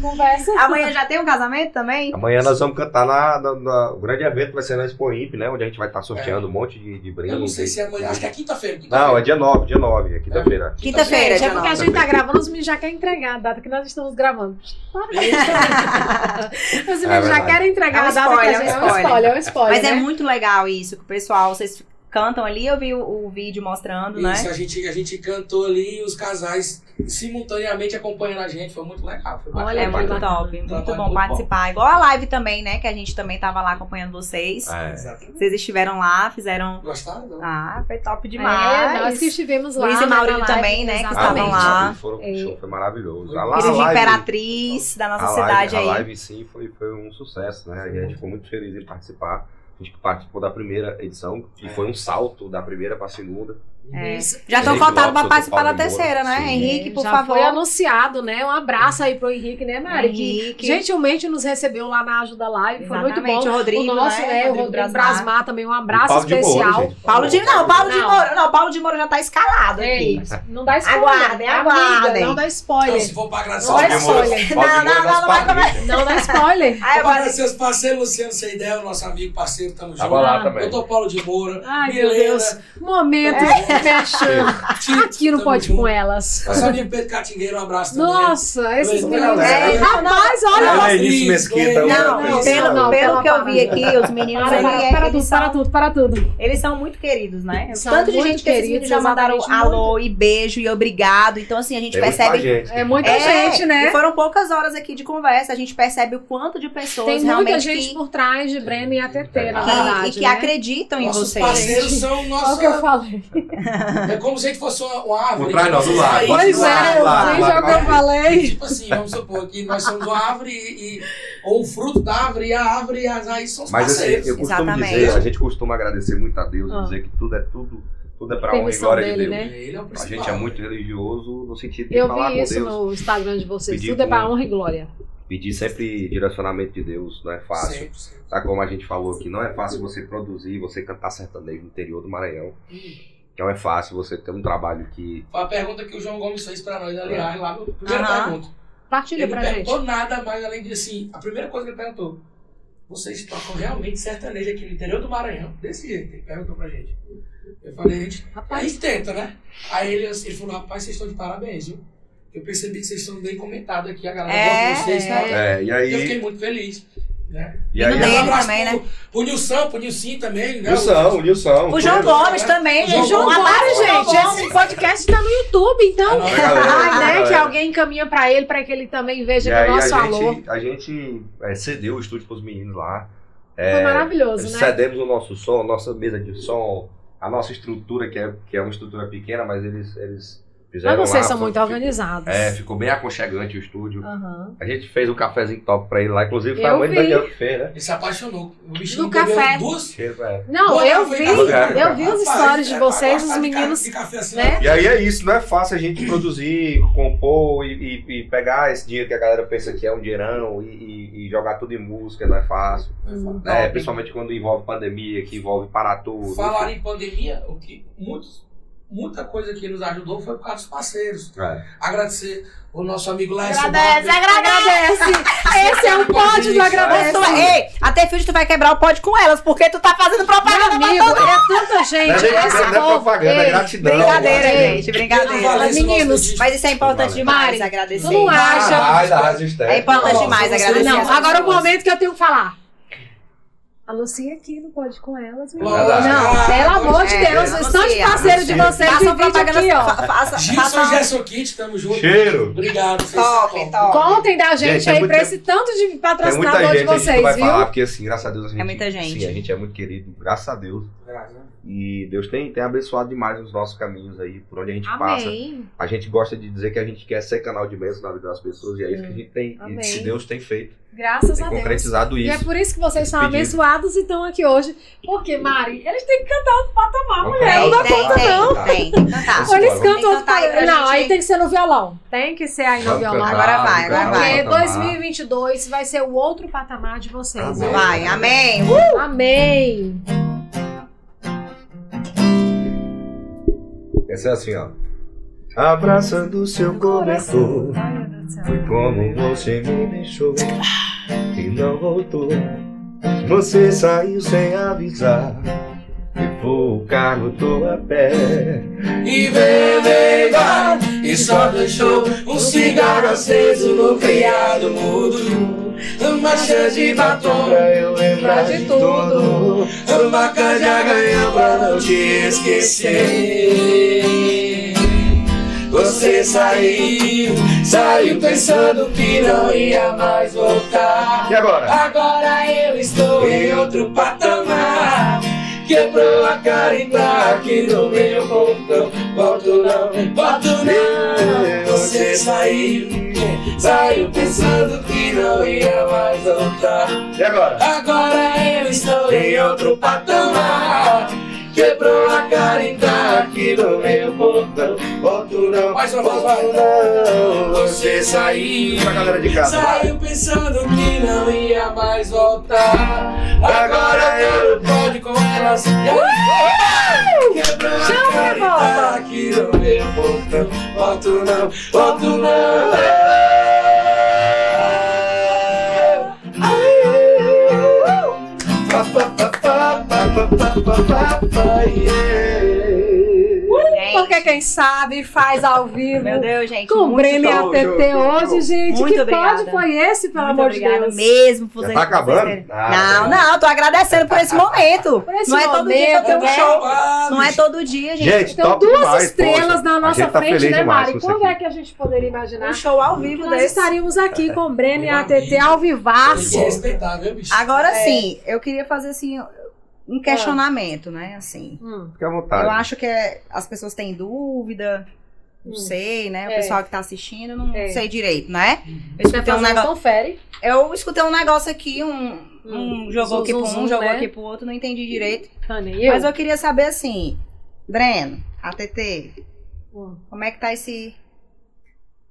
[SPEAKER 2] conversa.
[SPEAKER 1] Amanhã já tem um casamento também?
[SPEAKER 3] Amanhã nós vamos cantar na, na- na- o grande evento vai ser na Expo Imp, né? Onde a gente vai estar sorteando um monte de, de brindes.
[SPEAKER 4] É. Eu não sei se é amanhã, acho que é quinta-feira.
[SPEAKER 3] Não, é
[SPEAKER 4] quinta-feira.
[SPEAKER 3] dia 9, dia 9, é quinta-feira.
[SPEAKER 1] Quinta-feira,
[SPEAKER 2] Gente, é
[SPEAKER 1] dia
[SPEAKER 2] porque a
[SPEAKER 1] nove.
[SPEAKER 2] gente tá gravando, os meninos já querem entregar a data que nós estamos gravando. <laughs> os meninos já
[SPEAKER 3] verdade.
[SPEAKER 2] querem entregar
[SPEAKER 1] É um
[SPEAKER 2] a data
[SPEAKER 1] spoiler,
[SPEAKER 2] que a gente...
[SPEAKER 1] é um spoiler.
[SPEAKER 2] é um spoiler,
[SPEAKER 1] Mas é
[SPEAKER 2] né?
[SPEAKER 1] muito legal isso, que o pessoal, vocês cantam ali, eu vi o, o vídeo mostrando, né?
[SPEAKER 4] Isso, a gente, a gente cantou ali e os casais simultaneamente acompanhando a gente. Foi muito legal. Foi
[SPEAKER 2] Olha,
[SPEAKER 1] É
[SPEAKER 4] bacana.
[SPEAKER 1] muito
[SPEAKER 3] bacana.
[SPEAKER 1] top,
[SPEAKER 4] Trabalho
[SPEAKER 1] muito bom
[SPEAKER 4] muito
[SPEAKER 1] participar. Igual a live também, né? Que a gente também tava lá acompanhando vocês.
[SPEAKER 4] Ah,
[SPEAKER 3] É.
[SPEAKER 4] Exatamente.
[SPEAKER 1] Vocês estiveram lá, fizeram.
[SPEAKER 4] Gostaram? Não?
[SPEAKER 1] Ah, foi top
[SPEAKER 2] É, nós
[SPEAKER 1] demais.
[SPEAKER 2] que estivemos lá.
[SPEAKER 1] Luiz e
[SPEAKER 2] né, na
[SPEAKER 1] Maurílio
[SPEAKER 2] live,
[SPEAKER 1] também, né, que
[SPEAKER 3] Ah,
[SPEAKER 1] estavam
[SPEAKER 3] não,
[SPEAKER 1] lá.
[SPEAKER 3] Foram,
[SPEAKER 2] É.
[SPEAKER 3] show, foi maravilhoso. A,
[SPEAKER 1] Filhos de
[SPEAKER 3] live-
[SPEAKER 1] Imperatriz da nossa
[SPEAKER 3] a
[SPEAKER 1] cidade
[SPEAKER 3] live,
[SPEAKER 1] aí.
[SPEAKER 3] A live sim foi, foi um sucesso, né? E a gente ficou muito feliz em participar. A gente participou da primeira edição, que
[SPEAKER 4] É.
[SPEAKER 3] foi um salto da primeira para a segunda.
[SPEAKER 2] Um
[SPEAKER 1] É.
[SPEAKER 2] Isso. É,
[SPEAKER 1] Já estão
[SPEAKER 3] Henrique
[SPEAKER 1] cotados pra
[SPEAKER 3] Lopes,
[SPEAKER 1] participar da
[SPEAKER 3] Paulo
[SPEAKER 1] terceira, né?
[SPEAKER 3] Moura, sim.
[SPEAKER 1] Henrique, por
[SPEAKER 2] já
[SPEAKER 1] favor.
[SPEAKER 2] foi anunciado, né? Um abraço aí pro Henrique, né, Mari? Que
[SPEAKER 1] Henrique.
[SPEAKER 2] gentilmente nos recebeu lá na Ajuda Live. Foi muito
[SPEAKER 1] Exatamente,
[SPEAKER 2] bom.
[SPEAKER 1] O Rodrigo,
[SPEAKER 2] o nosso,
[SPEAKER 1] né?
[SPEAKER 2] né? O Rodrigo
[SPEAKER 1] Brasmar.
[SPEAKER 2] Brasmar também, um
[SPEAKER 3] E
[SPEAKER 2] abraço
[SPEAKER 3] Paulo de Moura,
[SPEAKER 2] especial.
[SPEAKER 3] gente.
[SPEAKER 1] Paulo de. Não, Paulo de
[SPEAKER 2] Não.
[SPEAKER 1] Moura. Não, Paulo de Moura já tá escalado
[SPEAKER 2] É
[SPEAKER 1] aqui.
[SPEAKER 2] isso. Não dá spoiler.
[SPEAKER 1] Aguardem,
[SPEAKER 2] Amiga,
[SPEAKER 1] aguardem.
[SPEAKER 2] Não dá
[SPEAKER 4] Então,
[SPEAKER 2] spoiler.
[SPEAKER 4] se for pra agradecer
[SPEAKER 2] Não
[SPEAKER 4] os
[SPEAKER 2] vai
[SPEAKER 3] Paulo de
[SPEAKER 4] meus-
[SPEAKER 3] Moura-
[SPEAKER 2] spoiler.
[SPEAKER 3] Paulo
[SPEAKER 1] Não,
[SPEAKER 3] de Moura é
[SPEAKER 1] não,
[SPEAKER 3] nosso
[SPEAKER 1] não, vai
[SPEAKER 3] padrinho.
[SPEAKER 2] Não dá spoiler.
[SPEAKER 1] Aí
[SPEAKER 4] Vou
[SPEAKER 1] agora.
[SPEAKER 4] agradecer os parceiros, Luciano Sem Ideia, o nosso amigo, parceiro, tamo junto.
[SPEAKER 3] Tava lá também.
[SPEAKER 4] Doutor Paulo de Moura,
[SPEAKER 2] Ai, meu Deus.
[SPEAKER 4] Milena,
[SPEAKER 2] Momento
[SPEAKER 1] É.
[SPEAKER 2] fechando.
[SPEAKER 4] Tito,
[SPEAKER 2] Aqui no
[SPEAKER 4] tamo
[SPEAKER 2] Pode
[SPEAKER 4] junto.
[SPEAKER 2] Com Elas.
[SPEAKER 4] Nosso amigo Pedro Catingueiro, um abraço também.
[SPEAKER 2] Nossa, esses
[SPEAKER 4] Não,
[SPEAKER 2] meninos.
[SPEAKER 1] É,
[SPEAKER 3] galera.
[SPEAKER 2] Rapaz, olha.
[SPEAKER 3] Ela é
[SPEAKER 4] Beatriz,
[SPEAKER 3] isso, Mesquita.
[SPEAKER 1] Não,
[SPEAKER 4] Glenn. Não,
[SPEAKER 1] pelo,
[SPEAKER 2] não,
[SPEAKER 1] pelo
[SPEAKER 2] não,
[SPEAKER 1] que eu
[SPEAKER 2] não,
[SPEAKER 1] vi
[SPEAKER 2] não.
[SPEAKER 1] aqui, os meninos
[SPEAKER 2] Para,
[SPEAKER 1] ali,
[SPEAKER 2] para, para
[SPEAKER 1] eles,
[SPEAKER 2] tudo,
[SPEAKER 1] são,
[SPEAKER 2] para tudo, para tudo.
[SPEAKER 1] eles são muito queridos, né?
[SPEAKER 2] São
[SPEAKER 1] Tanto de
[SPEAKER 2] muito
[SPEAKER 1] gente que esses meninos
[SPEAKER 2] queridos,
[SPEAKER 1] já mandaram
[SPEAKER 2] exatamente,
[SPEAKER 1] alô e beijo e obrigado. Então, assim, a gente
[SPEAKER 3] Tem muita
[SPEAKER 1] percebe.
[SPEAKER 3] gente.
[SPEAKER 2] É muita
[SPEAKER 1] É,
[SPEAKER 2] gente, né?
[SPEAKER 1] e foram poucas horas aqui de conversa, a gente percebe o quanto de pessoas
[SPEAKER 2] Tem
[SPEAKER 1] realmente
[SPEAKER 2] muita gente
[SPEAKER 1] que,
[SPEAKER 2] por trás de Breno e ATT, na
[SPEAKER 1] que-
[SPEAKER 2] verdade.
[SPEAKER 1] e que
[SPEAKER 2] né?
[SPEAKER 1] acreditam em
[SPEAKER 4] Nossos
[SPEAKER 1] vocês.
[SPEAKER 4] parceiros são
[SPEAKER 2] Olha o que eu
[SPEAKER 4] nossa.
[SPEAKER 2] falei.
[SPEAKER 4] É como se a gente fosse uma, uma árvore.
[SPEAKER 3] é Por trás não, do lado.
[SPEAKER 4] Aí,
[SPEAKER 2] Pois
[SPEAKER 4] do lado,
[SPEAKER 2] é,
[SPEAKER 4] do lado,
[SPEAKER 2] vocês
[SPEAKER 4] do
[SPEAKER 2] já
[SPEAKER 4] lado,
[SPEAKER 2] o que eu
[SPEAKER 4] do lado.
[SPEAKER 2] falei.
[SPEAKER 4] Tipo assim, vamos supor que nós somos uma árvore e, e- ou o fruto da árvore e a árvore e as aí são os
[SPEAKER 3] Mas assim,
[SPEAKER 4] parceiros.
[SPEAKER 3] eu costumo
[SPEAKER 1] Exatamente.
[SPEAKER 3] dizer, a gente costuma agradecer muito a Deus
[SPEAKER 2] Ah.
[SPEAKER 3] e dizer que tudo é tudo, tudo é pra honra e
[SPEAKER 2] Permissão
[SPEAKER 3] glória
[SPEAKER 2] dele,
[SPEAKER 3] de Deus.
[SPEAKER 2] né?
[SPEAKER 4] Ele é o
[SPEAKER 3] A
[SPEAKER 4] principal.
[SPEAKER 3] gente é muito religioso no sentido de
[SPEAKER 2] Eu
[SPEAKER 3] falar
[SPEAKER 2] vi
[SPEAKER 3] com
[SPEAKER 2] isso
[SPEAKER 3] Deus.
[SPEAKER 2] no Instagram de vocês.
[SPEAKER 3] Pedir
[SPEAKER 2] Tudo é pra
[SPEAKER 3] com-
[SPEAKER 2] honra e glória.
[SPEAKER 3] Pedir sempre direcionamento de Deus, não é fácil.
[SPEAKER 4] Sempre, sempre.
[SPEAKER 3] Tá como a gente falou aqui, não é fácil você produzir, você cantar sertanejo no interior do Maranhão. Não é fácil você ter um trabalho que.
[SPEAKER 4] Foi a pergunta que o João Gomes fez pra nós, aliás, lá no primeiro
[SPEAKER 1] Aham.
[SPEAKER 4] pergunta.
[SPEAKER 2] Partilha
[SPEAKER 4] Ele não
[SPEAKER 2] pra gente.
[SPEAKER 4] perguntou nada mais além de assim. A primeira coisa que ele perguntou: vocês tocam realmente sertanejo aqui no interior do Maranhão? Desse jeito, ele perguntou pra gente. Eu falei, a gente, a
[SPEAKER 2] Rapaz,
[SPEAKER 4] gente tenta, né? Aí ele, assim, ele falou: rapaz, vocês estão de parabéns, viu? Eu percebi que vocês estão bem comentados aqui, a galera
[SPEAKER 1] É,
[SPEAKER 4] gosta de vocês, tá?
[SPEAKER 3] É, e
[SPEAKER 4] E eu fiquei
[SPEAKER 3] aí.
[SPEAKER 4] muito feliz. Né?
[SPEAKER 3] E
[SPEAKER 1] E
[SPEAKER 3] aí. ah,
[SPEAKER 1] no meio-
[SPEAKER 4] Um
[SPEAKER 1] Ele
[SPEAKER 4] abraço
[SPEAKER 1] também,
[SPEAKER 2] né?
[SPEAKER 4] pro, pro Nilson, pro Nilson também, né?
[SPEAKER 3] Nilson, Nilson.
[SPEAKER 1] O João Gomes também,
[SPEAKER 4] O
[SPEAKER 1] gente.
[SPEAKER 4] João
[SPEAKER 1] João
[SPEAKER 4] Gomes,
[SPEAKER 1] Gomes,
[SPEAKER 4] João
[SPEAKER 1] gente.
[SPEAKER 4] Gomes.
[SPEAKER 2] esse podcast tá no YouTube, então.
[SPEAKER 4] É,
[SPEAKER 3] galera,
[SPEAKER 2] Ai, né?
[SPEAKER 3] galera.
[SPEAKER 2] Que alguém encaminha pra ele, pra que ele também
[SPEAKER 3] E
[SPEAKER 2] veja
[SPEAKER 3] aí
[SPEAKER 2] que é o nosso
[SPEAKER 3] a
[SPEAKER 2] alô.
[SPEAKER 3] gente, a gente é, cedeu o estúdio pros meninos lá.
[SPEAKER 2] Foi
[SPEAKER 3] É,
[SPEAKER 2] maravilhoso, né?
[SPEAKER 3] cedemos o nosso som, nossa mesa de som, a nossa estrutura, que é, que é uma estrutura pequena, mas eles, eles
[SPEAKER 2] Mas
[SPEAKER 3] fizeram.
[SPEAKER 2] vocês
[SPEAKER 3] lá,
[SPEAKER 2] são
[SPEAKER 3] foi-
[SPEAKER 2] muito organizados.
[SPEAKER 3] um É, ficou bem aconchegante o estúdio.
[SPEAKER 2] Aham.
[SPEAKER 3] A gente fez um cafezinho top pra ele lá, inclusive foi
[SPEAKER 2] Eu
[SPEAKER 3] a mãe do
[SPEAKER 2] vi.
[SPEAKER 3] Daniel que fez, né?
[SPEAKER 4] Ele se apaixonou. O bichinho
[SPEAKER 2] No
[SPEAKER 4] bebeu
[SPEAKER 2] café.
[SPEAKER 4] duas.
[SPEAKER 3] Cheiro, é.
[SPEAKER 2] Não, eu vi, eu vi os
[SPEAKER 4] Rapaz,
[SPEAKER 2] stories de
[SPEAKER 4] é,
[SPEAKER 2] vocês,
[SPEAKER 4] gostar
[SPEAKER 2] os
[SPEAKER 4] de ca-
[SPEAKER 2] meninos.
[SPEAKER 4] de café assim,
[SPEAKER 2] né?
[SPEAKER 4] ó.
[SPEAKER 3] E aí Tá é isso, não é fácil a gente produzir, compor e, e- e pegar esse dinheiro que a galera pensa que é um dinheirão e, e- e jogar tudo em música, não é fácil.
[SPEAKER 2] Hum.
[SPEAKER 3] né?
[SPEAKER 4] Top.
[SPEAKER 3] Principalmente quando envolve pandemia, que envolve parar tudo.
[SPEAKER 4] Falar em pandemia, o que muitos, muita coisa que nos ajudou foi por causa dos parceiros.
[SPEAKER 3] É.
[SPEAKER 4] Agradecer o nosso amigo Laércio
[SPEAKER 1] Agradece,
[SPEAKER 4] Barber.
[SPEAKER 1] agradece.
[SPEAKER 2] Esse é o pódio do
[SPEAKER 1] Mas
[SPEAKER 2] Agradece.
[SPEAKER 3] é
[SPEAKER 1] tu- Ei, até Field tu vai quebrar o pódio com elas, porque tu tá fazendo propaganda
[SPEAKER 2] Meu amigo, é tanta
[SPEAKER 3] Não é,
[SPEAKER 2] gente.
[SPEAKER 3] nem- não
[SPEAKER 2] Esse
[SPEAKER 3] é
[SPEAKER 2] povo.
[SPEAKER 3] propaganda, é
[SPEAKER 2] Ei,
[SPEAKER 3] gratidão. né?
[SPEAKER 1] Brincadeira,
[SPEAKER 2] Ei.
[SPEAKER 1] gente, brincadeira.
[SPEAKER 4] Valeu esse nosso
[SPEAKER 2] é Meninos,
[SPEAKER 4] dentista.
[SPEAKER 1] Mas isso é importante
[SPEAKER 3] Valeu.
[SPEAKER 1] demais,
[SPEAKER 2] Mari,
[SPEAKER 1] agradecer.
[SPEAKER 2] tu não
[SPEAKER 3] Ah,
[SPEAKER 2] acha-
[SPEAKER 3] ai, da Rádio Estética.
[SPEAKER 1] É importante
[SPEAKER 3] Nossa,
[SPEAKER 1] demais
[SPEAKER 4] você
[SPEAKER 1] agradecer.
[SPEAKER 2] Não,
[SPEAKER 1] as
[SPEAKER 2] agora o
[SPEAKER 1] pessoas.
[SPEAKER 2] momento que eu tenho que falar. Anuncia aqui, não pode com elas. menina.
[SPEAKER 4] Lógico.
[SPEAKER 2] Não,
[SPEAKER 4] Ah,
[SPEAKER 2] pelo
[SPEAKER 4] pois
[SPEAKER 2] amor de
[SPEAKER 1] é,
[SPEAKER 2] Deus,
[SPEAKER 1] anuncia,
[SPEAKER 2] estão de parceiro de
[SPEAKER 3] anuncia.
[SPEAKER 2] vocês,
[SPEAKER 1] Façam
[SPEAKER 2] divide
[SPEAKER 1] propaganda.
[SPEAKER 2] aqui, ó.
[SPEAKER 1] fa- faça-
[SPEAKER 4] Gilson
[SPEAKER 1] faça-
[SPEAKER 4] e Gerson Kit, tamo junto.
[SPEAKER 3] Cheiro.
[SPEAKER 4] Obrigado, vocês
[SPEAKER 1] Top,
[SPEAKER 4] são
[SPEAKER 1] top.
[SPEAKER 2] Contem da gente,
[SPEAKER 3] Gente, é
[SPEAKER 2] aí
[SPEAKER 3] muita-
[SPEAKER 2] pra esse tanto de
[SPEAKER 3] É muita
[SPEAKER 2] patrocinador de
[SPEAKER 3] gente, a gente não
[SPEAKER 2] vocês,
[SPEAKER 3] vai
[SPEAKER 2] viu?
[SPEAKER 3] falar, porque assim, graças a Deus a gente.
[SPEAKER 1] muita gente.
[SPEAKER 3] Sim, a gente é muito querido, graças a Deus.
[SPEAKER 4] Graças a Deus.
[SPEAKER 3] E Deus tem, tem abençoado demais os nossos caminhos aí, por onde a gente passa.
[SPEAKER 2] Amém.
[SPEAKER 3] A gente gosta de dizer que a gente quer ser canal de bênção na vida das pessoas, e é isso que a gente tem,
[SPEAKER 2] Amém.
[SPEAKER 3] e que Deus tem feito,
[SPEAKER 2] Graças
[SPEAKER 3] tem
[SPEAKER 2] a Deus.
[SPEAKER 3] concretizado
[SPEAKER 2] E é
[SPEAKER 3] isso.
[SPEAKER 2] por isso que vocês
[SPEAKER 3] Esse
[SPEAKER 2] são
[SPEAKER 3] pedido.
[SPEAKER 2] abençoados e estão aqui hoje. Porque, Mari, eles têm que cantar outro patamar,
[SPEAKER 3] Vamos
[SPEAKER 2] mulher. Não dá
[SPEAKER 3] cantar,
[SPEAKER 2] conta,
[SPEAKER 3] vamos
[SPEAKER 2] não.
[SPEAKER 1] tem, Então tá.
[SPEAKER 3] não.
[SPEAKER 1] tem, tem que cantar.
[SPEAKER 3] Olha,
[SPEAKER 2] Ou eles
[SPEAKER 3] Vamos
[SPEAKER 2] cantam outro
[SPEAKER 1] cantar aí pra
[SPEAKER 2] patamar. Não,
[SPEAKER 1] tá, gente,
[SPEAKER 2] aí
[SPEAKER 1] hein?
[SPEAKER 2] tem que ser no violão. Tem que ser aí no
[SPEAKER 3] Vamos
[SPEAKER 2] violão.
[SPEAKER 3] cantar,
[SPEAKER 1] Agora vai,
[SPEAKER 3] vamos
[SPEAKER 1] agora
[SPEAKER 3] cantar,
[SPEAKER 1] vai.
[SPEAKER 2] Porque
[SPEAKER 3] vamos cantar.
[SPEAKER 2] 2022 vai ser o outro patamar de vocês.
[SPEAKER 3] Amém.
[SPEAKER 2] viu?
[SPEAKER 1] Vai, amém.
[SPEAKER 2] Amém.
[SPEAKER 3] Essa é assim, ó. Abraçando seu cobertor,
[SPEAKER 2] Ai, meu Deus do céu.
[SPEAKER 3] foi como você me deixou e não voltou. Você saiu sem avisar, levou o carro do a pé.
[SPEAKER 4] E vem, vem, vai, e só deixou um cigarro aceso no criado mudo. Uma chance de batom,
[SPEAKER 3] Pra eu lembrar de tudo.
[SPEAKER 4] uma canja ganhou pra não te esquecer. Você saiu, saiu pensando que não ia mais voltar.
[SPEAKER 3] E agora?
[SPEAKER 4] Agora eu estou em outro patamar. Quebrou a cara e tá aqui no meu portão. Volto não, volto não. Você saiu, saiu pensando que não ia mais voltar.
[SPEAKER 3] E agora?
[SPEAKER 4] Agora eu estou em outro patamar. Quebrou a cara e tá aqui no meu portão.
[SPEAKER 3] Volto não,
[SPEAKER 4] Mais uma vez,
[SPEAKER 3] volto
[SPEAKER 4] vai.
[SPEAKER 3] não.
[SPEAKER 4] Você saiu.
[SPEAKER 3] Pra galera de casa, vai.
[SPEAKER 4] Saiu pensando que não ia mais voltar. Agora eu pode com elas. E aí? Quebrou a cara e tá aqui no meu portão. Volto não, volto não.
[SPEAKER 3] Pa, pa, pa, pa, pa, pa, pa, pa, pa, yeah.
[SPEAKER 1] Gente,
[SPEAKER 2] Porque quem sabe faz ao vivo.
[SPEAKER 1] Meu Deus, gente.
[SPEAKER 2] Com
[SPEAKER 1] muito
[SPEAKER 2] Breno e
[SPEAKER 1] top.
[SPEAKER 2] a
[SPEAKER 3] bom,
[SPEAKER 2] TT
[SPEAKER 3] show, show,
[SPEAKER 2] hoje,
[SPEAKER 3] show.
[SPEAKER 2] gente.
[SPEAKER 1] Muito
[SPEAKER 2] que
[SPEAKER 1] obrigada.
[SPEAKER 2] pódio foi esse, pelo
[SPEAKER 1] Muito
[SPEAKER 2] amor de
[SPEAKER 1] obrigada
[SPEAKER 2] Deus?
[SPEAKER 1] mesmo por
[SPEAKER 3] Já
[SPEAKER 1] vocês-
[SPEAKER 3] tá acabando?
[SPEAKER 1] vocês terem-
[SPEAKER 3] Ah,
[SPEAKER 1] Não, não, tô agradecendo por esse momento.
[SPEAKER 2] Por esse
[SPEAKER 1] não é todo dia que eu tenho
[SPEAKER 2] momento,
[SPEAKER 1] um show. Não é todo dia, gente.
[SPEAKER 3] Gente,
[SPEAKER 2] Então,
[SPEAKER 3] top
[SPEAKER 2] duas
[SPEAKER 3] demais,
[SPEAKER 2] estrelas
[SPEAKER 3] poxa.
[SPEAKER 2] na nossa
[SPEAKER 3] a gente tá
[SPEAKER 2] frente,
[SPEAKER 3] feliz
[SPEAKER 2] né,
[SPEAKER 3] demais
[SPEAKER 2] Mari?
[SPEAKER 3] com isso
[SPEAKER 2] Quando
[SPEAKER 3] aqui. É.
[SPEAKER 2] é que a gente poderia imaginar?
[SPEAKER 1] Um show ao vivo
[SPEAKER 2] Nós
[SPEAKER 1] desse.
[SPEAKER 2] estaríamos aqui com Breno e a TT ao
[SPEAKER 4] Tem que
[SPEAKER 2] vivaço.
[SPEAKER 4] respeitar, viu, bicho?
[SPEAKER 1] Agora sim, eu queria fazer assim um questionamento, né? Assim,
[SPEAKER 2] Hum,
[SPEAKER 3] Fique à vontade.
[SPEAKER 1] eu acho que é- as pessoas têm dúvida, não
[SPEAKER 2] Hum.
[SPEAKER 1] sei, né? O
[SPEAKER 2] É.
[SPEAKER 1] pessoal que tá assistindo não
[SPEAKER 2] É.
[SPEAKER 1] sei direito, né? Eu escutei um
[SPEAKER 2] Stefano,
[SPEAKER 1] negócio,
[SPEAKER 2] confere.
[SPEAKER 1] eu escutei um negócio aqui, um,
[SPEAKER 2] Hum.
[SPEAKER 1] um jogou aqui
[SPEAKER 2] Zum,
[SPEAKER 1] pro
[SPEAKER 2] zum,
[SPEAKER 1] um,
[SPEAKER 2] zum,
[SPEAKER 1] jogou
[SPEAKER 2] né?
[SPEAKER 1] aqui pro outro, não entendi direito.
[SPEAKER 2] Tânia, e Tá, eu?
[SPEAKER 1] Mas eu queria saber assim, Breno, ATT,
[SPEAKER 2] Hum.
[SPEAKER 1] como é que tá esse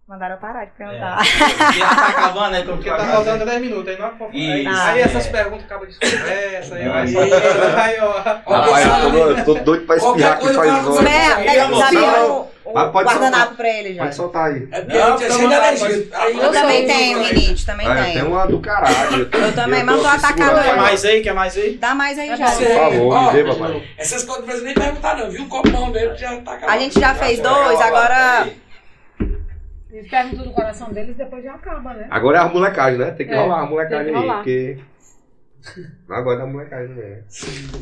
[SPEAKER 1] Mandaram eu parar de perguntar. <laughs>
[SPEAKER 3] É.
[SPEAKER 5] E ela tá acabando aí, porque tá faltando 10 minutos, aí não aí,
[SPEAKER 1] Isso.
[SPEAKER 5] aí essas perguntas acabam de conversa, aí vai.
[SPEAKER 3] Isso.
[SPEAKER 5] Aí, ó.
[SPEAKER 3] Rapaz, eu tô, eu tô doido pra espirrar
[SPEAKER 4] Qualquer
[SPEAKER 3] aqui
[SPEAKER 4] coisa
[SPEAKER 3] faz um
[SPEAKER 4] eu
[SPEAKER 3] horas.
[SPEAKER 4] falo-
[SPEAKER 1] Né?
[SPEAKER 4] Ei,
[SPEAKER 1] Pega,
[SPEAKER 4] amor,
[SPEAKER 1] sabe,
[SPEAKER 3] não.
[SPEAKER 1] o- o
[SPEAKER 3] Mas pode um
[SPEAKER 1] guardanapo pra ele já.
[SPEAKER 3] Pode um soltar aí.
[SPEAKER 4] É porque a gente é cheio de energia. Aí
[SPEAKER 1] Eu também
[SPEAKER 2] sou-
[SPEAKER 1] tenho, limite, também
[SPEAKER 3] Ah, eu
[SPEAKER 1] tenho.
[SPEAKER 3] tenho uma do caralho.
[SPEAKER 1] Eu também, mas
[SPEAKER 3] tô
[SPEAKER 1] não tô
[SPEAKER 3] segurando
[SPEAKER 1] atacando
[SPEAKER 5] Quer
[SPEAKER 3] ela.
[SPEAKER 5] mais aí? Quer mais aí?
[SPEAKER 1] Dá mais aí,
[SPEAKER 2] É
[SPEAKER 1] já.
[SPEAKER 2] você.
[SPEAKER 3] Por favor, me
[SPEAKER 4] Ó,
[SPEAKER 3] dê, papai.
[SPEAKER 4] Essas coisas não precisa nem perguntar, não, viu? Um copão dele já tá acabando.
[SPEAKER 1] A gente já fez dois, agora.
[SPEAKER 2] Eles perguntam do coração deles depois já acaba, né?
[SPEAKER 3] Agora é as molecagens, né? Tem que
[SPEAKER 2] É,
[SPEAKER 3] rolar as molecagens
[SPEAKER 2] tem que
[SPEAKER 3] aí,
[SPEAKER 2] rolar.
[SPEAKER 3] porque... Agora é a molecagem, né?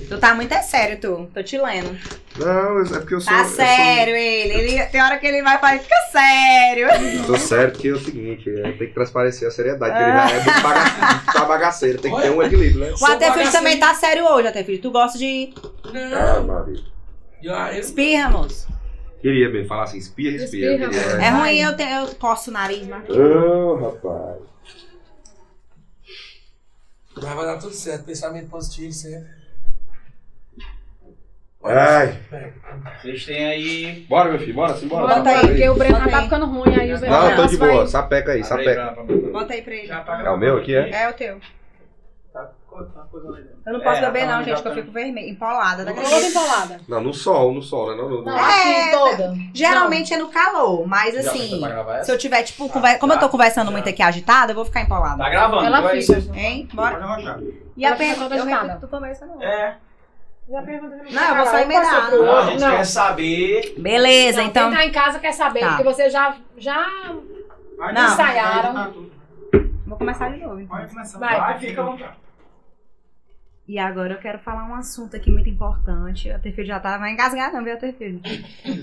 [SPEAKER 1] Tu tá muito é sério, tu. Tô te lendo.
[SPEAKER 3] Não, é porque eu sou...
[SPEAKER 1] Tá
[SPEAKER 3] eu sou-
[SPEAKER 1] sério, ele. ele. Tem hora que ele vai falar, fica sério.
[SPEAKER 3] Tô sério que é o seguinte, é, tem que transparecer a seriedade, que ele já é muito, baga
[SPEAKER 1] Ah.
[SPEAKER 3] muito tá bagaceiro, tem que ter um equilíbrio, né?
[SPEAKER 1] <laughs> O
[SPEAKER 4] Sou
[SPEAKER 1] Atefilho
[SPEAKER 4] bagaceiro.
[SPEAKER 1] também tá sério hoje, Atefilho. Tu gosta de
[SPEAKER 3] Ah,
[SPEAKER 4] Não,
[SPEAKER 3] Maria.
[SPEAKER 4] eu, eu,
[SPEAKER 1] espirra, moço.
[SPEAKER 3] Queria mesmo falar assim, espirra, respira. É.
[SPEAKER 2] Espirra,
[SPEAKER 3] queria,
[SPEAKER 2] mano.
[SPEAKER 3] né?
[SPEAKER 1] É ruim, eu, te, eu coço o nariz, mas.
[SPEAKER 3] Ô, rapaz.
[SPEAKER 4] Mas vai dar tudo certo, pensamento positivo sempre.
[SPEAKER 3] Ai.
[SPEAKER 5] Vocês têm aí.
[SPEAKER 3] Bora, meu filho, bora, simbora.
[SPEAKER 2] Bota aí,
[SPEAKER 3] Bora
[SPEAKER 2] porque o Breno
[SPEAKER 1] Bota
[SPEAKER 2] tá
[SPEAKER 1] aí. Ah, tá
[SPEAKER 2] ficando ruim aí. o Breno
[SPEAKER 3] Não, tô de
[SPEAKER 2] vai-
[SPEAKER 3] boa, sapeca aí,
[SPEAKER 5] Abre né?
[SPEAKER 3] sapeca.
[SPEAKER 5] pra- pra- pra-
[SPEAKER 1] Bota aí pra ele.
[SPEAKER 5] Já apaga
[SPEAKER 3] É o meu aqui, é?
[SPEAKER 1] É o teu.
[SPEAKER 5] Tá uma coisa legal.
[SPEAKER 1] Eu não posso
[SPEAKER 5] É,
[SPEAKER 1] beber,
[SPEAKER 5] tá,
[SPEAKER 1] não, gente,
[SPEAKER 5] já
[SPEAKER 1] que eu
[SPEAKER 5] tá.
[SPEAKER 1] fico vermelha, empolada. Daqui a
[SPEAKER 2] Toda
[SPEAKER 1] pouco-
[SPEAKER 2] empolada.
[SPEAKER 3] Não, no sol, no sol, né? Não, no, no-
[SPEAKER 2] Não,
[SPEAKER 1] É,
[SPEAKER 2] aqui toda.
[SPEAKER 1] Geralmente é no calor, mas
[SPEAKER 5] Já começou
[SPEAKER 1] assim,
[SPEAKER 5] pra gravar
[SPEAKER 1] se
[SPEAKER 5] essa?
[SPEAKER 1] eu tiver, tipo,
[SPEAKER 5] Tá,
[SPEAKER 1] conver- como eu tô
[SPEAKER 5] tá,
[SPEAKER 1] conversando
[SPEAKER 5] tá.
[SPEAKER 1] muito aqui agitada, eu vou ficar empolada.
[SPEAKER 5] Tá gravando,
[SPEAKER 2] Ela
[SPEAKER 5] então é
[SPEAKER 2] fica.
[SPEAKER 5] isso.
[SPEAKER 1] Hein? Bora.
[SPEAKER 5] Pode arrochar.
[SPEAKER 1] E a
[SPEAKER 2] Ela fica
[SPEAKER 1] pergunta
[SPEAKER 2] toda
[SPEAKER 1] eu
[SPEAKER 2] agitada.
[SPEAKER 1] repito, tu começa não.
[SPEAKER 5] É.
[SPEAKER 2] Já pergunta
[SPEAKER 1] Não, eu vou só emendar.
[SPEAKER 5] Não, Ah, a gente
[SPEAKER 2] Não.
[SPEAKER 5] quer saber.
[SPEAKER 1] Beleza,
[SPEAKER 2] Não,
[SPEAKER 1] então.
[SPEAKER 2] Quem tá em casa quer saber,
[SPEAKER 1] Tá.
[SPEAKER 2] porque você já, já
[SPEAKER 5] Vai
[SPEAKER 1] Não.
[SPEAKER 5] começar,
[SPEAKER 2] Ensaiaram.
[SPEAKER 5] vai, tá tudo.
[SPEAKER 1] Vou começar de novo. então.
[SPEAKER 5] Vai começar.
[SPEAKER 2] Vai.
[SPEAKER 5] Vai, fica à vontade.
[SPEAKER 1] E agora eu quero falar um assunto aqui muito importante. A Terfeed já tá vai engasgar, não, viu, a Terfeed?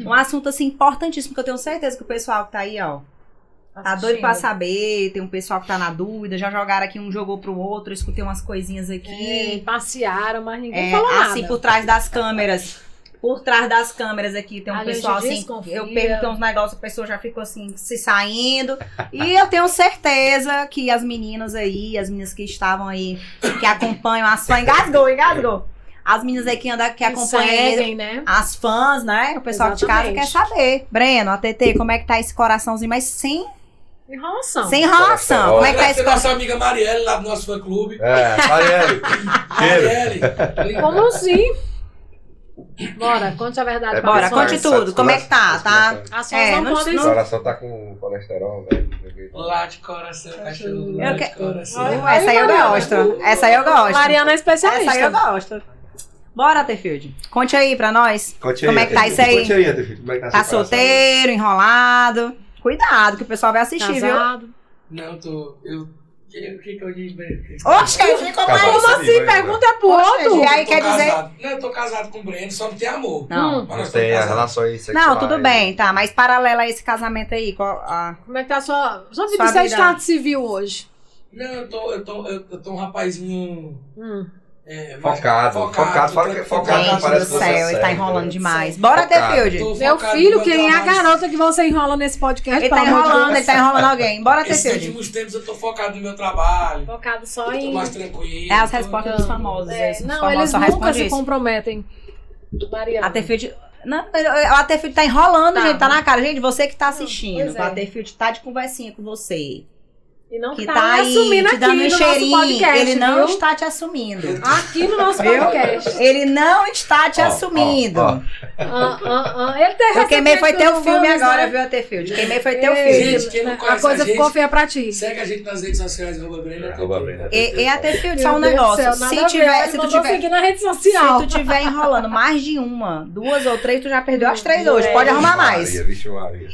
[SPEAKER 1] Um assunto, assim, importantíssimo, que eu tenho certeza que o pessoal que tá aí, ó, Tá doido pra saber, tem um pessoal que tá na dúvida, já jogaram aqui, um jogou pro outro, eu escutei umas coisinhas
[SPEAKER 2] É,
[SPEAKER 1] aqui.
[SPEAKER 2] passearam, mas
[SPEAKER 1] É,
[SPEAKER 2] ninguém falou nada.
[SPEAKER 1] assim, por trás das câmeras. Por trás das câmeras aqui tem um
[SPEAKER 2] A gente
[SPEAKER 1] pessoal assim.
[SPEAKER 2] desconfia.
[SPEAKER 1] Eu perguntei uns negócios, a pessoa já ficou assim, se saindo. E eu tenho certeza que as meninas aí, as meninas que estavam aí, que acompanham as fãs. Engasgou, engasgou. As meninas aí que, andam, que
[SPEAKER 2] Me
[SPEAKER 1] acompanham
[SPEAKER 2] seguem, né?
[SPEAKER 1] as fãs, né? O pessoal de casa
[SPEAKER 2] Exatamente.
[SPEAKER 1] quer saber. Breno, a TT, como é que tá esse coraçãozinho? Mas sem
[SPEAKER 2] Enrolação.
[SPEAKER 1] sem enrolação. Como é que tá esse
[SPEAKER 4] Agradecer
[SPEAKER 1] coração?
[SPEAKER 4] nossa amiga Marielle, lá do nosso fã clube.
[SPEAKER 3] É, Marielle, cheiro.
[SPEAKER 4] Marielle,
[SPEAKER 1] <laughs>
[SPEAKER 4] linda.
[SPEAKER 2] Como assim? Bora, conte a verdade
[SPEAKER 3] É,
[SPEAKER 2] pra
[SPEAKER 1] Bora,
[SPEAKER 2] pessoa.
[SPEAKER 1] conte tudo. Como é que tá, tá?
[SPEAKER 2] As pessoas
[SPEAKER 1] É,
[SPEAKER 2] não,
[SPEAKER 1] não-
[SPEAKER 2] podem
[SPEAKER 3] O
[SPEAKER 1] não-
[SPEAKER 3] coração tá com colesterol, velho.
[SPEAKER 4] Lá de coração, cachorro. Lá
[SPEAKER 1] Eu
[SPEAKER 4] de
[SPEAKER 1] que-
[SPEAKER 4] coração.
[SPEAKER 1] Hum, Essa aí eu gosto. Essa aí eu gosto.
[SPEAKER 2] Mariana é especialista.
[SPEAKER 1] Essa aí eu gosto. Bora, Terfield. Conte aí pra nós.
[SPEAKER 3] Conte
[SPEAKER 1] Como
[SPEAKER 3] aí,
[SPEAKER 1] é que tá
[SPEAKER 3] Atefi,
[SPEAKER 1] isso aí?
[SPEAKER 3] Conte aí, Atefi, como é que tá
[SPEAKER 1] Tá
[SPEAKER 3] seu coração? né?
[SPEAKER 1] solteiro, enrolado. Cuidado, que o pessoal vai assistir, viu?
[SPEAKER 2] Casado.
[SPEAKER 4] Não, tô. Eu. O que, que, que eu digo? velho?
[SPEAKER 1] Oxe, ficou
[SPEAKER 3] Casado.
[SPEAKER 1] mais.
[SPEAKER 2] Como assim? Pergunta pro outro.
[SPEAKER 1] E
[SPEAKER 4] Eu
[SPEAKER 1] aí
[SPEAKER 4] tô
[SPEAKER 1] quer dizer.
[SPEAKER 4] casado. Não, eu tô casado com o Breno, só não tem amor.
[SPEAKER 2] hum,
[SPEAKER 1] Não.
[SPEAKER 4] Mas nós
[SPEAKER 3] Não
[SPEAKER 4] estamos
[SPEAKER 3] tem as
[SPEAKER 4] casados.
[SPEAKER 3] relações sexuais.
[SPEAKER 1] Hum. Não, tudo bem, tá. Mas paralela a esse casamento aí, qual a-
[SPEAKER 2] Como é que tá a sua, sua vida?
[SPEAKER 1] Sua
[SPEAKER 2] Você é
[SPEAKER 1] vida.
[SPEAKER 2] estado civil hoje.
[SPEAKER 4] Não, eu tô, eu tô, eu, eu tô um rapazinho.
[SPEAKER 2] Hum.
[SPEAKER 4] É, mais-
[SPEAKER 3] Focado, focado, fala que é focado,
[SPEAKER 4] Gente
[SPEAKER 1] Gente
[SPEAKER 3] parece
[SPEAKER 1] do
[SPEAKER 3] você é
[SPEAKER 1] céu, ele tá
[SPEAKER 3] sério,
[SPEAKER 1] enrolando
[SPEAKER 3] né?
[SPEAKER 1] demais. Bora,
[SPEAKER 3] Focado.
[SPEAKER 1] Terfield.
[SPEAKER 4] Tô
[SPEAKER 2] Meu
[SPEAKER 4] focado
[SPEAKER 2] filho,
[SPEAKER 4] no meu
[SPEAKER 2] quem é a
[SPEAKER 4] trabalho.
[SPEAKER 2] garota que você enrola nesse podcast?
[SPEAKER 1] Ele
[SPEAKER 2] pelo
[SPEAKER 1] tá
[SPEAKER 2] amor de
[SPEAKER 1] enrolando,
[SPEAKER 2] Deus?
[SPEAKER 1] ele tá enrolando alguém. Bora,
[SPEAKER 4] Esses
[SPEAKER 1] Terfield.
[SPEAKER 4] últimos tempos eu tô focado no meu trabalho.
[SPEAKER 2] Focado só
[SPEAKER 4] Eu tô
[SPEAKER 2] em...
[SPEAKER 4] mais tranquilo.
[SPEAKER 1] É as
[SPEAKER 4] tô-
[SPEAKER 1] respostas dos famosos.
[SPEAKER 2] É,
[SPEAKER 1] esses
[SPEAKER 2] não,
[SPEAKER 1] famosos
[SPEAKER 2] eles
[SPEAKER 1] só
[SPEAKER 2] nunca
[SPEAKER 1] respondem
[SPEAKER 2] se
[SPEAKER 1] isso.
[SPEAKER 2] comprometem. Mariana.
[SPEAKER 1] A Terfield. Não, a Terfield tá enrolando,
[SPEAKER 2] Tá.
[SPEAKER 1] gente. Tá na cara. Gente, você que tá assistindo.
[SPEAKER 2] pois é.
[SPEAKER 1] A Terfield tá de conversinha com você.
[SPEAKER 2] E não
[SPEAKER 1] Que
[SPEAKER 2] tá,
[SPEAKER 1] tá, aí,
[SPEAKER 2] assumindo
[SPEAKER 1] te dando
[SPEAKER 2] aqui
[SPEAKER 1] um
[SPEAKER 2] no nosso
[SPEAKER 1] cheirinho.
[SPEAKER 2] podcast,
[SPEAKER 1] ele não
[SPEAKER 2] viu?
[SPEAKER 1] está te assumindo. Ah,
[SPEAKER 2] Aqui no nosso
[SPEAKER 1] Viu?
[SPEAKER 2] podcast.
[SPEAKER 1] Ele não está te
[SPEAKER 3] Ó, ó,
[SPEAKER 1] assumindo.
[SPEAKER 3] ó.
[SPEAKER 2] Ah, ah, ah. Ele tem
[SPEAKER 1] Eu queimei foi teu
[SPEAKER 2] recebido
[SPEAKER 1] filme
[SPEAKER 2] nomes,
[SPEAKER 1] agora,
[SPEAKER 2] né?
[SPEAKER 1] viu, a Terfield? Queimei foi teu
[SPEAKER 2] Ei,
[SPEAKER 1] filme.
[SPEAKER 4] Gente, quem não
[SPEAKER 2] a
[SPEAKER 4] conhece
[SPEAKER 2] coisa
[SPEAKER 4] a gente-
[SPEAKER 2] ficou feia pra ti.
[SPEAKER 4] Segue a gente nas redes sociais, arroba Breno.
[SPEAKER 3] Arroba Breno.
[SPEAKER 1] E, e a Terfield, só um
[SPEAKER 2] Meu Deus
[SPEAKER 1] negócio.
[SPEAKER 2] do céu, nada a
[SPEAKER 1] se
[SPEAKER 2] ver,
[SPEAKER 1] tiver,
[SPEAKER 2] ele
[SPEAKER 1] se tu
[SPEAKER 2] mandou
[SPEAKER 1] tiver.
[SPEAKER 2] seguir na rede social.
[SPEAKER 1] Se tu tiver enrolando mais de uma, duas ou três, tu já perdeu as três hoje.
[SPEAKER 2] É.
[SPEAKER 1] Pode arrumar
[SPEAKER 3] Vixe
[SPEAKER 1] mais.
[SPEAKER 3] Maria, vixe Maria.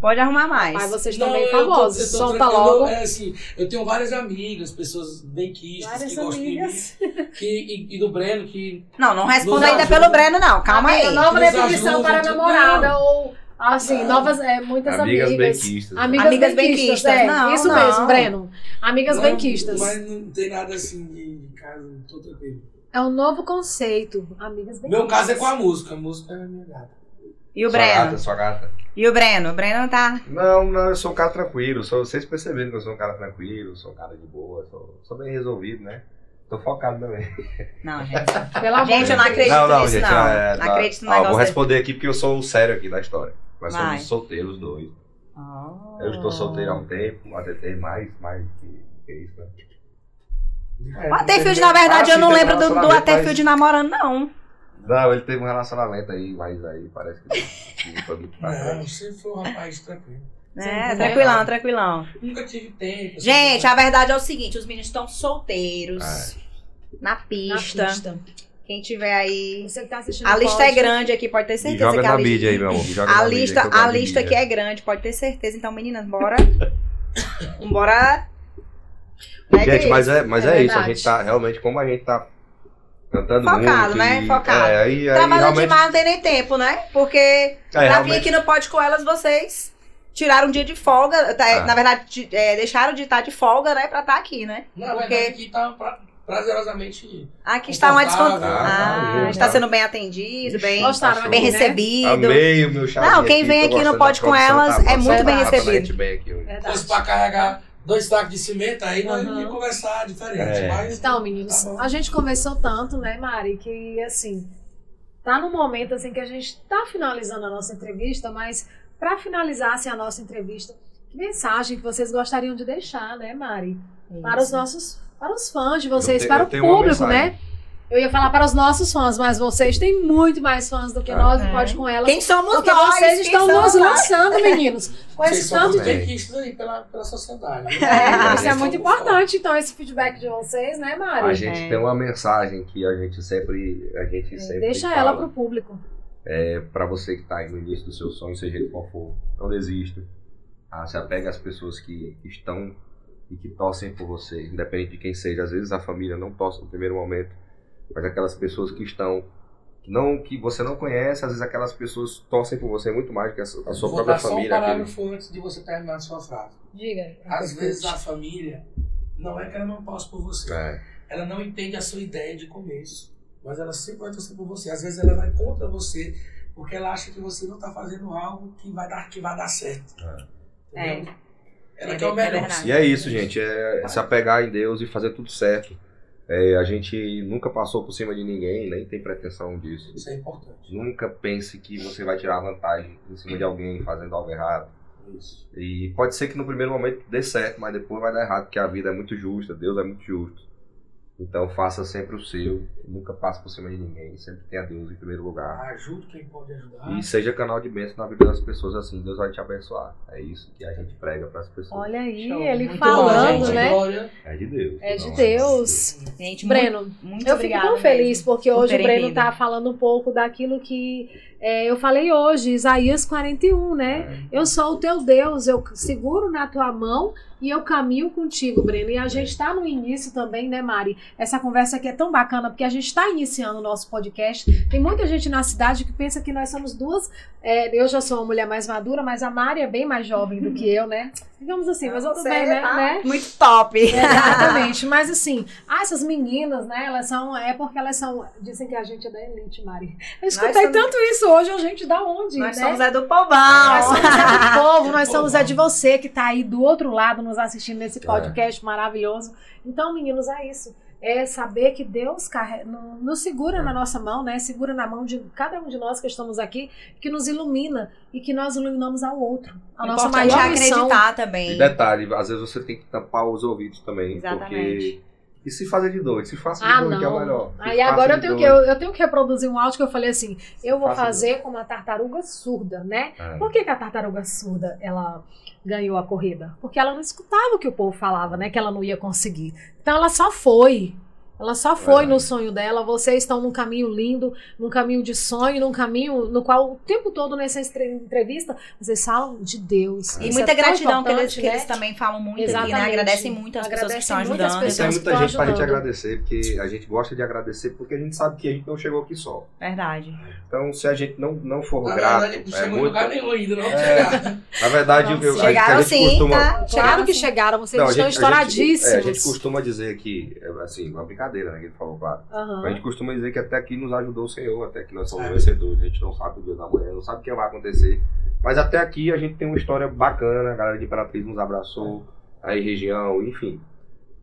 [SPEAKER 1] Pode arrumar
[SPEAKER 2] Mas
[SPEAKER 1] mais.
[SPEAKER 2] vocês estão
[SPEAKER 4] Não,
[SPEAKER 2] bem
[SPEAKER 4] eu tô-
[SPEAKER 2] famosos.
[SPEAKER 4] eu tô
[SPEAKER 2] Solta
[SPEAKER 4] tranquilo,
[SPEAKER 2] logo.
[SPEAKER 4] É assim, eu tenho várias amigas, pessoas bem quistas, que
[SPEAKER 2] Várias
[SPEAKER 4] gostam de mim.
[SPEAKER 2] amigas.
[SPEAKER 4] Que, e, e do Breno, que
[SPEAKER 1] Não, não responda
[SPEAKER 4] Nos
[SPEAKER 1] ainda
[SPEAKER 4] ajuda.
[SPEAKER 1] pelo Breno, não. Calma
[SPEAKER 2] Amiga,
[SPEAKER 1] aí.
[SPEAKER 2] Nova
[SPEAKER 4] Nos
[SPEAKER 2] definição
[SPEAKER 4] ajuda,
[SPEAKER 2] para
[SPEAKER 4] tudo.
[SPEAKER 2] namorada ou assim,
[SPEAKER 4] Não.
[SPEAKER 2] novas, é, muitas
[SPEAKER 3] Amigas
[SPEAKER 2] amigas.
[SPEAKER 3] benquistas.
[SPEAKER 2] Amigas,
[SPEAKER 1] Amigas
[SPEAKER 2] benquistas,
[SPEAKER 1] benquistas,
[SPEAKER 2] é.
[SPEAKER 1] não,
[SPEAKER 2] Isso
[SPEAKER 1] não.
[SPEAKER 2] mesmo, Breno. Amigas
[SPEAKER 4] Não,
[SPEAKER 2] benquistas.
[SPEAKER 4] Mas não tem nada assim de, de casa, não tô tranquilo.
[SPEAKER 2] É um novo conceito. Amigas benquistas.
[SPEAKER 4] Meu caso é com a música, a música é a minha gata.
[SPEAKER 1] E o
[SPEAKER 3] Sua
[SPEAKER 1] Breno?
[SPEAKER 3] gata, sua gata.
[SPEAKER 1] E o Breno? O Breno tá.
[SPEAKER 3] Não, não, eu sou um cara tranquilo. Sou, vocês perceberam que eu sou um cara tranquilo, sou um cara de boa, sou, sou bem resolvido, né? Tô focado também.
[SPEAKER 1] Não, gente.
[SPEAKER 2] Pelo amor
[SPEAKER 1] Gente,
[SPEAKER 2] de
[SPEAKER 1] eu não
[SPEAKER 2] Deus.
[SPEAKER 1] acredito
[SPEAKER 3] não, não,
[SPEAKER 1] nisso,
[SPEAKER 3] gente.
[SPEAKER 1] não.
[SPEAKER 3] é,
[SPEAKER 1] Não
[SPEAKER 3] tá-
[SPEAKER 1] acredito no
[SPEAKER 3] Ó,
[SPEAKER 1] negócio
[SPEAKER 3] Vou
[SPEAKER 1] desse.
[SPEAKER 3] responder aqui porque eu sou o sério aqui da história. Nós
[SPEAKER 1] Vai.
[SPEAKER 3] somos solteiros dois. <laughs> Eu estou solteiro há
[SPEAKER 2] Ah.
[SPEAKER 3] um tempo, até tem mais, mais que, que isso, né?
[SPEAKER 2] É,
[SPEAKER 1] O Aterfield,
[SPEAKER 2] um
[SPEAKER 1] na verdade,
[SPEAKER 3] Ah,
[SPEAKER 1] eu não
[SPEAKER 3] sim, tem
[SPEAKER 1] lembro do, do
[SPEAKER 3] relacionamento,
[SPEAKER 1] Aterfield namorando, não.
[SPEAKER 3] Não, ele teve um relacionamento aí, mas aí parece que não- não foi muito pra
[SPEAKER 2] É.
[SPEAKER 4] Não,
[SPEAKER 3] frente.
[SPEAKER 4] sempre foi um rapaz tranquilo.
[SPEAKER 1] É,
[SPEAKER 2] Sim,
[SPEAKER 1] tranquilão, tranquilão.
[SPEAKER 4] Nunca tive tempo. assim,
[SPEAKER 1] Gente, a verdade é o seguinte: os meninos estão solteiros.
[SPEAKER 3] É.
[SPEAKER 1] Na
[SPEAKER 2] Na
[SPEAKER 1] pista.
[SPEAKER 2] pista.
[SPEAKER 1] Quem tiver aí.
[SPEAKER 2] Você que tá assistindo
[SPEAKER 1] A
[SPEAKER 2] o
[SPEAKER 1] lista é
[SPEAKER 2] podcast,
[SPEAKER 1] grande aqui, pode ter
[SPEAKER 3] Me
[SPEAKER 1] certeza
[SPEAKER 3] joga
[SPEAKER 1] que a
[SPEAKER 3] na
[SPEAKER 1] lista.
[SPEAKER 3] mídia aí, meu amor. me joga na
[SPEAKER 1] A
[SPEAKER 3] mídia,
[SPEAKER 1] lista,
[SPEAKER 3] que eu gosto
[SPEAKER 1] a
[SPEAKER 3] de
[SPEAKER 1] lista aqui
[SPEAKER 3] mídia.
[SPEAKER 1] é grande, pode ter certeza. Então, meninas,
[SPEAKER 3] <laughs>
[SPEAKER 1] bora. bora. Né,
[SPEAKER 3] Gente,
[SPEAKER 1] Cris?
[SPEAKER 3] mas é, mas
[SPEAKER 2] É
[SPEAKER 3] é, isso. A
[SPEAKER 2] verdade.
[SPEAKER 3] gente tá, realmente, como a gente tá cantando
[SPEAKER 1] Focado,
[SPEAKER 3] muito
[SPEAKER 1] né?
[SPEAKER 3] e-
[SPEAKER 1] Focado.
[SPEAKER 3] É, aí, aí
[SPEAKER 1] Trabalhando
[SPEAKER 3] realmente...
[SPEAKER 1] demais, não tem nem tempo, né? Porque
[SPEAKER 3] É,
[SPEAKER 1] pra vir
[SPEAKER 3] realmente
[SPEAKER 1] aqui no Pode Com Elas, vocês tiraram um dia de folga. tá, é,
[SPEAKER 3] Ah.
[SPEAKER 1] Na verdade, de- é, deixaram de estar de folga, né? Pra estar aqui,
[SPEAKER 2] ah,
[SPEAKER 1] né?
[SPEAKER 4] Na
[SPEAKER 1] Porque-
[SPEAKER 4] verdade, aqui tá pra, prazerosamente.
[SPEAKER 1] Aqui está uma desconto.
[SPEAKER 4] Confortável.
[SPEAKER 3] Ah,
[SPEAKER 1] Ah,
[SPEAKER 3] valeu,
[SPEAKER 1] está
[SPEAKER 3] tá.
[SPEAKER 1] sendo bem atendido, bem,
[SPEAKER 2] Gostaram
[SPEAKER 3] Tá
[SPEAKER 1] bem
[SPEAKER 2] aqui, né?
[SPEAKER 1] recebido.
[SPEAKER 3] amei o meu chá.
[SPEAKER 1] Não, quem vem aqui no Pode Com Elas
[SPEAKER 3] tá
[SPEAKER 1] é
[SPEAKER 2] muito bem
[SPEAKER 1] recebido.
[SPEAKER 3] Bem
[SPEAKER 2] é
[SPEAKER 3] aqui hoje.
[SPEAKER 4] Fosse pra carregar dois sacos de cimento, aí nós
[SPEAKER 2] Aham.
[SPEAKER 4] ia conversar diferente.
[SPEAKER 3] É.
[SPEAKER 4] Mas
[SPEAKER 2] Então, meninos,
[SPEAKER 4] Tá bom.
[SPEAKER 2] a gente conversou tanto, né, Mari, que assim, tá num momento assim que a gente tá finalizando a nossa entrevista, mas para finalizar assim, a nossa entrevista, que mensagem que vocês gostariam de deixar, né, Mari? Para os nossos, para os fãs de vocês,
[SPEAKER 3] Eu tenho-
[SPEAKER 2] para
[SPEAKER 3] eu
[SPEAKER 2] o
[SPEAKER 3] tenho uma
[SPEAKER 2] público,
[SPEAKER 3] mensagem.
[SPEAKER 2] né? Eu ia falar para os nossos fãs, mas vocês têm muito mais fãs do que
[SPEAKER 3] É.
[SPEAKER 2] nós,
[SPEAKER 1] É.
[SPEAKER 2] pode com elas.
[SPEAKER 1] Quem somos
[SPEAKER 2] Porque
[SPEAKER 1] nós?
[SPEAKER 2] vocês
[SPEAKER 1] Quem
[SPEAKER 2] estão
[SPEAKER 1] somos
[SPEAKER 2] nos
[SPEAKER 1] nós?
[SPEAKER 2] lançando, meninos. Com
[SPEAKER 4] vocês
[SPEAKER 2] esse
[SPEAKER 4] são
[SPEAKER 2] tanto
[SPEAKER 4] muito
[SPEAKER 3] também.
[SPEAKER 4] benquistas aí pela, pela
[SPEAKER 2] isso
[SPEAKER 3] É,
[SPEAKER 4] sociedade.
[SPEAKER 2] <laughs> é
[SPEAKER 3] Vocês
[SPEAKER 2] muito importante, então, esse feedback de vocês, né,
[SPEAKER 3] A
[SPEAKER 2] Mari?
[SPEAKER 3] gente
[SPEAKER 1] É.
[SPEAKER 3] tem uma mensagem que a gente sempre, a gente sempre
[SPEAKER 2] É, Deixa
[SPEAKER 3] fala.
[SPEAKER 2] ela pro público.
[SPEAKER 3] Pra você que tá aí no início do seu sonho, seja ele qual for, não desista. Ah, se apega às pessoas que estão e que torcem por você, independente de quem seja. Às vezes a família não torce no primeiro momento, mas aquelas pessoas que estão não que você não conhece, às vezes aquelas pessoas torcem por você muito mais que a, su- a sua
[SPEAKER 4] Vou
[SPEAKER 3] própria
[SPEAKER 4] dar só
[SPEAKER 3] família.
[SPEAKER 4] um
[SPEAKER 3] aquele-
[SPEAKER 4] parágrafo antes de você terminar a sua frase.
[SPEAKER 2] Diga.
[SPEAKER 4] Às vezes a família não é que ela não possa por você.
[SPEAKER 3] É,
[SPEAKER 4] Ela não entende a sua ideia de começo, mas ela sempre vai torcer por você. Às vezes ela vai contra você porque ela acha que você não está fazendo algo que vai dar que vai dar certo.
[SPEAKER 1] É.
[SPEAKER 4] Entendeu? Ela
[SPEAKER 1] É
[SPEAKER 4] quer o
[SPEAKER 1] ver- é
[SPEAKER 4] melhor.
[SPEAKER 1] verdade.
[SPEAKER 3] E é isso, gente. É se apegar em Deus e fazer tudo certo. É, a gente nunca passou por cima de ninguém, nem tem pretensão disso.
[SPEAKER 4] Isso é importante.
[SPEAKER 3] Nunca pense que você vai tirar vantagem em cima de alguém fazendo algo errado.
[SPEAKER 4] Isso.
[SPEAKER 3] E pode ser que no primeiro momento dê certo, mas depois vai dar errado, porque a vida é muito justa, Deus é muito justo. Então faça sempre o seu, nunca passe por cima de ninguém, sempre tenha Deus em primeiro lugar.
[SPEAKER 4] Ajuda quem pode ajudar.
[SPEAKER 3] E seja canal de bênção na vida das pessoas assim, Deus vai te abençoar. É isso que a gente prega para as pessoas.
[SPEAKER 2] Olha aí,
[SPEAKER 1] Show.
[SPEAKER 2] ele
[SPEAKER 1] Muito
[SPEAKER 2] falando,
[SPEAKER 1] bom, gente.
[SPEAKER 2] né?
[SPEAKER 4] Glória.
[SPEAKER 3] É de Deus.
[SPEAKER 2] É de
[SPEAKER 3] Não,
[SPEAKER 2] Deus.
[SPEAKER 1] Gente,
[SPEAKER 2] Breno,
[SPEAKER 1] muito, muito
[SPEAKER 2] eu
[SPEAKER 1] obrigada.
[SPEAKER 2] fico tão feliz
[SPEAKER 1] mesmo.
[SPEAKER 2] porque
[SPEAKER 1] por
[SPEAKER 2] hoje o
[SPEAKER 1] terem
[SPEAKER 2] Breno
[SPEAKER 1] vindo.
[SPEAKER 2] tá falando um pouco daquilo que é, eu falei hoje, Isaías 41, né? Eu sou o teu Deus, eu seguro na tua mão e eu caminho contigo, Breno. E a gente está no início também, né, Mari? Essa conversa aqui é tão bacana, porque a gente está iniciando o nosso podcast. Tem muita gente na cidade que pensa que nós somos duas. é, eu já sou uma mulher mais madura, mas a Mari é bem mais jovem do que eu, né? Digamos assim, mas eu
[SPEAKER 1] Você
[SPEAKER 2] também, né?
[SPEAKER 1] tá
[SPEAKER 2] né?
[SPEAKER 1] Muito top.
[SPEAKER 2] Exatamente, mas assim, ah, essas meninas, né, elas são, é porque elas são, dizem que a gente é da elite, Mari. Eu escutei
[SPEAKER 1] somos-
[SPEAKER 2] tanto isso hoje, a gente da onde,
[SPEAKER 1] Nós
[SPEAKER 2] né?
[SPEAKER 1] somos é do
[SPEAKER 2] Nós
[SPEAKER 1] povão. <laughs>
[SPEAKER 2] somos é do povo, É. nós
[SPEAKER 4] Do
[SPEAKER 2] somos
[SPEAKER 4] povão.
[SPEAKER 2] é de você que tá aí do outro lado nos assistindo nesse podcast maravilhoso. Então, meninos, é isso. É saber que Deus carre- no- nos segura na nossa mão, né? Segura na mão de cada um de nós que estamos aqui, que nos ilumina e que nós iluminamos ao outro. A nossa
[SPEAKER 1] Importante
[SPEAKER 2] maior
[SPEAKER 1] é
[SPEAKER 2] missão
[SPEAKER 1] acreditar
[SPEAKER 3] E
[SPEAKER 1] também.
[SPEAKER 3] detalhe, às vezes você tem que tampar os ouvidos também.
[SPEAKER 1] Exatamente.
[SPEAKER 3] Porque... E se fazer de doido? Se faça de
[SPEAKER 2] Ah,
[SPEAKER 3] doido, que é o
[SPEAKER 2] não.
[SPEAKER 3] melhor. Se
[SPEAKER 2] Aí
[SPEAKER 3] faça
[SPEAKER 2] agora eu
[SPEAKER 3] de
[SPEAKER 2] tenho, que,
[SPEAKER 3] doido.
[SPEAKER 2] eu, eu tenho que reproduzir um áudio que eu falei assim: eu vou
[SPEAKER 3] Faça
[SPEAKER 2] fazer como a tartaruga surda, né?
[SPEAKER 3] É.
[SPEAKER 2] Por que, que a tartaruga surda ela ganhou a corrida? Porque ela não escutava o que o povo falava, né? Que ela não ia conseguir. Então ela só foi. Ela só foi
[SPEAKER 3] É.
[SPEAKER 2] no sonho dela. Vocês estão num caminho lindo, num caminho de sonho, num caminho no qual o tempo todo nessa estre- entrevista vocês falam de Deus.
[SPEAKER 1] E
[SPEAKER 2] Isso
[SPEAKER 1] muita
[SPEAKER 2] é tão
[SPEAKER 1] gratidão que eles,
[SPEAKER 2] importante,
[SPEAKER 1] que
[SPEAKER 2] né?
[SPEAKER 1] eles também falam muito aqui, né?
[SPEAKER 2] Exatamente.
[SPEAKER 1] Agradecem muito as pessoas que estão
[SPEAKER 2] Agradecem muitas
[SPEAKER 1] ajudando. então,
[SPEAKER 2] pessoas.
[SPEAKER 3] Tem
[SPEAKER 2] que
[SPEAKER 3] muita
[SPEAKER 2] estão
[SPEAKER 3] gente pra gente
[SPEAKER 2] ajudando.
[SPEAKER 3] agradecer, porque a gente gosta de agradecer, porque a gente sabe que a gente não chegou aqui só.
[SPEAKER 1] Verdade.
[SPEAKER 3] Então, se a gente não, não for
[SPEAKER 4] Na
[SPEAKER 3] grato,
[SPEAKER 4] verdade, Ah, não
[SPEAKER 3] é
[SPEAKER 4] chegou em
[SPEAKER 3] muito.
[SPEAKER 4] lugar nenhum ainda, não.
[SPEAKER 3] É. Na verdade, o que eu- a gente, a
[SPEAKER 1] Chegaram
[SPEAKER 3] gente
[SPEAKER 1] sim,
[SPEAKER 3] costuma.
[SPEAKER 1] tá?
[SPEAKER 2] Claro que
[SPEAKER 1] sim.
[SPEAKER 2] chegaram, vocês
[SPEAKER 3] Não, a
[SPEAKER 2] estão
[SPEAKER 3] gente- a gente-
[SPEAKER 2] estouradíssimos.
[SPEAKER 3] é, A gente costuma dizer que, é, assim, uma brincadeira, né? Que ele falou, claro.
[SPEAKER 2] Aham.
[SPEAKER 3] A gente costuma dizer que até aqui nos ajudou o Senhor, até que nós somos
[SPEAKER 4] É.
[SPEAKER 3] vencedores. A gente não sabe o dia da manhã, não sabe o que vai acontecer. Mas até aqui a gente tem uma história bacana. A galera de Imperatriz nos abraçou, aí região, enfim.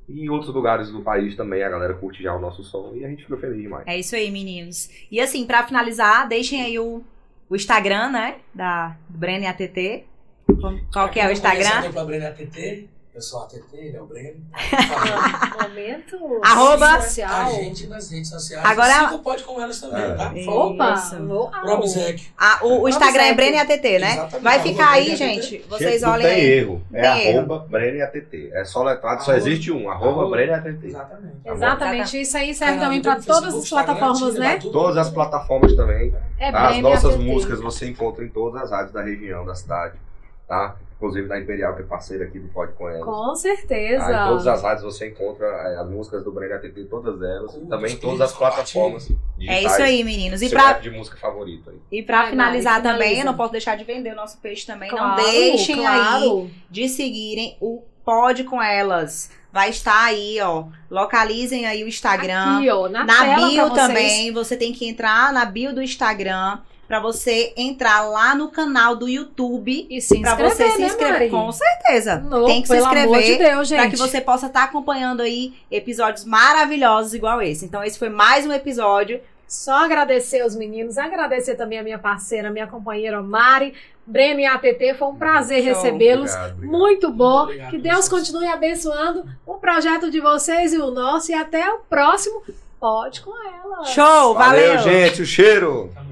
[SPEAKER 3] E em outros lugares do país também a galera curte já o nosso som e a gente fica feliz demais.
[SPEAKER 1] É isso aí, meninos. E assim, pra finalizar, deixem aí o, o Instagram, né? Da Breno e ATT. Como- Qual que é o Instagram?
[SPEAKER 4] Eu ATT. Eu sou ATT, ele é o
[SPEAKER 1] <laughs>
[SPEAKER 4] Breno. Tá
[SPEAKER 2] Ah, Momento
[SPEAKER 1] Arroba-
[SPEAKER 4] A
[SPEAKER 2] social.
[SPEAKER 4] gente nas redes sociais.
[SPEAKER 1] Agora-
[SPEAKER 4] Siga o pode com elas também,
[SPEAKER 3] É.
[SPEAKER 4] tá? Por
[SPEAKER 1] Isso.
[SPEAKER 4] favor.
[SPEAKER 2] Opa!
[SPEAKER 1] Isso.
[SPEAKER 2] Uau.
[SPEAKER 4] Probzec.
[SPEAKER 1] Ah, o, o Instagram é
[SPEAKER 2] Obseque.
[SPEAKER 1] Breno e ATT, né?
[SPEAKER 4] Exatamente.
[SPEAKER 1] Vai
[SPEAKER 4] Arroba
[SPEAKER 1] ficar aí,
[SPEAKER 4] Breno ATT.
[SPEAKER 1] gente. Vocês
[SPEAKER 3] Gente, não
[SPEAKER 1] olhem
[SPEAKER 3] tem
[SPEAKER 1] aí.
[SPEAKER 3] erro. É
[SPEAKER 1] Tem erro.
[SPEAKER 3] arroba Brenner ATT. É só letrado, só
[SPEAKER 4] Arroba-
[SPEAKER 3] existe um. Arroba
[SPEAKER 4] arroba-
[SPEAKER 3] Brenner ATT.
[SPEAKER 4] Exatamente.
[SPEAKER 2] Exatamente, isso aí serve
[SPEAKER 4] Canal
[SPEAKER 2] também
[SPEAKER 4] do
[SPEAKER 2] para
[SPEAKER 4] YouTube,
[SPEAKER 2] todas as
[SPEAKER 4] Facebook, Instagram,
[SPEAKER 2] plataformas,
[SPEAKER 4] Tinder,
[SPEAKER 2] né?
[SPEAKER 4] tudo.
[SPEAKER 3] Todas as plataformas também.
[SPEAKER 2] É
[SPEAKER 3] Tá? As
[SPEAKER 2] Breno
[SPEAKER 3] nossas
[SPEAKER 2] ATT.
[SPEAKER 3] músicas você encontra em todas as rádios da região, da cidade, tá? Inclusive da Imperial, que é parceira aqui do Pode Com Elas.
[SPEAKER 2] Com
[SPEAKER 3] Tá? Em todas
[SPEAKER 2] certeza.
[SPEAKER 3] as rádios você encontra é, as músicas do Breno ATT, todas elas, e
[SPEAKER 4] Curta,
[SPEAKER 3] também em
[SPEAKER 4] inscreva-se,
[SPEAKER 3] todas as
[SPEAKER 4] compartilhe.
[SPEAKER 3] plataformas
[SPEAKER 1] É
[SPEAKER 3] digitais.
[SPEAKER 1] isso aí, meninos. E
[SPEAKER 3] Seu
[SPEAKER 1] pra,
[SPEAKER 3] app de música favorito aí.
[SPEAKER 1] e pra
[SPEAKER 2] Vai,
[SPEAKER 1] finalizar
[SPEAKER 2] Mari,
[SPEAKER 1] também,
[SPEAKER 2] finaliza.
[SPEAKER 1] eu não posso deixar de vender o nosso peixe também. não
[SPEAKER 2] Claro,
[SPEAKER 1] deixem aí
[SPEAKER 2] claro.
[SPEAKER 1] de seguirem o Pode com Elas. Vai estar aí, ó. Localizem aí o Instagram.
[SPEAKER 2] Aqui, ó, na,
[SPEAKER 1] na
[SPEAKER 2] tela pra
[SPEAKER 1] bio
[SPEAKER 2] vocês.
[SPEAKER 1] também, você tem que entrar na bio do Instagram pra você entrar lá no canal do YouTube
[SPEAKER 2] E se
[SPEAKER 1] pra
[SPEAKER 2] inscrever,
[SPEAKER 1] você se
[SPEAKER 2] né,
[SPEAKER 1] inscrever.
[SPEAKER 2] Mari?
[SPEAKER 1] com certeza.
[SPEAKER 2] No,
[SPEAKER 1] tem que se
[SPEAKER 2] pelo amor de
[SPEAKER 1] inscrever
[SPEAKER 2] Deus, gente.
[SPEAKER 1] pra que você possa estar acompanhando aí episódios maravilhosos igual esse. Então esse foi mais um episódio.
[SPEAKER 2] Só agradecer aos meninos, agradecer também a minha parceira, minha companheira Mari, Breno e ATT, foi um prazer
[SPEAKER 1] Show.
[SPEAKER 2] recebê-los.
[SPEAKER 3] Obrigado, obrigado.
[SPEAKER 2] Muito
[SPEAKER 4] Muito
[SPEAKER 2] bom.
[SPEAKER 4] obrigado,
[SPEAKER 2] que Deus
[SPEAKER 4] vocês.
[SPEAKER 2] continue abençoando o projeto de vocês e o nosso. E até o próximo. Pode com ela.
[SPEAKER 1] Show,
[SPEAKER 3] Valeu, gente. O cheiro!
[SPEAKER 4] Tá